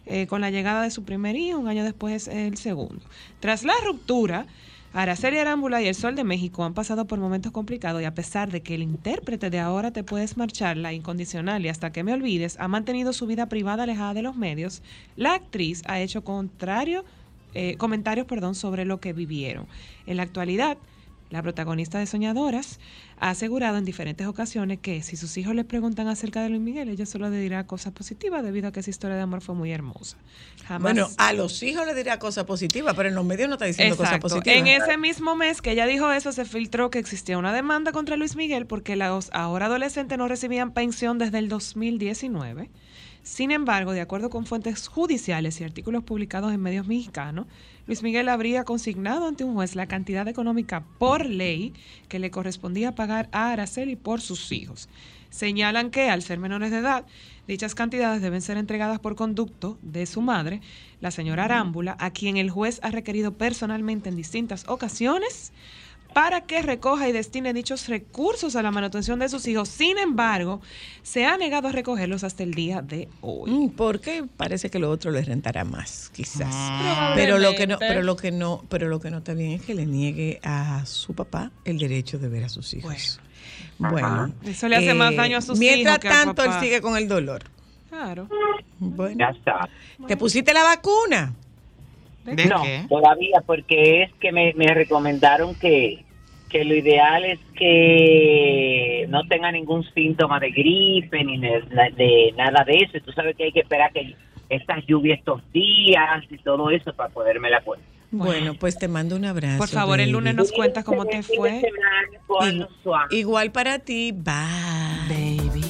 [SPEAKER 4] eh, con la llegada de su primer hijo, un año después eh, el segundo. Tras la ruptura, Araceli Arámbula y El Sol de México han pasado por momentos complicados y a pesar de que el intérprete de Ahora te puedes marchar, la incondicional y hasta que me olvides, ha mantenido su vida privada alejada de los medios, la actriz ha hecho contrario, eh, comentarios perdón, sobre lo que vivieron. En la actualidad, la protagonista de Soñadoras ha asegurado en diferentes ocasiones que si sus hijos les preguntan acerca de Luis Miguel, ella solo le dirá cosas positivas debido a que esa historia de amor fue muy hermosa. Jamás
[SPEAKER 2] Bueno, a los hijos les dirá cosas positivas, pero en los medios no está diciendo cosas
[SPEAKER 4] Exacto.
[SPEAKER 2] positivas.
[SPEAKER 4] En ese mismo mes que ella dijo eso, se filtró que existía una demanda contra Luis Miguel porque los ahora adolescentes no recibían pensión desde el 2019. Sin embargo, de acuerdo con fuentes judiciales y artículos publicados en medios mexicanos, Luis Miguel habría consignado ante un juez la cantidad económica por ley que le correspondía pagar a Araceli por sus hijos. Señalan que, al ser menores de edad, dichas cantidades deben ser entregadas por conducto de su madre, la señora Arámbula, a quien el juez ha requerido personalmente en distintas ocasiones para que recoja y destine dichos recursos a la manutención de sus hijos. Sin embargo, se ha negado a recogerlos hasta el día de hoy.
[SPEAKER 2] Mm, Porque parece que lo otro les rentará más, quizás.
[SPEAKER 3] Mm.
[SPEAKER 2] Pero lo que no, pero lo que no, pero lo que no está bien es que le niegue a su papá el derecho de ver a sus hijos. Bueno,
[SPEAKER 4] Mm. Eso le hace más daño a sus
[SPEAKER 2] mientras
[SPEAKER 4] hijos que al
[SPEAKER 2] Mientras tanto, él
[SPEAKER 4] papá.
[SPEAKER 2] sigue con el dolor.
[SPEAKER 4] Claro.
[SPEAKER 2] Bueno,
[SPEAKER 5] Ya está.
[SPEAKER 2] ¿te pusiste la vacuna?
[SPEAKER 3] ¿De
[SPEAKER 5] no,
[SPEAKER 3] qué?
[SPEAKER 5] todavía, porque es que me, me recomendaron que, que lo ideal es que no tenga ningún síntoma de gripe ni de, de nada de eso. Y Tú sabes que hay que esperar que estas lluvias estos días y todo eso para poderme la poner.
[SPEAKER 2] Bueno, pues te mando un abrazo.
[SPEAKER 4] Por favor, el
[SPEAKER 2] baby.
[SPEAKER 4] lunes nos cuentas cómo te
[SPEAKER 5] Este
[SPEAKER 4] fue.
[SPEAKER 5] Con suave.
[SPEAKER 2] Igual para ti, bye.
[SPEAKER 4] Baby.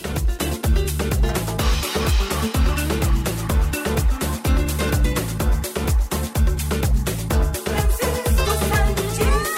[SPEAKER 1] Francisco Sánchez.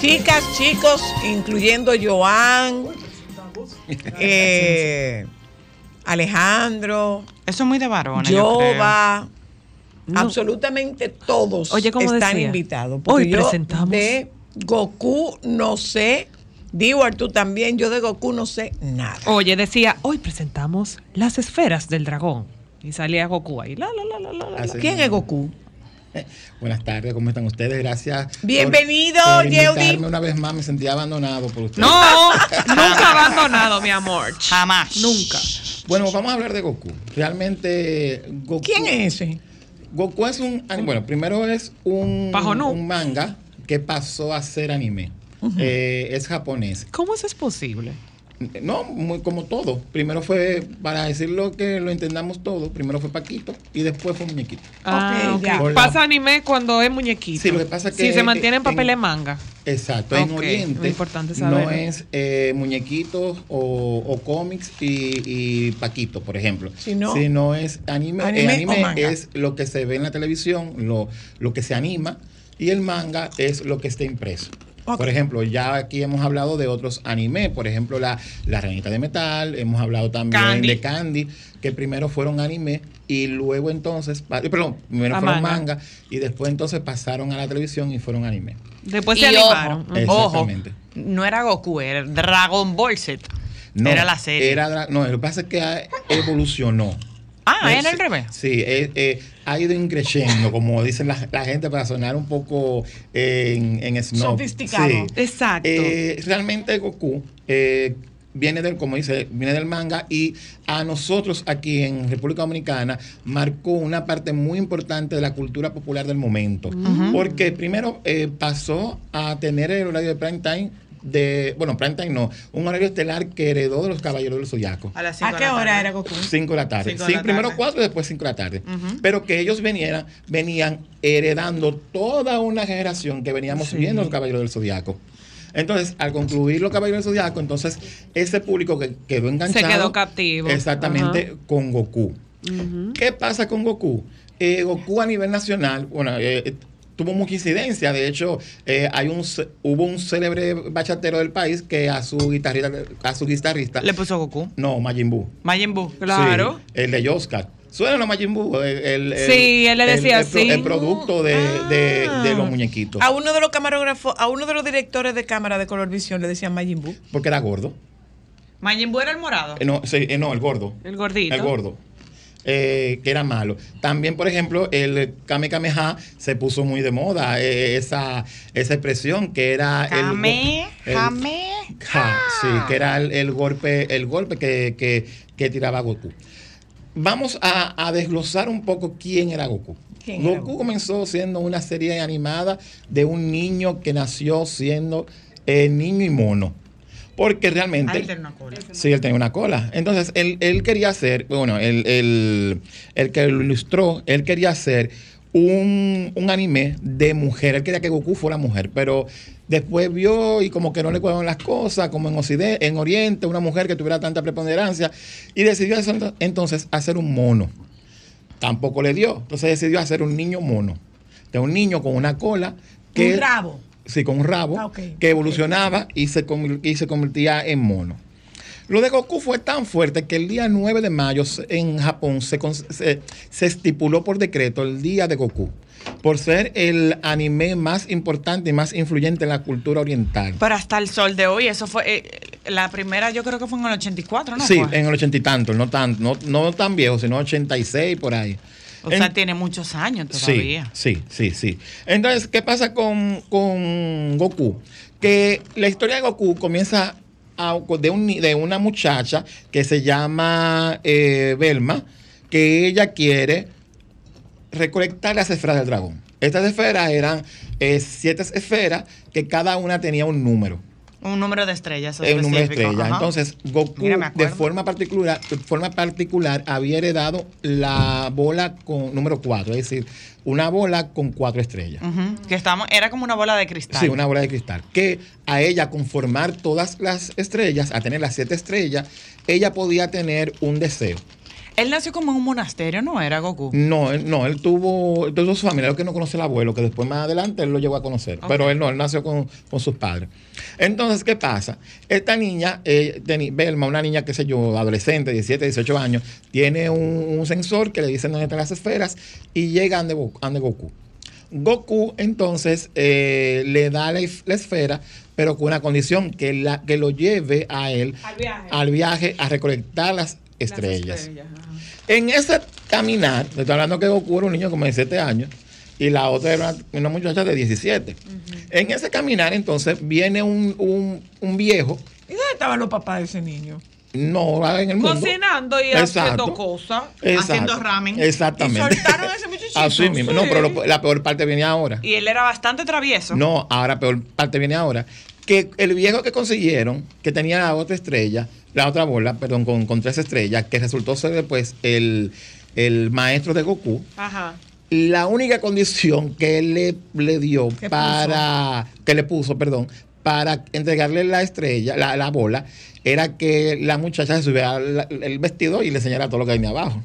[SPEAKER 2] Chicas, chicos, incluyendo Joan, eh, Alejandro,
[SPEAKER 3] Eso es muy de varona. Yo creo.
[SPEAKER 2] Jova, absolutamente todos
[SPEAKER 4] Oye, como
[SPEAKER 2] están
[SPEAKER 4] decía,
[SPEAKER 2] invitados.
[SPEAKER 4] hoy presentamos.
[SPEAKER 2] De Goku no sé, Dewar tú también, yo de Goku no sé nada.
[SPEAKER 4] Oye, decía, hoy presentamos las esferas del dragón. Y salía Goku ahí. La, la, la, la, la, la.
[SPEAKER 6] Así
[SPEAKER 2] ¿Quién
[SPEAKER 6] mismo.
[SPEAKER 2] es Goku?
[SPEAKER 6] Buenas tardes, ¿cómo están ustedes? Gracias. por-
[SPEAKER 2] Bienvenido,
[SPEAKER 6] por
[SPEAKER 2] Yeudi.
[SPEAKER 6] invitarme Una vez más me sentía abandonado por ustedes.
[SPEAKER 4] No, nunca abandonado, mi amor.
[SPEAKER 3] Jamás.
[SPEAKER 4] Nunca.
[SPEAKER 6] Bueno, vamos a hablar de Goku. Realmente, Goku.
[SPEAKER 2] ¿Quién es ese?
[SPEAKER 6] Goku es un. ani- Bueno, primero es un,
[SPEAKER 4] Pajonú.
[SPEAKER 6] un manga que pasó a ser anime. Eh, es japonés.
[SPEAKER 4] ¿Cómo eso es posible?
[SPEAKER 6] No, muy como todo. Primero fue, para decirlo que lo entendamos todo, primero fue Paquito y después fue Muñequito.
[SPEAKER 4] Ah,
[SPEAKER 2] Ok, ya.
[SPEAKER 4] ok.
[SPEAKER 6] Por la-
[SPEAKER 4] Pasa anime cuando es muñequito.
[SPEAKER 6] Sí, lo que pasa es que-
[SPEAKER 4] Si se mantiene en
[SPEAKER 6] en-
[SPEAKER 4] papel de manga.
[SPEAKER 6] Exacto, en
[SPEAKER 4] Ok,
[SPEAKER 6] Oriente
[SPEAKER 4] muy importante
[SPEAKER 6] no
[SPEAKER 4] saberlo.
[SPEAKER 6] es eh, muñequitos o, o cómics y, y Paquito, por ejemplo.
[SPEAKER 2] Si no-
[SPEAKER 6] es anime,
[SPEAKER 2] Anime
[SPEAKER 6] el
[SPEAKER 2] o
[SPEAKER 6] anime
[SPEAKER 2] manga.
[SPEAKER 6] es lo que se ve en la televisión, lo, lo que se anima, y el manga es lo que está impreso.
[SPEAKER 2] Ok.
[SPEAKER 6] Por ejemplo, ya aquí hemos hablado de otros anime, por ejemplo, la, la Ranita de Metal, hemos hablado también
[SPEAKER 3] Candy.
[SPEAKER 6] de Candy, que primero fueron anime y luego entonces, pa- perdón, primero
[SPEAKER 4] A
[SPEAKER 6] fueron
[SPEAKER 4] manga.
[SPEAKER 6] manga. y después entonces pasaron a la televisión y fueron anime.
[SPEAKER 4] Después
[SPEAKER 3] Y
[SPEAKER 4] se
[SPEAKER 3] ojo,
[SPEAKER 4] animaron.
[SPEAKER 6] Eh,
[SPEAKER 3] Pues Ojo,
[SPEAKER 6] Exactamente.
[SPEAKER 3] no era Goku, era Dragon Ball Z. era la serie.
[SPEAKER 6] era dra- no, lo que pasa es que ha- evolucionó.
[SPEAKER 3] ah,
[SPEAKER 6] Eh,
[SPEAKER 3] era el
[SPEAKER 6] sí,
[SPEAKER 3] revés.
[SPEAKER 6] Sí, eh, eh, ha ido increciendo, como dicen la, la gente, para sonar un poco eh, en, en snob.
[SPEAKER 2] Sofisticado.
[SPEAKER 6] Sí.
[SPEAKER 4] Exacto.
[SPEAKER 6] Eh, realmente Goku eh, viene del, como dice, viene del manga y a nosotros aquí en República Dominicana marcó una parte muy importante de la cultura popular del momento. Porque primero eh, pasó a tener el horario de prime time de, bueno, prime time no, un horario estelar que heredó de los Caballeros del Zodiaco.
[SPEAKER 3] A, las
[SPEAKER 2] ¿A
[SPEAKER 3] cinco de
[SPEAKER 2] qué
[SPEAKER 3] la
[SPEAKER 2] hora
[SPEAKER 3] tarde.
[SPEAKER 2] era Goku?
[SPEAKER 6] 5 de la tarde.
[SPEAKER 3] Cinco de
[SPEAKER 6] Sí,
[SPEAKER 3] la
[SPEAKER 6] primero
[SPEAKER 3] tarde.
[SPEAKER 6] 4 y después 5 de la tarde. Pero que ellos venieran, venían heredando toda una generación que veníamos viendo los Caballeros del Zodiaco. Entonces, al concluir los Caballeros del Zodiaco, entonces ese público que quedó enganchado.
[SPEAKER 4] quedó captivo.
[SPEAKER 6] Exactamente, con Goku. ¿Qué pasa con Goku? Eh, Goku a nivel nacional, bueno, eh, tuvo mucha incidencia. De hecho, eh, hay un, ce- hubo un célebre bachatero del país que a su guitarrista, a su guitarrista
[SPEAKER 3] Le puso Goku.
[SPEAKER 6] no, Majin Buu.
[SPEAKER 3] Majin Buu.
[SPEAKER 4] Claro.
[SPEAKER 6] Sí, el de Oscar. Suena los Majin Buu, el, el- el-
[SPEAKER 4] Sí, él le
[SPEAKER 6] el-
[SPEAKER 4] decía
[SPEAKER 6] el, pro-
[SPEAKER 4] así. Ah.
[SPEAKER 6] El producto de, de- de los muñequitos.
[SPEAKER 2] A uno de los camarógrafos, a uno de los directores de cámara de Colorvisión le decían Majin Buu.
[SPEAKER 6] Porque era gordo.
[SPEAKER 3] Majin Buu era el morado.
[SPEAKER 6] Eh, No, sí, eh, no, el gordo.
[SPEAKER 4] El gordito.
[SPEAKER 6] El gordo. eh, que era malo. También, por ejemplo, el Kame Kameha se puso muy de moda. eh, esa, esa expresión que era. el go-
[SPEAKER 3] Kame,
[SPEAKER 6] el-
[SPEAKER 3] Kame.
[SPEAKER 2] Ah.
[SPEAKER 6] Ja, sí, que era el, el golpe, el golpe que, que- que tiraba Goku. Vamos a, a desglosar un poco quién era Goku.
[SPEAKER 2] ¿Quién
[SPEAKER 6] Goku
[SPEAKER 2] era Goku?
[SPEAKER 6] comenzó siendo una serie animada de un niño que nació siendo eh, niño y mono. Porque realmente...
[SPEAKER 3] Ahí tiene una cola.
[SPEAKER 6] Sí, él tenía una cola. Entonces, él, él quería hacer, bueno, el, el- el que lo ilustró, él quería hacer un, un anime de mujer. Él quería que Goku fuera mujer, pero después vio y como que no le cuadraban las cosas, como en, Occidente, en Oriente, una mujer que tuviera tanta preponderancia, y decidió eso- entonces hacer un mono. Tampoco le dio. Entonces decidió hacer un niño mono. De un niño con una cola. Que,
[SPEAKER 7] Un rabo.
[SPEAKER 6] Sí, con un rabo
[SPEAKER 7] Ah, ok.
[SPEAKER 6] que evolucionaba y se, convir- y se convertía en mono. Lo de Goku fue tan fuerte que el día 9 de mayo se- en Japón se, cons- se- se estipuló por decreto el Día de Goku, por ser el anime más importante y más influyente en la cultura oriental.
[SPEAKER 3] Pero hasta el sol de hoy, eso fue. eh, la primera, yo creo que fue en el 84, ¿no?
[SPEAKER 6] sí,
[SPEAKER 3] fue?
[SPEAKER 6] en el ochenta y tanto, no tan, no, no tan viejo, sino 86 por ahí.
[SPEAKER 3] O
[SPEAKER 6] En-
[SPEAKER 3] sea, tiene muchos años todavía.
[SPEAKER 6] Sí, sí, sí, sí. Entonces, ¿qué pasa con, con Goku? Que la historia de Goku comienza a- de, un ni- de una muchacha que se llama eh, Velma, que ella quiere recolectar las esferas del dragón. Estas esferas eran eh, siete esferas que cada una tenía un número.
[SPEAKER 3] Un número de estrellas.
[SPEAKER 6] Es un número de
[SPEAKER 3] específico,
[SPEAKER 6] estrella.
[SPEAKER 3] ajá.
[SPEAKER 6] Entonces, Goku,
[SPEAKER 3] Mira, me
[SPEAKER 6] de
[SPEAKER 3] acuerdo.
[SPEAKER 6] forma particular, de forma particular, había heredado la bola con número 4, es decir, una bola con cuatro estrellas.
[SPEAKER 3] Ujú, Que estamos, era como una bola de cristal.
[SPEAKER 6] Sí, una bola de cristal. Que a ella, conformar todas las estrellas, a tener las siete estrellas, ella podía tener un deseo.
[SPEAKER 3] Él nació como en un monasterio, ¿no? Era Goku.
[SPEAKER 6] No, él, no, él tuvo, tuvo su familia, lo que no conoce el abuelo, que después más adelante él lo llegó a conocer, pero él no, él nació con, con sus padres. Entonces, ¿qué pasa? Esta niña, eh, teni- Belma, una niña, qué sé yo, adolescente, 17, 18 años, tiene un, un sensor que le dicen dónde están las esferas y llega ande, Bo- ande Goku. Goku entonces eh, le da la, es- la esfera, pero con una condición que, la, que lo lleve a él
[SPEAKER 4] Al viaje.
[SPEAKER 6] al viaje a recolectar las
[SPEAKER 4] Las
[SPEAKER 6] Ah, estrellas.
[SPEAKER 4] estrellas, ajá.
[SPEAKER 6] En ese caminar, te estoy hablando que Goku era un niño como de 7 años y la otra era una, una muchacha de 17. En ese caminar, entonces, viene un, un- un viejo,
[SPEAKER 7] ¿Y dónde estaban los papás de ese niño?
[SPEAKER 6] no en el mundo.
[SPEAKER 4] Cocinando y haciendo cosas.
[SPEAKER 6] Exacto.
[SPEAKER 3] haciendo ramen.
[SPEAKER 6] Exactamente.
[SPEAKER 3] Y soltaron a ese muchachito.
[SPEAKER 6] Así mismo. No,
[SPEAKER 4] Sí.
[SPEAKER 6] pero lo- la peor parte viene ahora.
[SPEAKER 3] Y él era bastante travieso.
[SPEAKER 6] No, ahora peor parte viene ahora. Que el viejo que consiguieron, que tenía la otra estrella, la otra bola, perdón, con, con tres estrellas, que resultó ser después el, el maestro de Goku,
[SPEAKER 4] Ajá.
[SPEAKER 6] la única condición que él le, le dio
[SPEAKER 7] Que
[SPEAKER 6] para que le puso, perdón, para entregarle la estrella, la, la bola, era que la muchacha se subiera la- el vestido y le enseñara todo lo que hay abajo.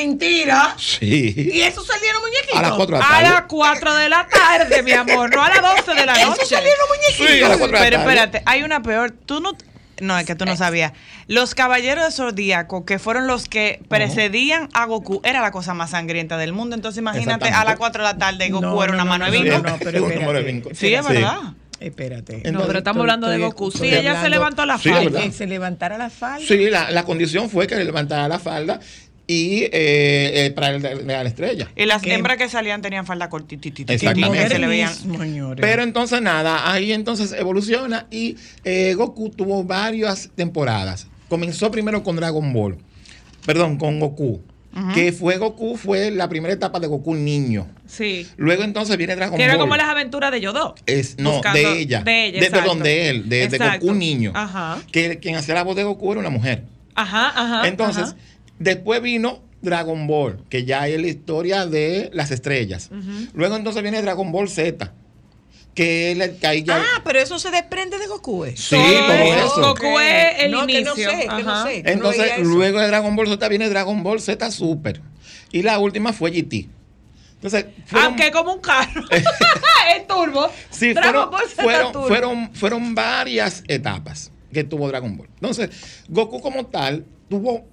[SPEAKER 7] ¡Mentira!
[SPEAKER 6] Sí.
[SPEAKER 7] ¿Y eso salieron muñequitos?
[SPEAKER 6] A las 4 de la
[SPEAKER 4] A
[SPEAKER 6] tarde.
[SPEAKER 4] las 4 de la tarde, mi amor, no a las 12 de la
[SPEAKER 7] ¿Eso
[SPEAKER 4] noche.
[SPEAKER 7] salieron muñequitos?
[SPEAKER 6] Sí, a las 4 de la
[SPEAKER 3] Pero
[SPEAKER 6] tarde.
[SPEAKER 3] espérate, hay una peor. Tú no. No, es que tú no sabías. Los caballeros de Zodíaco, que fueron los que precedían a Goku, era la cosa más sangrienta del mundo. Entonces, imagínate, a las
[SPEAKER 6] Exactamente.
[SPEAKER 3] 4 de la tarde, Goku
[SPEAKER 7] No,
[SPEAKER 3] era una
[SPEAKER 7] no,
[SPEAKER 3] mano de
[SPEAKER 7] no,
[SPEAKER 3] vino.
[SPEAKER 7] no, no, pero
[SPEAKER 6] Un número de
[SPEAKER 7] espérate.
[SPEAKER 6] bingo.
[SPEAKER 3] Sí, es verdad.
[SPEAKER 7] Espérate.
[SPEAKER 6] Entonces,
[SPEAKER 4] No, pero estamos hablando de Goku. Sí,
[SPEAKER 6] estoy
[SPEAKER 4] ella se
[SPEAKER 6] hablando-
[SPEAKER 4] levantó la
[SPEAKER 6] Sí,
[SPEAKER 4] falda.
[SPEAKER 6] ¿verdad?
[SPEAKER 7] Que se levantara la falda.
[SPEAKER 6] Sí, la, la condición fue que le levantara la falda y eh, eh, para el- la- la estrella.
[SPEAKER 4] Eh,
[SPEAKER 3] Y las
[SPEAKER 7] ¿Qué?
[SPEAKER 3] hembras que salían tenían falda cortitita.
[SPEAKER 6] Exactamente.
[SPEAKER 3] Que se le veían.
[SPEAKER 7] Modernismo, señores.
[SPEAKER 6] Pero entonces nada, ahí entonces evoluciona y eh, Goku tuvo varias temporadas. Comenzó primero con Dragon Ball, perdón, con Goku. Que fue Goku, fue la primera etapa de Goku niño.
[SPEAKER 4] Sí.
[SPEAKER 6] Luego entonces viene Dragon
[SPEAKER 4] Que era
[SPEAKER 6] Ball.
[SPEAKER 4] como las aventuras de Yodo.
[SPEAKER 6] Es- no,
[SPEAKER 4] Buscando-
[SPEAKER 6] de ella.
[SPEAKER 4] de ella, exacto.
[SPEAKER 6] perdón, de él, de, de
[SPEAKER 4] Exacto.
[SPEAKER 6] Goku niño.
[SPEAKER 4] Ajá.
[SPEAKER 6] Que quien hacía la voz de Goku era una mujer.
[SPEAKER 4] Ajá, ajá.
[SPEAKER 6] Entonces,
[SPEAKER 4] Ah, ajá.
[SPEAKER 6] después vino Dragon Ball, que ya es la historia de las estrellas. Luego entonces viene Dragon Ball Z, que es la que ahí ya...
[SPEAKER 7] Ah, pero eso se desprende de Goku. ¿eh?
[SPEAKER 6] sí,
[SPEAKER 4] todo
[SPEAKER 6] todo
[SPEAKER 4] es
[SPEAKER 6] eso.
[SPEAKER 4] Goku. es el
[SPEAKER 7] no, Que
[SPEAKER 4] inicio.
[SPEAKER 7] no sé, que
[SPEAKER 4] Ajá.
[SPEAKER 7] no sé. que no veía
[SPEAKER 6] Entonces,
[SPEAKER 7] eso.
[SPEAKER 6] luego de Dragon Ball Z viene Dragon Ball Z Super. Y la última fue GT. Entonces, fueron-
[SPEAKER 4] Aunque como un carro. es turbo.
[SPEAKER 6] Sí,
[SPEAKER 4] Dragon
[SPEAKER 6] fueron,
[SPEAKER 4] Ball Z
[SPEAKER 6] fueron,
[SPEAKER 4] turbo.
[SPEAKER 6] fueron, fueron varias etapas que tuvo Dragon Ball. Entonces, Goku como tal tuvo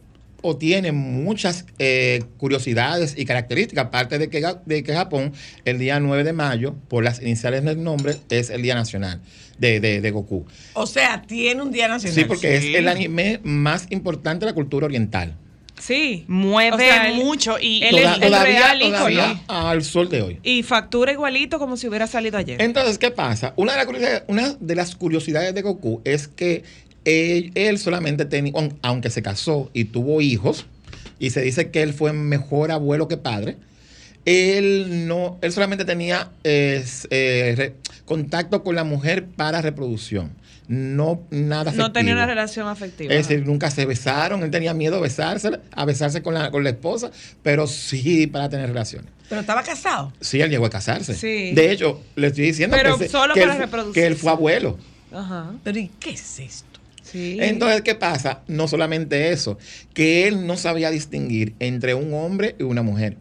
[SPEAKER 6] o tiene muchas eh, curiosidades y características, aparte de que, Ga- de que Japón, el día 9 de mayo, por las iniciales del nombre, es el Día Nacional de, de- de Goku.
[SPEAKER 7] O sea, tiene un día nacional.
[SPEAKER 6] Sí, porque
[SPEAKER 3] sí.
[SPEAKER 6] es el anime más importante de la cultura oriental.
[SPEAKER 4] Sí.
[SPEAKER 3] Mueve
[SPEAKER 4] O sea, él-
[SPEAKER 3] mucho y.
[SPEAKER 4] él es
[SPEAKER 6] Toda-
[SPEAKER 4] el
[SPEAKER 6] todavía
[SPEAKER 4] real ícono.
[SPEAKER 6] todavía al sol de hoy.
[SPEAKER 4] Y factura igualito como si hubiera salido ayer.
[SPEAKER 6] Entonces, ¿qué pasa? Una de, las curiosidades, una de las curiosidades de Goku es que él, él solamente tenía, aun- aunque se casó y tuvo hijos, y se dice que él fue mejor abuelo que padre, él no, él solamente tenía eh, eh, re- contacto con la mujer para reproducción. No nada
[SPEAKER 4] No tenía
[SPEAKER 6] afectivo.
[SPEAKER 4] una relación afectiva.
[SPEAKER 6] Es decir, nunca se besaron, él tenía miedo a besarse, a besarse con la, con la esposa, pero sí para tener relaciones.
[SPEAKER 2] Pero estaba casado.
[SPEAKER 6] Sí, él llegó a casarse.
[SPEAKER 4] Sí.
[SPEAKER 6] De hecho, le estoy diciendo
[SPEAKER 4] Pero
[SPEAKER 6] que, se-
[SPEAKER 4] solo
[SPEAKER 6] que
[SPEAKER 4] para
[SPEAKER 6] él, fu-
[SPEAKER 4] reproducirse.
[SPEAKER 6] que él fue abuelo.
[SPEAKER 4] Ajá.
[SPEAKER 2] Pero ¿y qué es esto?
[SPEAKER 4] Sí.
[SPEAKER 6] Entonces, ¿qué pasa? No solamente eso, que él no sabía distinguir entre un hombre y una mujer.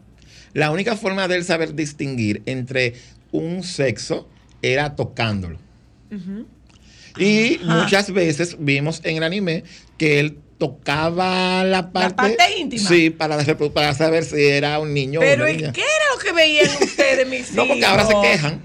[SPEAKER 6] La única forma de él saber distinguir entre un sexo era tocándolo. Y muchas veces vimos en el anime que él tocaba la parte,
[SPEAKER 2] parte íntima.
[SPEAKER 6] Sí, para, reprodu- para saber si era un niño o
[SPEAKER 2] Pero
[SPEAKER 6] una
[SPEAKER 2] ¿y
[SPEAKER 6] niña.
[SPEAKER 2] qué era lo que veían ustedes, mis hijos?
[SPEAKER 6] No, porque ahora se quejan.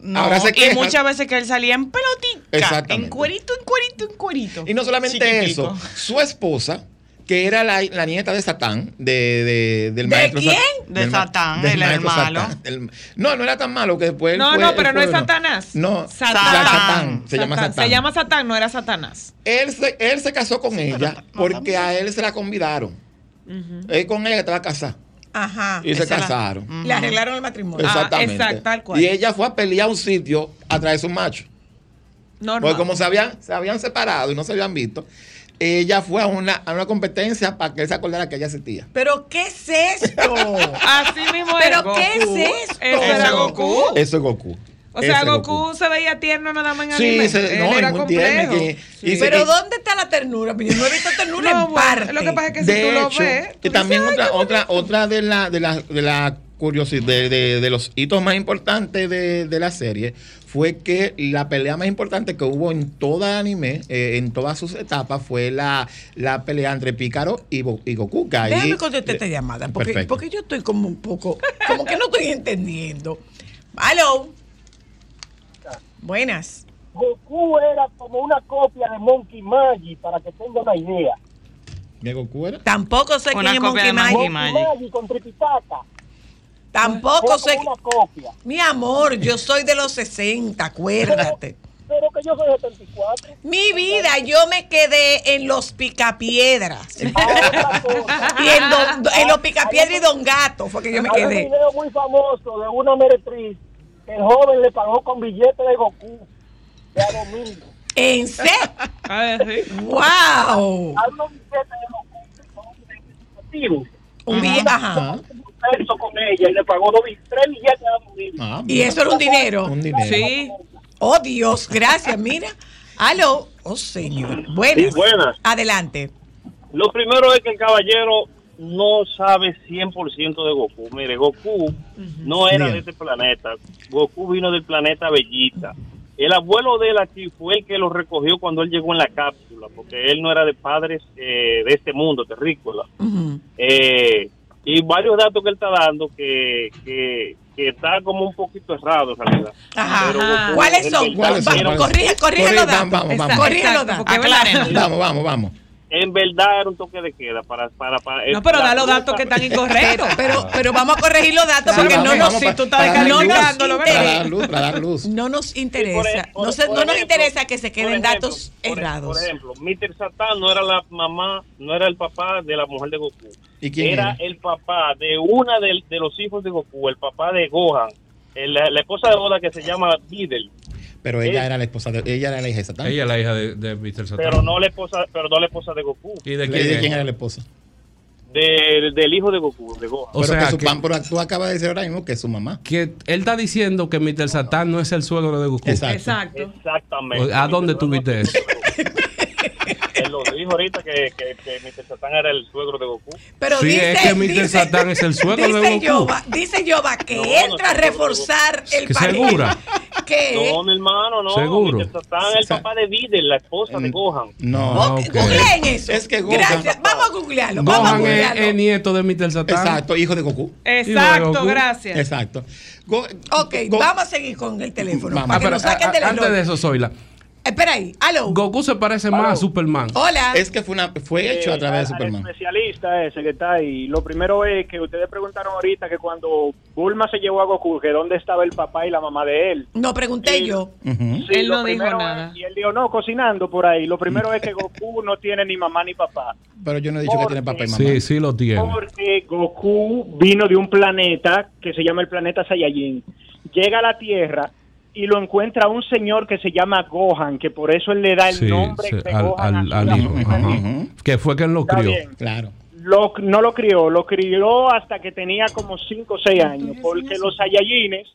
[SPEAKER 3] No,
[SPEAKER 6] ahora se
[SPEAKER 3] y
[SPEAKER 6] quejan.
[SPEAKER 3] muchas veces que él salía en pelotica,
[SPEAKER 6] Exactamente.
[SPEAKER 3] en cuerito, en cuerito, en cuerito.
[SPEAKER 6] Y no solamente
[SPEAKER 3] Chiquitico.
[SPEAKER 6] eso, su esposa, que era la, la nieta de Satán, de, de- del
[SPEAKER 2] ¿De
[SPEAKER 6] maestro
[SPEAKER 2] quién?
[SPEAKER 6] Sat-
[SPEAKER 3] De
[SPEAKER 6] del ma-
[SPEAKER 3] Satán,
[SPEAKER 6] del
[SPEAKER 3] el
[SPEAKER 6] maestro
[SPEAKER 3] malo.
[SPEAKER 6] Satán, el- no, no era tan malo que después. él
[SPEAKER 4] No,
[SPEAKER 6] fue-
[SPEAKER 4] no,
[SPEAKER 6] él
[SPEAKER 4] pero no
[SPEAKER 6] fue
[SPEAKER 4] es
[SPEAKER 6] bueno.
[SPEAKER 4] Satanás.
[SPEAKER 6] No,
[SPEAKER 4] Satán.
[SPEAKER 6] Sa- Satán, Se llama
[SPEAKER 4] Satán.
[SPEAKER 6] Satán.
[SPEAKER 4] Se llama Satán, no era Satanás.
[SPEAKER 6] Él se, él se casó con ella porque a él se la convidaron. Es con ella que estaba casada.
[SPEAKER 2] Ajá.
[SPEAKER 6] Y se
[SPEAKER 3] esa la-
[SPEAKER 6] casaron.
[SPEAKER 2] Le arreglaron el matrimonio.
[SPEAKER 4] Mm. Ah,
[SPEAKER 6] Exactamente.
[SPEAKER 4] exacto, tal cual.
[SPEAKER 6] Y ella fue a pelear a un sitio a traer su macho.
[SPEAKER 4] Normal.
[SPEAKER 6] Porque como se habían, se habían separado y no se habían visto, ella fue a una, a una competencia para que él se acordara que ella existía.
[SPEAKER 2] Pero ¿qué es esto?
[SPEAKER 4] Así mismo era.
[SPEAKER 2] ¿Pero qué
[SPEAKER 4] Goku.
[SPEAKER 2] es esto?
[SPEAKER 4] Eso era
[SPEAKER 3] Ese
[SPEAKER 4] Goku.
[SPEAKER 6] Eso es Goku.
[SPEAKER 4] O sea,
[SPEAKER 6] Ese es
[SPEAKER 4] Goku, se veía tierno nada más en
[SPEAKER 6] Sí,
[SPEAKER 4] anime.
[SPEAKER 6] se,
[SPEAKER 4] Él
[SPEAKER 6] no,
[SPEAKER 4] era
[SPEAKER 6] es muy tierno.
[SPEAKER 4] complejo.
[SPEAKER 6] que- y se-
[SPEAKER 2] Pero
[SPEAKER 6] que-
[SPEAKER 2] ¿dónde está la ternura? Yo no he visto ternura
[SPEAKER 4] No,
[SPEAKER 2] en
[SPEAKER 4] bueno,
[SPEAKER 2] parte.
[SPEAKER 4] Lo que pasa es que si
[SPEAKER 6] de
[SPEAKER 4] tú lo
[SPEAKER 6] hecho,
[SPEAKER 4] ves.
[SPEAKER 6] que
[SPEAKER 4] tú
[SPEAKER 6] también
[SPEAKER 4] dices,
[SPEAKER 6] otra, otra, otra de la, de la, de la curiosidad, de, de- de los hitos más importantes de, de la serie fue que la pelea más importante que hubo en toda anime, eh, en todas sus etapas, fue la, la pelea entre Pícaro y, Bo- y Goku. que ahí- eh,
[SPEAKER 2] Déjame contestar esta llamada, porque,
[SPEAKER 6] Perfecto.
[SPEAKER 2] porque yo estoy como un poco, como que no estoy entendiendo. Aló. Buenas.
[SPEAKER 7] Goku era como una copia de Monkey Magic, para que tenga una idea.
[SPEAKER 6] ¿De Goku era?
[SPEAKER 2] Tampoco sé
[SPEAKER 3] Una
[SPEAKER 2] quién es
[SPEAKER 3] copia de
[SPEAKER 2] Monkey Magic.
[SPEAKER 3] Monkey
[SPEAKER 7] Monkey
[SPEAKER 3] Magic.
[SPEAKER 7] Magic, con tripitata.
[SPEAKER 2] Tampoco
[SPEAKER 7] era
[SPEAKER 2] sé.
[SPEAKER 7] como una copia.
[SPEAKER 2] Mi amor, yo soy de los 60, acuérdate.
[SPEAKER 7] Pero que yo soy de 74.
[SPEAKER 2] Mi vida, yo me quedé en los picapiedras.
[SPEAKER 7] Otra cosa.
[SPEAKER 2] Y en, don- en los picapiedras y Don Gato fue que yo me
[SPEAKER 7] Hay un
[SPEAKER 2] quedé.
[SPEAKER 7] video muy famoso de una meretriz que el joven le pagó con billetes de Goku. De a domingo.
[SPEAKER 2] En serio.
[SPEAKER 4] A ver, sí.
[SPEAKER 2] ¡Wow!
[SPEAKER 7] Hay unos billetes de Goku que son significativos.
[SPEAKER 2] Un vie-
[SPEAKER 4] Ah.
[SPEAKER 6] Ah,
[SPEAKER 2] ajá.
[SPEAKER 7] Converso con ella y le pagó dos, bi- tres billetes de a domingo.
[SPEAKER 6] Ah,
[SPEAKER 2] Y eso era un dinero.
[SPEAKER 6] un dinero.
[SPEAKER 4] Sí.
[SPEAKER 2] Oh, Dios, gracias, mira. Aló, oh, señor. Buenas.
[SPEAKER 7] Sí, buenas.
[SPEAKER 2] Adelante.
[SPEAKER 7] Lo primero es que el caballero no sabe 100% de Goku. Mire, Goku no era
[SPEAKER 6] Bien.
[SPEAKER 7] de este planeta. Goku vino del planeta Bellita. El abuelo de él aquí fue el que lo recogió cuando él llegó en la cápsula, porque él no era de padres eh, de este mundo terrícola.
[SPEAKER 2] Ujú.
[SPEAKER 7] Eh, y varios datos que él está dando que, que, que está como un poquito errado en realidad.
[SPEAKER 2] Ajá.
[SPEAKER 7] Pero Goku-
[SPEAKER 2] ¿Cuáles
[SPEAKER 7] el
[SPEAKER 2] son?
[SPEAKER 7] Bellita
[SPEAKER 6] ¿Cuáles son?
[SPEAKER 7] era-
[SPEAKER 2] Va-
[SPEAKER 6] ¿Cuáles
[SPEAKER 2] Corrige,
[SPEAKER 6] son?
[SPEAKER 2] corrige los
[SPEAKER 6] Corrige,
[SPEAKER 2] datos.
[SPEAKER 6] vamos, vamos.
[SPEAKER 2] Corrige los
[SPEAKER 4] Exacto,
[SPEAKER 2] datos.
[SPEAKER 4] porque es
[SPEAKER 3] Aclárenos.
[SPEAKER 4] verdad.
[SPEAKER 6] Vamos, vamos, vamos.
[SPEAKER 7] En verdad era un toque de queda para... para, para
[SPEAKER 4] No, pero
[SPEAKER 7] la
[SPEAKER 4] da los
[SPEAKER 7] fruta-
[SPEAKER 4] datos que están
[SPEAKER 2] Pero,
[SPEAKER 4] incorrectos.
[SPEAKER 8] Ah.
[SPEAKER 2] pero, pero vamos a corregir los datos
[SPEAKER 4] Claro,
[SPEAKER 2] porque
[SPEAKER 4] vamos,
[SPEAKER 2] no nos,
[SPEAKER 4] vamos. si tú estás
[SPEAKER 6] para dar luz,
[SPEAKER 4] descalificándolo, ¿verdad?
[SPEAKER 6] Para dar luz, para dar luz.
[SPEAKER 2] no nos
[SPEAKER 7] Sí, por
[SPEAKER 2] interesa.
[SPEAKER 7] e- por-
[SPEAKER 2] No, se-
[SPEAKER 7] por
[SPEAKER 2] no nos
[SPEAKER 7] ejemplo,
[SPEAKER 2] interesa que se
[SPEAKER 7] por
[SPEAKER 2] queden
[SPEAKER 7] ejemplo,
[SPEAKER 2] datos
[SPEAKER 7] por e-
[SPEAKER 2] errados.
[SPEAKER 7] Por ejemplo, Mr. Satan no era la mamá, no era el papá de la mujer de Goku.
[SPEAKER 6] ¿Y quién
[SPEAKER 7] era?
[SPEAKER 6] era?
[SPEAKER 7] el papá de una del- de, los hijos de Goku, el papá de Gohan, el- la, la esposa de Gohan que se llama Videl,
[SPEAKER 6] Pero ella era la esposa de, ella era la hija de Satán.
[SPEAKER 8] Ella es la hija de, de Mr. Satan.
[SPEAKER 7] pero no la esposa, pero no la esposa de Goku,
[SPEAKER 8] ¿Y de
[SPEAKER 6] ¿De
[SPEAKER 8] quién, es?
[SPEAKER 6] quién era la esposa?
[SPEAKER 7] del, del hijo de Goku, de Gohan.
[SPEAKER 8] O
[SPEAKER 6] pero
[SPEAKER 8] sea
[SPEAKER 6] que su
[SPEAKER 8] que-
[SPEAKER 6] pan, pero tú acabas de decir ahora mismo que es su mamá.
[SPEAKER 8] Que él está diciendo que Mr. Satan no es el suegro de Goku.
[SPEAKER 6] Exacto.
[SPEAKER 4] Exacto.
[SPEAKER 7] Exactamente.
[SPEAKER 8] ¿A dónde
[SPEAKER 7] Mr.
[SPEAKER 8] tú
[SPEAKER 7] Satan
[SPEAKER 8] viste
[SPEAKER 7] era el suegro de Goku. Él lo dijo ahorita que, que, que Mr. Satan era el suegro de Goku.
[SPEAKER 2] Pero
[SPEAKER 8] Sí,
[SPEAKER 2] dice,
[SPEAKER 8] es que Mr.
[SPEAKER 2] dice-
[SPEAKER 8] Satán es el suegro de
[SPEAKER 2] dice
[SPEAKER 8] Goku.
[SPEAKER 2] Yoba, dice Yoba que
[SPEAKER 7] No, no
[SPEAKER 2] entra a
[SPEAKER 7] estoy
[SPEAKER 2] reforzar el
[SPEAKER 8] ¿Que
[SPEAKER 2] país.
[SPEAKER 8] segura?
[SPEAKER 6] Eh,
[SPEAKER 2] Que
[SPEAKER 7] No, mi hermano, no.
[SPEAKER 8] Seguro.
[SPEAKER 7] Mr. Satan es el papá de Videl, la esposa
[SPEAKER 6] Mm.
[SPEAKER 7] de Gohan.
[SPEAKER 6] No.
[SPEAKER 8] Ah,
[SPEAKER 2] Ok,
[SPEAKER 8] ok.
[SPEAKER 2] Googleen eso.
[SPEAKER 6] Es que Gohan-
[SPEAKER 2] Gracias. Vamos a googlearlo. vamos a
[SPEAKER 8] Gohan es,
[SPEAKER 2] googlearlo.
[SPEAKER 8] es nieto de Mr. Satan.
[SPEAKER 6] Exacto, hijo de Goku.
[SPEAKER 8] Y
[SPEAKER 4] Exacto,
[SPEAKER 8] luego-
[SPEAKER 4] gracias.
[SPEAKER 6] Exacto. Go-
[SPEAKER 2] ok,
[SPEAKER 6] Go-
[SPEAKER 2] vamos a seguir con el teléfono.
[SPEAKER 6] Vamos.
[SPEAKER 2] para
[SPEAKER 8] Ah,
[SPEAKER 2] que
[SPEAKER 8] pero,
[SPEAKER 2] nos saquen
[SPEAKER 8] ah,
[SPEAKER 2] del
[SPEAKER 8] ah, antes
[SPEAKER 2] error.
[SPEAKER 8] de eso, Zoila.
[SPEAKER 7] Espera ahí. Aló.
[SPEAKER 8] Goku se parece más a Superman.
[SPEAKER 2] Oh,
[SPEAKER 7] Hola.
[SPEAKER 6] Es que fue, una, fue
[SPEAKER 7] Eh,
[SPEAKER 6] hecho a través de Superman.
[SPEAKER 9] eh, especialista ese que está ahí. Lo primero es que ustedes preguntaron ahorita que cuando Bulma se llevó a Goku, que dónde estaba el papá y la mamá de él.
[SPEAKER 7] No pregunté
[SPEAKER 9] Sí.
[SPEAKER 7] yo.
[SPEAKER 6] Ujú.
[SPEAKER 9] Sí,
[SPEAKER 4] Él
[SPEAKER 9] lo
[SPEAKER 4] no dijo
[SPEAKER 9] primero
[SPEAKER 4] nada.
[SPEAKER 9] es- y él dijo, no, cocinando por ahí. Lo primero es que Goku no tiene ni mamá ni papá.
[SPEAKER 6] Pero yo no he dicho que tiene papá y mamá.
[SPEAKER 8] Sí, sí lo tiene.
[SPEAKER 9] Porque Goku vino de un planeta que se llama el planeta Saiyajin. Llega a la Tierra y lo encuentra un señor que se llama Gohan, que por eso él le da el
[SPEAKER 8] Sí,
[SPEAKER 9] nombre
[SPEAKER 8] sí,
[SPEAKER 9] de
[SPEAKER 8] al,
[SPEAKER 9] Gohan
[SPEAKER 8] al-
[SPEAKER 9] a su
[SPEAKER 8] al hijo.
[SPEAKER 9] hijo.
[SPEAKER 8] ajá.
[SPEAKER 6] Ujú.
[SPEAKER 8] Que fue quien lo
[SPEAKER 9] Está
[SPEAKER 8] crió.
[SPEAKER 9] bien.
[SPEAKER 6] Claro.
[SPEAKER 9] Lo- no lo crió, lo crió hasta que tenía como 5 o 6 años, porque los Saiyajines,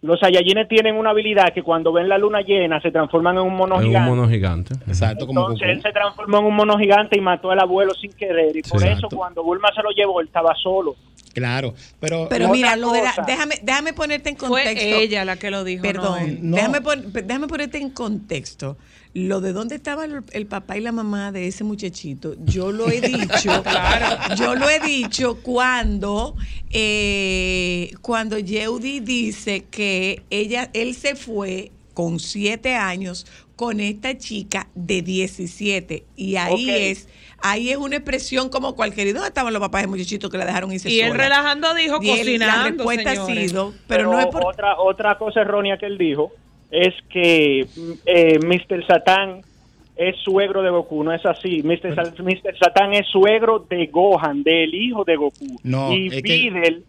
[SPEAKER 9] los Saiyajines tienen una habilidad que cuando ven la luna llena se transforman en un mono
[SPEAKER 8] Es un
[SPEAKER 9] gigante.
[SPEAKER 8] mono gigante.
[SPEAKER 6] Exacto, como
[SPEAKER 9] Entonces él
[SPEAKER 6] Goku.
[SPEAKER 9] se transformó en un mono gigante y mató al abuelo sin querer. Y por
[SPEAKER 6] Exacto.
[SPEAKER 9] eso cuando Bulma se lo llevó, él estaba solo.
[SPEAKER 6] Claro. Pero,
[SPEAKER 2] Pero
[SPEAKER 9] Otra
[SPEAKER 2] mira, lo de la-
[SPEAKER 9] cosa.
[SPEAKER 2] déjame, déjame ponerte en
[SPEAKER 4] Fue
[SPEAKER 2] contexto.
[SPEAKER 4] ella la que lo dijo. no él.
[SPEAKER 2] Perdón,
[SPEAKER 6] no.
[SPEAKER 2] eh". déjame, pon- déjame ponerte en contexto. Lo de dónde estaba el, el papá y la mamá de ese muchachito, yo lo he dicho, yo lo he dicho cuando, eh, cuando Yeudi dice que ella, él se fue con siete años con esta chica de 17 y ahí
[SPEAKER 9] Ok.
[SPEAKER 2] es ahí es una expresión como cualquier ¿y dónde estaban los papás de muchachito que la dejaron irse
[SPEAKER 4] Y él
[SPEAKER 2] sola?
[SPEAKER 4] relajando dijo
[SPEAKER 2] Y él-
[SPEAKER 4] cocinando.
[SPEAKER 2] la respuesta
[SPEAKER 4] señores.
[SPEAKER 2] ha sido pero, no es por
[SPEAKER 9] otra, otra cosa errónea que él dijo es que mm, eh, Mr. Satán es suegro de Goku, no es así. Mr. Sa- Mr. Satán es suegro de Gohan, del hijo de Goku.
[SPEAKER 6] No,
[SPEAKER 9] y
[SPEAKER 6] es que-
[SPEAKER 9] Videl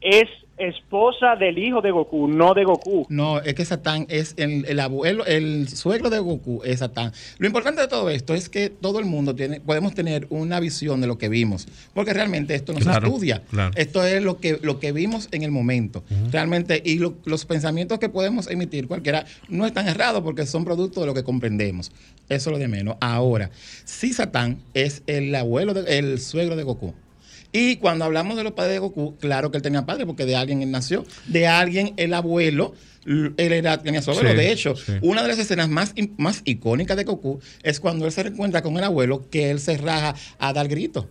[SPEAKER 9] es esposa del hijo de Goku, no de Goku.
[SPEAKER 6] No, es que Satán es el, el abuelo, el suegro de Goku es Satán. Lo importante de todo esto es que todo el mundo tiene, podemos tener una visión de lo que vimos, porque realmente esto no se
[SPEAKER 8] Claro,
[SPEAKER 6] estudia.
[SPEAKER 8] claro.
[SPEAKER 6] Esto es lo que, lo que vimos en el momento. Realmente, y lo- los pensamientos que podemos emitir cualquiera no están errados porque son producto de lo que comprendemos. Eso es lo de menos. Ahora, sí Satán es el abuelo, de- el suegro de Goku. Y cuando hablamos de los padres de Goku, claro que él tenía padre, porque de alguien él nació, de alguien el abuelo, l- él era, tenía su abuelo.
[SPEAKER 8] Sí,
[SPEAKER 6] de hecho,
[SPEAKER 8] sí.
[SPEAKER 6] una de las escenas más, im- más icónicas de Goku es cuando él se reencuentra con el abuelo, que él se raja a dar gritos.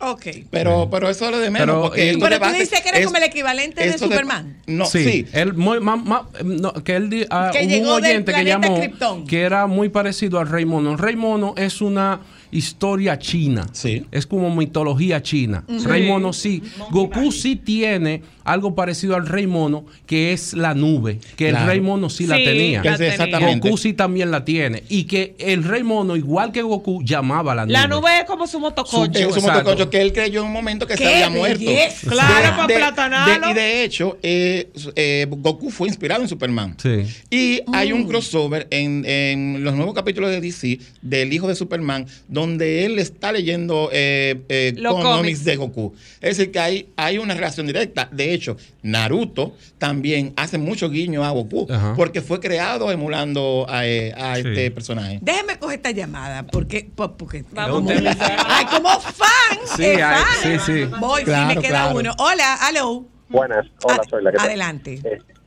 [SPEAKER 2] Ok.
[SPEAKER 6] Pero, pero eso es lo de menos.
[SPEAKER 8] Pero,
[SPEAKER 6] porque
[SPEAKER 8] y-
[SPEAKER 6] estos
[SPEAKER 2] Pero tú
[SPEAKER 6] debates
[SPEAKER 2] dices que era
[SPEAKER 6] es-
[SPEAKER 2] como el equivalente de
[SPEAKER 6] estos de-
[SPEAKER 2] Superman.
[SPEAKER 6] no,
[SPEAKER 8] sí, eh,
[SPEAKER 6] sí.
[SPEAKER 8] Él muy, ma- ma- no, que él di- ah,
[SPEAKER 2] Que
[SPEAKER 8] hubo
[SPEAKER 2] llegó
[SPEAKER 8] un
[SPEAKER 2] del
[SPEAKER 8] oyente que
[SPEAKER 2] planeta
[SPEAKER 8] llamó
[SPEAKER 2] Krypton.
[SPEAKER 8] que era muy parecido al Rey Mono. El Rey Mono es una historia china.
[SPEAKER 6] Sí.
[SPEAKER 8] Es como mitología china. Rey Mono sí. Goku sí tiene algo parecido al Rey Mono, que es la nube. Que el
[SPEAKER 6] Claro.
[SPEAKER 8] Rey Mono sí, la
[SPEAKER 4] Sí,
[SPEAKER 8] tenía.
[SPEAKER 6] Que es
[SPEAKER 4] La tenía.
[SPEAKER 6] exactamente.
[SPEAKER 8] Goku sí también la tiene. Y que el Rey Mono, igual que Goku, llamaba a la nube.
[SPEAKER 4] La nube es como su
[SPEAKER 6] Su-
[SPEAKER 4] motoconcho.
[SPEAKER 6] eh, su
[SPEAKER 8] exacto.
[SPEAKER 6] motoconcho, que él creyó en un momento que se
[SPEAKER 2] ¡Qué
[SPEAKER 6] había muerto.
[SPEAKER 2] belleza!
[SPEAKER 4] Claro,
[SPEAKER 6] De-
[SPEAKER 4] pa'
[SPEAKER 6] de-
[SPEAKER 4] platanarlo.
[SPEAKER 6] de- Y de hecho, eh, su- eh, Goku fue inspirado en Superman.
[SPEAKER 8] Sí.
[SPEAKER 6] Y hay
[SPEAKER 4] Mm.
[SPEAKER 6] un crossover en, en los nuevos capítulos de DC del hijo de Superman, donde él está leyendo eh, eh,
[SPEAKER 4] Los
[SPEAKER 6] cómics.
[SPEAKER 4] cómics.
[SPEAKER 6] de Goku. Es decir, que hay, hay una relación directa. De hecho, Naruto también hace mucho guiño a Goku,
[SPEAKER 8] Ajá.
[SPEAKER 6] porque fue creado emulando a, eh, a
[SPEAKER 8] Sí.
[SPEAKER 6] este personaje.
[SPEAKER 2] Déjame coger esta llamada porque, po- porque
[SPEAKER 4] Vamos
[SPEAKER 2] como,
[SPEAKER 8] a utilizar.
[SPEAKER 2] ay, como fan,
[SPEAKER 8] Sí,
[SPEAKER 2] eh,
[SPEAKER 8] ay,
[SPEAKER 2] fan.
[SPEAKER 8] sí, sí.
[SPEAKER 2] Voy,
[SPEAKER 6] Claro,
[SPEAKER 2] sí, me queda
[SPEAKER 6] claro.
[SPEAKER 2] uno. Hola, hello.
[SPEAKER 10] Buenas, hola,
[SPEAKER 2] Ad-
[SPEAKER 10] soy la que
[SPEAKER 2] Adelante.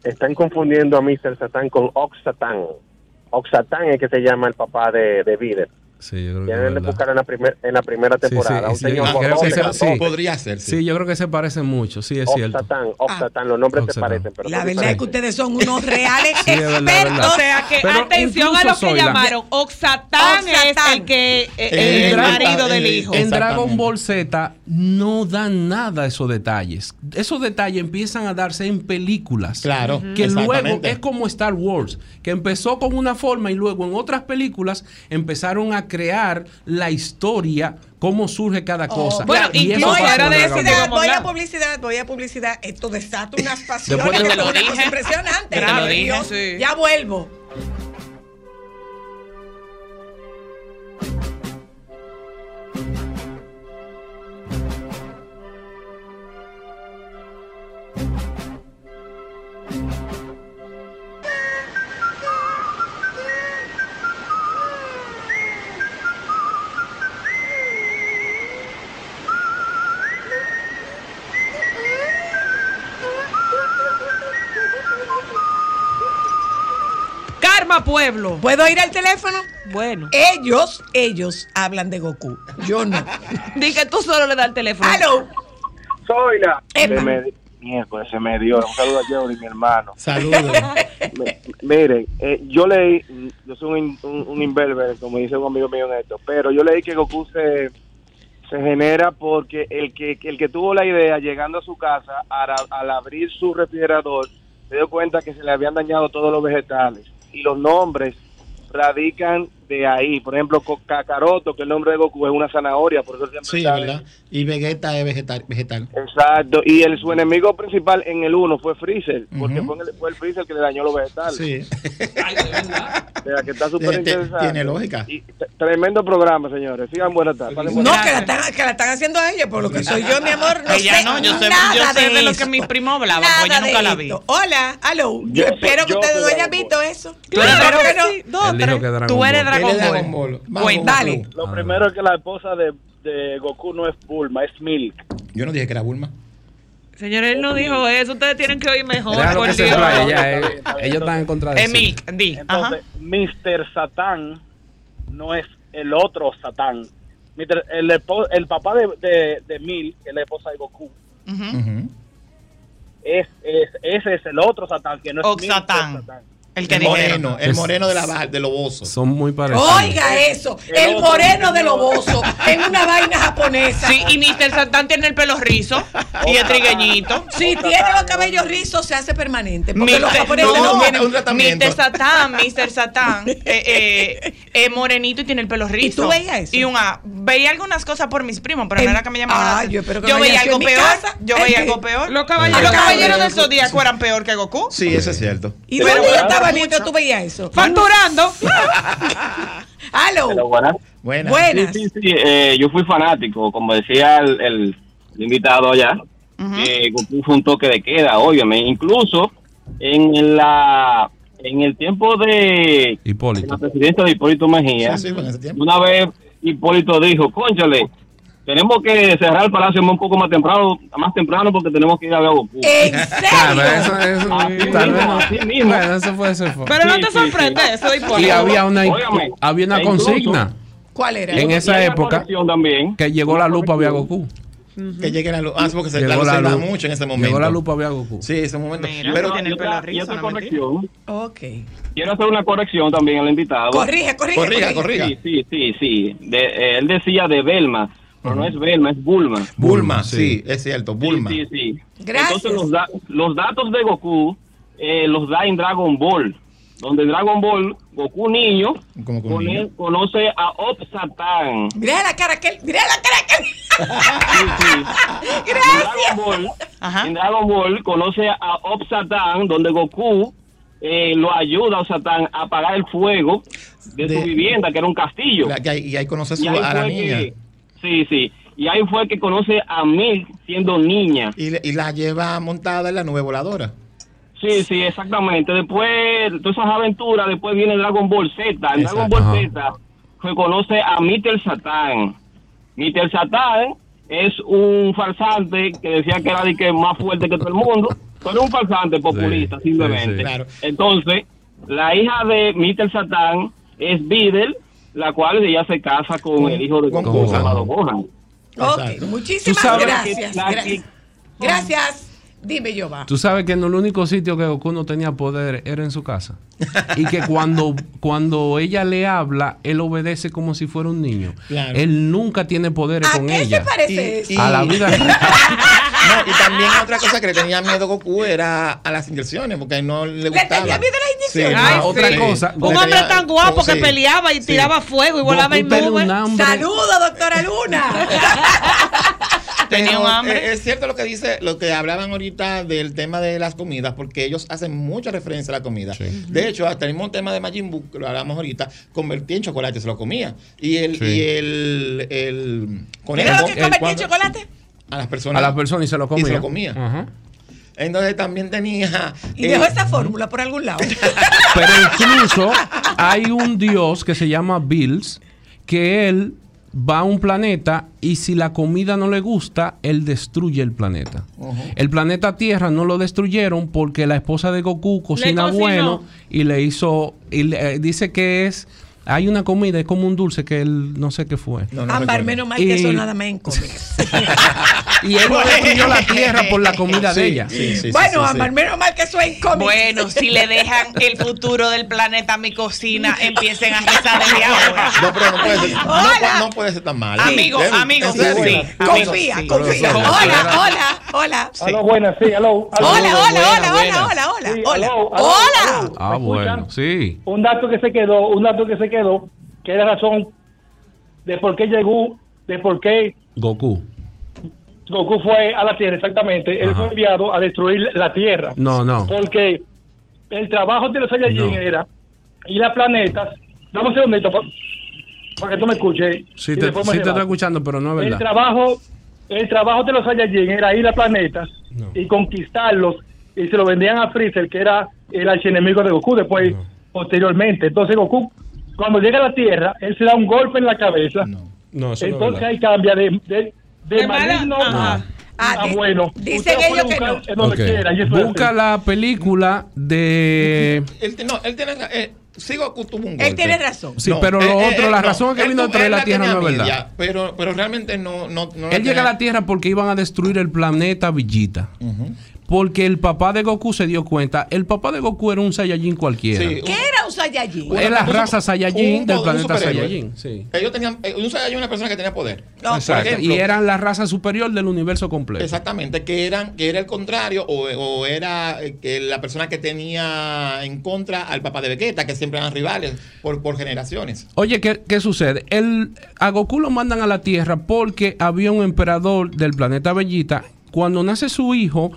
[SPEAKER 10] están confundiendo a Mr. Satán con Ox Satán. Ox Satán es que se llama el papá de, de Videl.
[SPEAKER 8] Sí, yo creo que es
[SPEAKER 10] Tienen de
[SPEAKER 8] verdad.
[SPEAKER 10] buscar en la, primer- en la primera
[SPEAKER 8] sí,
[SPEAKER 10] temporada.
[SPEAKER 8] sí,
[SPEAKER 10] un señor
[SPEAKER 8] Ah,
[SPEAKER 6] creo
[SPEAKER 10] gordote,
[SPEAKER 6] que se-
[SPEAKER 8] sí.
[SPEAKER 10] grandote.
[SPEAKER 6] Podría ser. sí.
[SPEAKER 8] Sí, yo creo que se parecen mucho. Sí, es
[SPEAKER 10] Ox
[SPEAKER 8] cierto.
[SPEAKER 10] Satán, Ox
[SPEAKER 2] Ah.
[SPEAKER 10] Satán, los nombres
[SPEAKER 8] Ox
[SPEAKER 10] se
[SPEAKER 8] Satán.
[SPEAKER 10] parecen. Pero
[SPEAKER 2] La
[SPEAKER 10] son
[SPEAKER 2] verdad es que
[SPEAKER 10] diferentes.
[SPEAKER 2] ustedes son unos reales
[SPEAKER 8] Sí, es verdad, es
[SPEAKER 2] expertos.
[SPEAKER 8] verdad.
[SPEAKER 4] O sea que
[SPEAKER 8] Pero
[SPEAKER 4] atención a
[SPEAKER 8] incluso
[SPEAKER 4] los que
[SPEAKER 8] Zoila.
[SPEAKER 4] llamaron. Oxatán es
[SPEAKER 2] Oxatán.
[SPEAKER 4] el que eh,
[SPEAKER 6] El
[SPEAKER 4] el
[SPEAKER 8] gran-
[SPEAKER 4] marido del
[SPEAKER 6] eh,
[SPEAKER 4] hijo.
[SPEAKER 8] En
[SPEAKER 6] Exactamente.
[SPEAKER 8] Dragon Ball Z no dan nada esos detalles. Esos detalles empiezan a darse en películas.
[SPEAKER 6] Claro,
[SPEAKER 8] Que luego
[SPEAKER 6] exactamente.
[SPEAKER 8] es como Star Wars, que empezó con una forma y luego en otras películas empezaron a crear la historia, cómo surge cada cosa.
[SPEAKER 4] Oh. Bueno,
[SPEAKER 8] Y eso
[SPEAKER 4] incluso
[SPEAKER 2] voy,
[SPEAKER 8] pasa
[SPEAKER 2] a
[SPEAKER 8] en
[SPEAKER 4] era
[SPEAKER 8] Dragon
[SPEAKER 4] de ese
[SPEAKER 8] Ball.
[SPEAKER 2] publicidad,
[SPEAKER 4] que vamos a
[SPEAKER 2] voy a
[SPEAKER 4] hablar.
[SPEAKER 2] publicidad, voy a publicidad. Esto desata unas pasiones
[SPEAKER 8] Después
[SPEAKER 2] que
[SPEAKER 8] te
[SPEAKER 2] es
[SPEAKER 8] lo
[SPEAKER 2] una
[SPEAKER 3] dije.
[SPEAKER 2] cosa impresionante.
[SPEAKER 3] Te lo
[SPEAKER 2] Ay,
[SPEAKER 3] dije,
[SPEAKER 2] Dios.
[SPEAKER 4] sí.
[SPEAKER 2] Ya vuelvo.
[SPEAKER 4] Karma Pueblo.
[SPEAKER 2] ¿Puedo ir al teléfono?
[SPEAKER 4] Bueno.
[SPEAKER 2] Ellos, ellos hablan de Goku. Yo no.
[SPEAKER 4] Dije que tú solo le das el teléfono.
[SPEAKER 2] Hello.
[SPEAKER 10] Soy la.
[SPEAKER 2] Emma.
[SPEAKER 10] Se me, miércoles, se me dio. Un saludo a Jody, mi hermano.
[SPEAKER 6] Saludos.
[SPEAKER 10] M- Miren, eh, yo leí, mm, yo soy un, in- un, un imberber, como dice un amigo mío en esto, pero yo leí que Goku se, se genera porque el que, el que tuvo la idea llegando a su casa, al, al abrir su refrigerador, se dio cuenta que se le habían dañado todos los vegetales y los nombres radican de ahí. Por ejemplo, co- Kakaroto, que el nombre de Goku es una zanahoria, por eso siempre
[SPEAKER 6] Sí, es
[SPEAKER 10] sale.
[SPEAKER 6] verdad. Y Vegeta es vegetal. vegetal.
[SPEAKER 10] Exacto, y el, su enemigo principal en el 1 fue Freezer, porque
[SPEAKER 6] Ujú.
[SPEAKER 10] fue, en el- fue el Freezer que le dañó los vegetales.
[SPEAKER 6] Sí.
[SPEAKER 10] O sea, que está súper
[SPEAKER 6] Tiene-
[SPEAKER 10] interesante.
[SPEAKER 6] tiene lógica.
[SPEAKER 10] Y t- tremendo programa, señores. Sigan buenas tardes. Pasen
[SPEAKER 7] No,
[SPEAKER 10] buenas
[SPEAKER 7] que la, están, que la están haciendo a ella, por lo que soy yo, mi amor. No
[SPEAKER 3] Ella
[SPEAKER 7] sé
[SPEAKER 3] no, yo sé-
[SPEAKER 7] nada
[SPEAKER 3] yo sé de lo
[SPEAKER 7] eso.
[SPEAKER 3] que mis primos hablaban, pues yo
[SPEAKER 7] Nada de
[SPEAKER 3] nunca la vi.
[SPEAKER 7] esto. Hola, aló. Yo,
[SPEAKER 10] Yo
[SPEAKER 7] espero
[SPEAKER 10] soy-
[SPEAKER 7] que
[SPEAKER 10] yo
[SPEAKER 7] ustedes
[SPEAKER 10] soy
[SPEAKER 7] no hayan
[SPEAKER 10] Dragon
[SPEAKER 7] visto eso.
[SPEAKER 3] Claro que sí.
[SPEAKER 4] Dos,
[SPEAKER 8] Él
[SPEAKER 4] tres.
[SPEAKER 8] dijo que Dragon
[SPEAKER 3] Tú eres
[SPEAKER 8] Ball.
[SPEAKER 3] Dragon Ball.
[SPEAKER 6] Él es Dragon Ball. Vamos,
[SPEAKER 7] Cuéntale.
[SPEAKER 6] Goku.
[SPEAKER 10] tardes. Lo primero es que la esposa de, de Goku no es Bulma, es Milk.
[SPEAKER 6] Yo no dije que era Bulma.
[SPEAKER 4] Señor, él no dijo eso. Ustedes tienen que oír mejor.
[SPEAKER 8] Déjalo
[SPEAKER 4] por
[SPEAKER 8] que se
[SPEAKER 4] Dios.
[SPEAKER 8] explaye, ya, eh, Ellos están en contra de eso.
[SPEAKER 3] Emil, Eh, di. Ajá.
[SPEAKER 10] Entonces, Mr. Satán no es el otro Satán. Mr. El, espo- el papá de, de, de Milk, que es la esposa de Goku,
[SPEAKER 3] Ujú.
[SPEAKER 6] Ujú.
[SPEAKER 10] es, es- ese es el otro Satán, que no es Mr.
[SPEAKER 3] Oxatán.
[SPEAKER 10] Satán.
[SPEAKER 3] El que
[SPEAKER 6] El
[SPEAKER 3] dijeron.
[SPEAKER 6] moreno, el
[SPEAKER 8] Es-
[SPEAKER 6] moreno de, la, ba- de los osos.
[SPEAKER 8] Son muy parecidos.
[SPEAKER 7] Oiga eso.
[SPEAKER 10] El
[SPEAKER 7] El
[SPEAKER 10] otro
[SPEAKER 7] moreno de
[SPEAKER 10] señor.
[SPEAKER 7] loboso. En una vaina japonesa.
[SPEAKER 3] Sí, y Mr. Santán tiene el pelo rizo y es trigueñito.
[SPEAKER 7] Si tiene los cabellos rizos, se hace permanente. Porque
[SPEAKER 3] Mr.
[SPEAKER 7] los japoneses
[SPEAKER 3] no,
[SPEAKER 7] no tienen.
[SPEAKER 6] un tratamiento.
[SPEAKER 3] Mr. Satán, Mr. Satán, eh, eh, es morenito y tiene el pelo rizo.
[SPEAKER 7] tú veías eso?
[SPEAKER 3] Y una, veía algunas cosas por mis primos, pero no
[SPEAKER 7] Em,
[SPEAKER 3] era que me llamaban. la
[SPEAKER 7] ah,
[SPEAKER 3] atención.
[SPEAKER 7] yo espero que no
[SPEAKER 3] veía
[SPEAKER 7] haya sido
[SPEAKER 3] algo
[SPEAKER 7] en mi
[SPEAKER 3] peor.
[SPEAKER 7] casa.
[SPEAKER 3] Yo
[SPEAKER 7] Ay,
[SPEAKER 3] veía
[SPEAKER 7] sí.
[SPEAKER 3] algo
[SPEAKER 4] Los
[SPEAKER 3] peor. A los
[SPEAKER 4] caballeros.
[SPEAKER 3] caballeros de Zodíaco eran peor que Goku.
[SPEAKER 6] Sí, eso es cierto.
[SPEAKER 7] ¿Y dónde yo
[SPEAKER 10] bueno,
[SPEAKER 7] estaba
[SPEAKER 3] mucho.
[SPEAKER 7] viendo? ¿Tú veías eso?
[SPEAKER 4] Facturando.
[SPEAKER 7] Aló.
[SPEAKER 6] Buena.
[SPEAKER 7] Buenas.
[SPEAKER 11] Sí, sí, eh, yo fui fanático, como decía el, el invitado allá, eh, que Goku fue un toque de queda, obviamente. Incluso en la en el tiempo de de la
[SPEAKER 8] Hipólito.
[SPEAKER 11] presidencia de Hipólito Mejía,
[SPEAKER 6] Sí, sí, con ese tiempo.
[SPEAKER 11] una vez Hipólito dijo, conchale, tenemos que cerrar el palacio un poco más temprano, más temprano porque tenemos que ir a ver a Goku.
[SPEAKER 7] ¿En
[SPEAKER 8] Ah, pero
[SPEAKER 7] serio?
[SPEAKER 8] eso- eso-
[SPEAKER 11] Así mismo,
[SPEAKER 8] tal vez no.
[SPEAKER 11] así mismo.
[SPEAKER 8] Bueno, eso fue eso. fue.
[SPEAKER 4] Pero no
[SPEAKER 11] Sí,
[SPEAKER 4] te
[SPEAKER 11] sí,
[SPEAKER 4] sorprende
[SPEAKER 11] sí.
[SPEAKER 4] eso de
[SPEAKER 8] Y
[SPEAKER 4] Hipólito.
[SPEAKER 8] había una,
[SPEAKER 11] Óigame,
[SPEAKER 8] había una
[SPEAKER 11] e incluso-
[SPEAKER 8] consigna
[SPEAKER 7] ¿Cuál era?
[SPEAKER 8] en esa
[SPEAKER 11] hay una
[SPEAKER 8] época
[SPEAKER 11] corrección también.
[SPEAKER 8] que llegó la lupa había Goku.
[SPEAKER 6] Que llegue la luz. Ah, porque se la
[SPEAKER 8] Llegó
[SPEAKER 6] luz se
[SPEAKER 8] la
[SPEAKER 6] da
[SPEAKER 8] lupa.
[SPEAKER 6] mucho en ese momento.
[SPEAKER 8] Llegó la lupa había Goku.
[SPEAKER 6] Sí, ese momento.
[SPEAKER 3] Mira,
[SPEAKER 6] Pero
[SPEAKER 3] tiene
[SPEAKER 11] Y
[SPEAKER 3] el pelo
[SPEAKER 11] otra- y
[SPEAKER 3] rizo,
[SPEAKER 11] otra
[SPEAKER 3] no mentira.
[SPEAKER 11] corrección,
[SPEAKER 7] Ok.
[SPEAKER 11] quiero hacer una corrección también al invitado.
[SPEAKER 7] Corrige, corrige.
[SPEAKER 6] corrija,
[SPEAKER 7] corrige.
[SPEAKER 6] corrija.
[SPEAKER 11] Sí, sí, sí, sí. De- eh, él decía de Velma, pero no es Velma, es Bulma. Sí,
[SPEAKER 6] Bulma,
[SPEAKER 8] Bulma,
[SPEAKER 6] sí,
[SPEAKER 8] sí,
[SPEAKER 6] es cierto, Bulma.
[SPEAKER 11] Sí, sí.
[SPEAKER 7] Gracias.
[SPEAKER 11] Entonces los, da- los datos de Goku eh, los da en Dragon Ball, donde en Dragon Ball Goku niño,
[SPEAKER 6] Como que un
[SPEAKER 11] con-
[SPEAKER 6] niño.
[SPEAKER 11] conoce a Obsatan.
[SPEAKER 7] Mira la cara que él. Mira la cara que él.
[SPEAKER 11] Sí, sí. En Dragon Ball,
[SPEAKER 3] Ajá.
[SPEAKER 11] en Dragon Ball conoce a Obsatan, donde Goku eh, lo ayuda a Obsatan a apagar el fuego de,
[SPEAKER 6] De-
[SPEAKER 11] su vivienda, que era un castillo.
[SPEAKER 6] La- y ahí- y ahí conoce
[SPEAKER 11] Y
[SPEAKER 6] su-
[SPEAKER 11] ahí
[SPEAKER 6] a la
[SPEAKER 11] fue
[SPEAKER 6] niña.
[SPEAKER 11] que, sí, sí. Y ahí fue que conoce a Milk siendo niña.
[SPEAKER 6] Y, le- y la lleva montada en la nube voladora.
[SPEAKER 11] Sí, sí, exactamente. Después, todas esas aventuras, después viene Dragon Ball Z. En
[SPEAKER 6] Exacto.
[SPEAKER 11] Dragon Ball
[SPEAKER 8] Ajá.
[SPEAKER 11] Z se conoce a Mr. Satan. Mr. Satan es un farsante que decía que era de que más fuerte que todo el mundo, pero un farsante populista,
[SPEAKER 8] Sí,
[SPEAKER 11] simplemente.
[SPEAKER 8] sí, sí.
[SPEAKER 6] Claro.
[SPEAKER 11] Entonces, la hija de Mr. Satan es Videl, la cual ella se casa con, el hijo de
[SPEAKER 6] con
[SPEAKER 11] Goku,
[SPEAKER 8] Gohan.
[SPEAKER 11] llamado Gohan.
[SPEAKER 7] Ok,
[SPEAKER 6] Exacto.
[SPEAKER 7] muchísimas
[SPEAKER 8] Tú sabes
[SPEAKER 7] gracias.
[SPEAKER 11] que la-
[SPEAKER 7] Gracias. Gracias. Dime, yo va.
[SPEAKER 8] Tú sabes que en el único sitio que Goku no tenía poder era en su casa. Y que cuando, cuando ella le habla, él obedece como si fuera un niño.
[SPEAKER 6] Claro.
[SPEAKER 8] Él nunca tiene poderes
[SPEAKER 7] ¿A
[SPEAKER 8] con
[SPEAKER 7] qué
[SPEAKER 8] ella.
[SPEAKER 7] se parece
[SPEAKER 6] Y-
[SPEAKER 7] eso?
[SPEAKER 8] A la vida real.
[SPEAKER 6] No, y también otra cosa que le tenía miedo Goku era a las inyecciones, porque no le gustaba.
[SPEAKER 7] tenía miedo a las inyecciones?
[SPEAKER 6] no,
[SPEAKER 8] Ay, sí. Un
[SPEAKER 6] Le
[SPEAKER 4] Un hombre
[SPEAKER 6] tenía-
[SPEAKER 4] tan guapo que
[SPEAKER 6] sí,
[SPEAKER 4] peleaba y
[SPEAKER 6] sí.
[SPEAKER 4] tiraba fuego y
[SPEAKER 8] Goku
[SPEAKER 4] volaba en
[SPEAKER 8] tenía un
[SPEAKER 4] nubes.
[SPEAKER 8] hambre.
[SPEAKER 7] Saludos, doctora Luna.
[SPEAKER 3] Tenía un
[SPEAKER 6] Pero,
[SPEAKER 3] hambre.
[SPEAKER 6] eh, Es cierto lo que dice, lo que hablaban ahorita del tema de las comidas, porque ellos hacen mucha referencia a la comida. De hecho, hasta el mismo tema de Majin Buu, que lo hablamos ahorita, convertí en chocolate, se lo comía. Y el,
[SPEAKER 8] Sí.
[SPEAKER 6] y el, el
[SPEAKER 7] Mira lo
[SPEAKER 6] conejo
[SPEAKER 7] que
[SPEAKER 8] el
[SPEAKER 7] convertí en
[SPEAKER 8] cuadro-
[SPEAKER 7] chocolate.
[SPEAKER 6] a las personas.
[SPEAKER 8] A la persona y se lo comía.
[SPEAKER 6] Y se lo comía.
[SPEAKER 8] Ajá.
[SPEAKER 6] Entonces también tenía.
[SPEAKER 7] Y
[SPEAKER 6] eh,
[SPEAKER 7] dejó esa fórmula por algún lado.
[SPEAKER 8] Pero incluso hay un dios que se llama Bills, que él va a un planeta y si la comida no le gusta, él destruye el planeta. El planeta Tierra no lo destruyeron porque la esposa de Goku cocina
[SPEAKER 4] cocinó.
[SPEAKER 8] bueno y le hizo, y le- eh, dice que es Hay una comida, es como un dulce que él no sé qué fue.
[SPEAKER 2] Ámbar, menos mal que eso
[SPEAKER 8] Y-
[SPEAKER 2] nada más en cómics.
[SPEAKER 8] Y él no le pidió la tierra por la comida de ella.
[SPEAKER 2] bueno, Ámbar, menos mal que eso es en cómics.
[SPEAKER 3] Bueno, si le dejan el futuro del planeta a mi cocina, empiecen a rezar desde ahora.
[SPEAKER 6] No, pero no puede ser, no,
[SPEAKER 3] Hola.
[SPEAKER 6] no puede ser tan mal.
[SPEAKER 3] Amigo,
[SPEAKER 6] Debe-
[SPEAKER 3] amigo,
[SPEAKER 6] en serio.
[SPEAKER 3] sí, amigo,
[SPEAKER 2] Confía,
[SPEAKER 3] sí.
[SPEAKER 2] confía.
[SPEAKER 6] Profesora.
[SPEAKER 2] Hola, hola, hola.
[SPEAKER 12] Aló, buenas, sí, aló. aló.
[SPEAKER 2] Hola, hola, hola,
[SPEAKER 3] buena.
[SPEAKER 2] hola, hola, hola,
[SPEAKER 12] Sí,
[SPEAKER 2] hola.
[SPEAKER 12] aló, aló,
[SPEAKER 2] Hola.
[SPEAKER 12] aló.
[SPEAKER 8] Ah,
[SPEAKER 12] ¿Me escuchan?
[SPEAKER 8] bueno, sí.
[SPEAKER 12] Un dato que se quedó, un dato que se quedó, que era razón de por qué llegó, de por qué
[SPEAKER 8] Goku.
[SPEAKER 12] Goku fue a la Tierra, exactamente. Él
[SPEAKER 8] Ajá.
[SPEAKER 12] fue enviado a destruir la Tierra.
[SPEAKER 8] No, no.
[SPEAKER 12] Porque el trabajo de los Saiyajin
[SPEAKER 8] No.
[SPEAKER 12] era y las planetas. Dame un segundito pa- para, que tú me escuches.
[SPEAKER 8] Sí
[SPEAKER 12] y
[SPEAKER 8] te,
[SPEAKER 12] después me
[SPEAKER 8] sí te
[SPEAKER 12] rebato.
[SPEAKER 8] estoy escuchando, pero no es
[SPEAKER 12] El
[SPEAKER 8] verdad.
[SPEAKER 12] trabajo, el trabajo de los Saiyajin era ir a planetas
[SPEAKER 8] No.
[SPEAKER 12] y conquistarlos y se lo vendían a Freezer, que era el archienemigo de Goku después,
[SPEAKER 8] No.
[SPEAKER 12] posteriormente. Entonces Goku, cuando llega a la Tierra, él se da un golpe en la cabeza.
[SPEAKER 8] No, eso no es
[SPEAKER 12] Entonces
[SPEAKER 8] verdad.
[SPEAKER 12] ahí cambia de, de, de
[SPEAKER 4] De malo,
[SPEAKER 12] maligno
[SPEAKER 4] ajá.
[SPEAKER 12] a,
[SPEAKER 2] Pues, Ah,
[SPEAKER 12] a
[SPEAKER 2] di-
[SPEAKER 12] bueno.
[SPEAKER 2] dicen
[SPEAKER 12] Usted lo
[SPEAKER 2] ellos
[SPEAKER 12] puede
[SPEAKER 2] que
[SPEAKER 12] buscar
[SPEAKER 2] no.
[SPEAKER 12] en donde
[SPEAKER 8] Ok.
[SPEAKER 12] quiera, y eso es
[SPEAKER 8] Busca
[SPEAKER 12] así.
[SPEAKER 8] la película de...
[SPEAKER 6] Él, no, él tiene. Eh, sí, Goku tuvo un golpe.
[SPEAKER 2] Él tiene razón.
[SPEAKER 8] Sí, pero
[SPEAKER 6] eh,
[SPEAKER 8] lo otro, la razón que
[SPEAKER 6] él
[SPEAKER 8] vino a
[SPEAKER 6] tuvo-
[SPEAKER 8] traer
[SPEAKER 6] él
[SPEAKER 8] la tierra no
[SPEAKER 6] tenía
[SPEAKER 8] es verdad.
[SPEAKER 6] media, Pero, pero realmente no. no, no
[SPEAKER 8] Él llega a la Tierra porque iban a destruir el planeta Villita. Porque el papá de Goku se dio cuenta. El papá de Goku era un Saiyajin cualquiera.
[SPEAKER 6] Sí,
[SPEAKER 2] ¿Qué era un Saiyajin?
[SPEAKER 8] Es la raza Saiyajin del
[SPEAKER 6] un
[SPEAKER 8] planeta
[SPEAKER 6] superhéroye.
[SPEAKER 8] Saiyajin, sí.
[SPEAKER 6] Ellos tenían. eh, Un Saiyajin era una persona que tenía poder. Por
[SPEAKER 8] Exacto.
[SPEAKER 6] ejemplo,
[SPEAKER 8] y eran la raza superior del universo completo.
[SPEAKER 6] Exactamente, que eran, que era el contrario, o, o era eh, que la persona que tenía en contra al papá de Vegeta, que siempre eran rivales por, por generaciones.
[SPEAKER 8] Oye, ¿qué, qué sucede? El, a Goku lo mandan a la Tierra porque había un emperador del planeta Bellita. Cuando nace su hijo,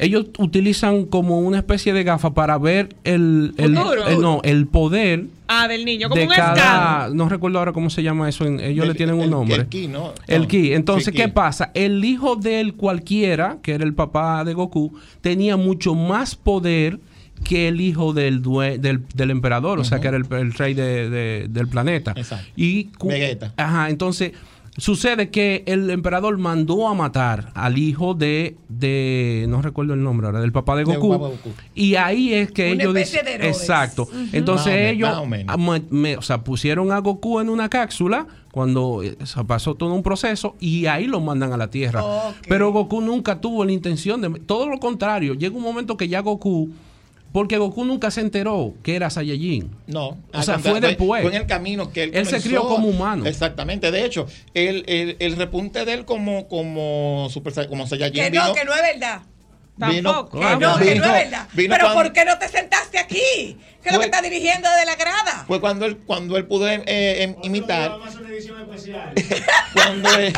[SPEAKER 8] ellos utilizan como una especie de gafa para ver el, el-
[SPEAKER 4] Futuro.
[SPEAKER 8] el- no, el poder
[SPEAKER 4] Ah, del niño, como
[SPEAKER 8] de
[SPEAKER 4] un escándar.
[SPEAKER 8] cada... No recuerdo ahora cómo se llama eso. en- ellos
[SPEAKER 6] El-
[SPEAKER 8] le tienen un
[SPEAKER 6] el-
[SPEAKER 8] nombre.
[SPEAKER 6] el ki, ¿no?
[SPEAKER 8] El
[SPEAKER 6] No,
[SPEAKER 8] ki. Entonces,
[SPEAKER 6] sí, ki.
[SPEAKER 8] ¿qué pasa? El hijo del cualquiera, que era el papá de Goku, tenía mucho más poder que el hijo del, due- del, del emperador, o sea, que era el, el rey de- de- del planeta.
[SPEAKER 6] Exacto.
[SPEAKER 8] Y cu-
[SPEAKER 6] Vegeta.
[SPEAKER 8] Ajá, entonces... Sucede que el emperador mandó a matar al hijo de, de no recuerdo el nombre ahora, del papá de
[SPEAKER 6] Del
[SPEAKER 8] Goku.
[SPEAKER 6] papá de Goku.
[SPEAKER 8] Y ahí es que
[SPEAKER 2] Una
[SPEAKER 8] ellos
[SPEAKER 2] especie de Herodes.
[SPEAKER 8] Exacto. Entonces
[SPEAKER 6] Más o menos,
[SPEAKER 8] ellos
[SPEAKER 6] más o menos.
[SPEAKER 8] a- me- me- o sea, pusieron a Goku en una cápsula cuando eh, o sea, pasó todo un proceso y ahí lo mandan a la Tierra. Pero Goku nunca tuvo la intención de... Todo lo contrario, llega un momento que ya Goku... Porque Goku nunca se enteró que era Saiyajin.
[SPEAKER 6] No,
[SPEAKER 8] O
[SPEAKER 6] al
[SPEAKER 8] sea,
[SPEAKER 6] contrario,
[SPEAKER 8] fue después.
[SPEAKER 6] Fue en el camino que él
[SPEAKER 8] Él se crió como humano.
[SPEAKER 6] Exactamente. De hecho, el, el, el repunte de él como, como, super, Sai- como Saiyajin
[SPEAKER 2] Que
[SPEAKER 6] vino,
[SPEAKER 2] no, que no es verdad.
[SPEAKER 6] vino,
[SPEAKER 4] Tampoco.
[SPEAKER 2] Que
[SPEAKER 8] Ah,
[SPEAKER 2] no, que no
[SPEAKER 6] vino-
[SPEAKER 2] es verdad.
[SPEAKER 6] vino
[SPEAKER 2] Pero
[SPEAKER 6] cuando-
[SPEAKER 2] ¿por qué no te sentaste aquí? ¿Qué es lo
[SPEAKER 6] Fue-
[SPEAKER 2] que está dirigiendo de la grada?
[SPEAKER 6] Fue cuando él, cuando él pudo eh, em, imitar. cuando, él,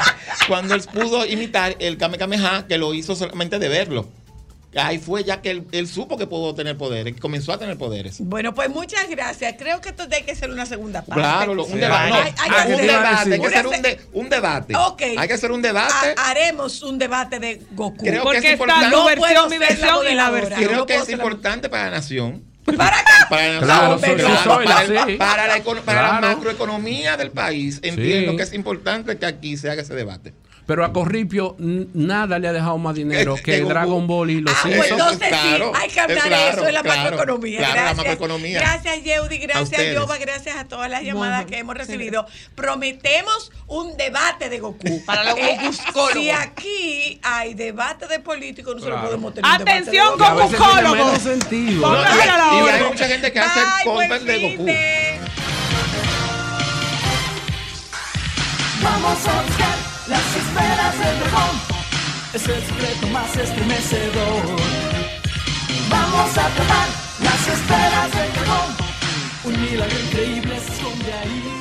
[SPEAKER 6] cuando él pudo imitar el Kame Kameha, que lo hizo solamente de verlo. Ahí fue ya que él, él supo que pudo tener poderes, que comenzó a tener poderes.
[SPEAKER 2] Bueno, pues muchas gracias. Creo que esto hay que hacer una segunda parte.
[SPEAKER 6] Claro, lo- un
[SPEAKER 2] Sí.
[SPEAKER 6] debate. no,
[SPEAKER 2] Hay- hay que
[SPEAKER 6] un
[SPEAKER 2] hacer-
[SPEAKER 6] debate, hay que
[SPEAKER 2] una
[SPEAKER 6] hacer un,
[SPEAKER 2] se-
[SPEAKER 6] de- un debate.
[SPEAKER 2] Ok.
[SPEAKER 6] Hay que hacer un debate.
[SPEAKER 2] Ha- haremos un debate de Goku.
[SPEAKER 6] Creo
[SPEAKER 4] Porque
[SPEAKER 6] que es
[SPEAKER 4] está
[SPEAKER 6] importante.
[SPEAKER 4] tu
[SPEAKER 2] No
[SPEAKER 4] versión,
[SPEAKER 2] puedo
[SPEAKER 4] mi
[SPEAKER 2] ser la
[SPEAKER 4] versión y la
[SPEAKER 2] moderadora.
[SPEAKER 4] versión.
[SPEAKER 6] Creo
[SPEAKER 2] no
[SPEAKER 6] que
[SPEAKER 2] puedo
[SPEAKER 6] es
[SPEAKER 2] ser-
[SPEAKER 6] importante para la nación.
[SPEAKER 2] Para acá.
[SPEAKER 6] Para, la
[SPEAKER 8] Claro, soy-
[SPEAKER 6] nación, claro,
[SPEAKER 8] soy la-
[SPEAKER 6] para,
[SPEAKER 8] sí.
[SPEAKER 6] para la, econo- para la
[SPEAKER 8] Claro.
[SPEAKER 6] macroeconomía del país. Entiendo que es importante que aquí se haga ese debate.
[SPEAKER 8] Pero a Corripio n- nada le ha dejado más dinero
[SPEAKER 6] Que-
[SPEAKER 8] que,
[SPEAKER 6] que Goku.
[SPEAKER 8] Dragon Ball y los
[SPEAKER 2] Eh, Ah,
[SPEAKER 8] Simpsons.
[SPEAKER 2] pues entonces
[SPEAKER 6] Claro,
[SPEAKER 2] sí, hay que hablar de
[SPEAKER 6] claro,
[SPEAKER 2] eso de la
[SPEAKER 6] claro,
[SPEAKER 2] macroeconomía.
[SPEAKER 6] claro, la
[SPEAKER 2] gracias.
[SPEAKER 6] macroeconomía.
[SPEAKER 2] Gracias, Yeudi, gracias,
[SPEAKER 6] ustedes.
[SPEAKER 2] Yoba, gracias a todas las llamadas
[SPEAKER 4] Bueno,
[SPEAKER 2] que hemos recibido. Prometemos un debate de Goku.
[SPEAKER 3] Para los
[SPEAKER 2] Eh,
[SPEAKER 3] Gokuscólogos.
[SPEAKER 2] Si aquí hay debate de políticos, nosotros
[SPEAKER 8] Claro.
[SPEAKER 2] podemos tener un debate de
[SPEAKER 4] Atención,
[SPEAKER 2] pues,
[SPEAKER 8] Y
[SPEAKER 2] Goku.
[SPEAKER 8] a veces tiene
[SPEAKER 4] Gokucólogo.
[SPEAKER 8] menos sentido.
[SPEAKER 6] No,
[SPEAKER 4] Vamos a
[SPEAKER 6] y,
[SPEAKER 4] ver a la
[SPEAKER 6] y
[SPEAKER 4] hora.
[SPEAKER 6] hay mucha gente que hace
[SPEAKER 2] Bye, buen
[SPEAKER 6] cover de
[SPEAKER 2] fin
[SPEAKER 6] Goku.
[SPEAKER 2] de-
[SPEAKER 13] Vamos a buscar las esferas del dragón. Es el secreto más estremecedor. Vamos a atrapar las esferas del dragón. Un milagro increíble se esconde ahí.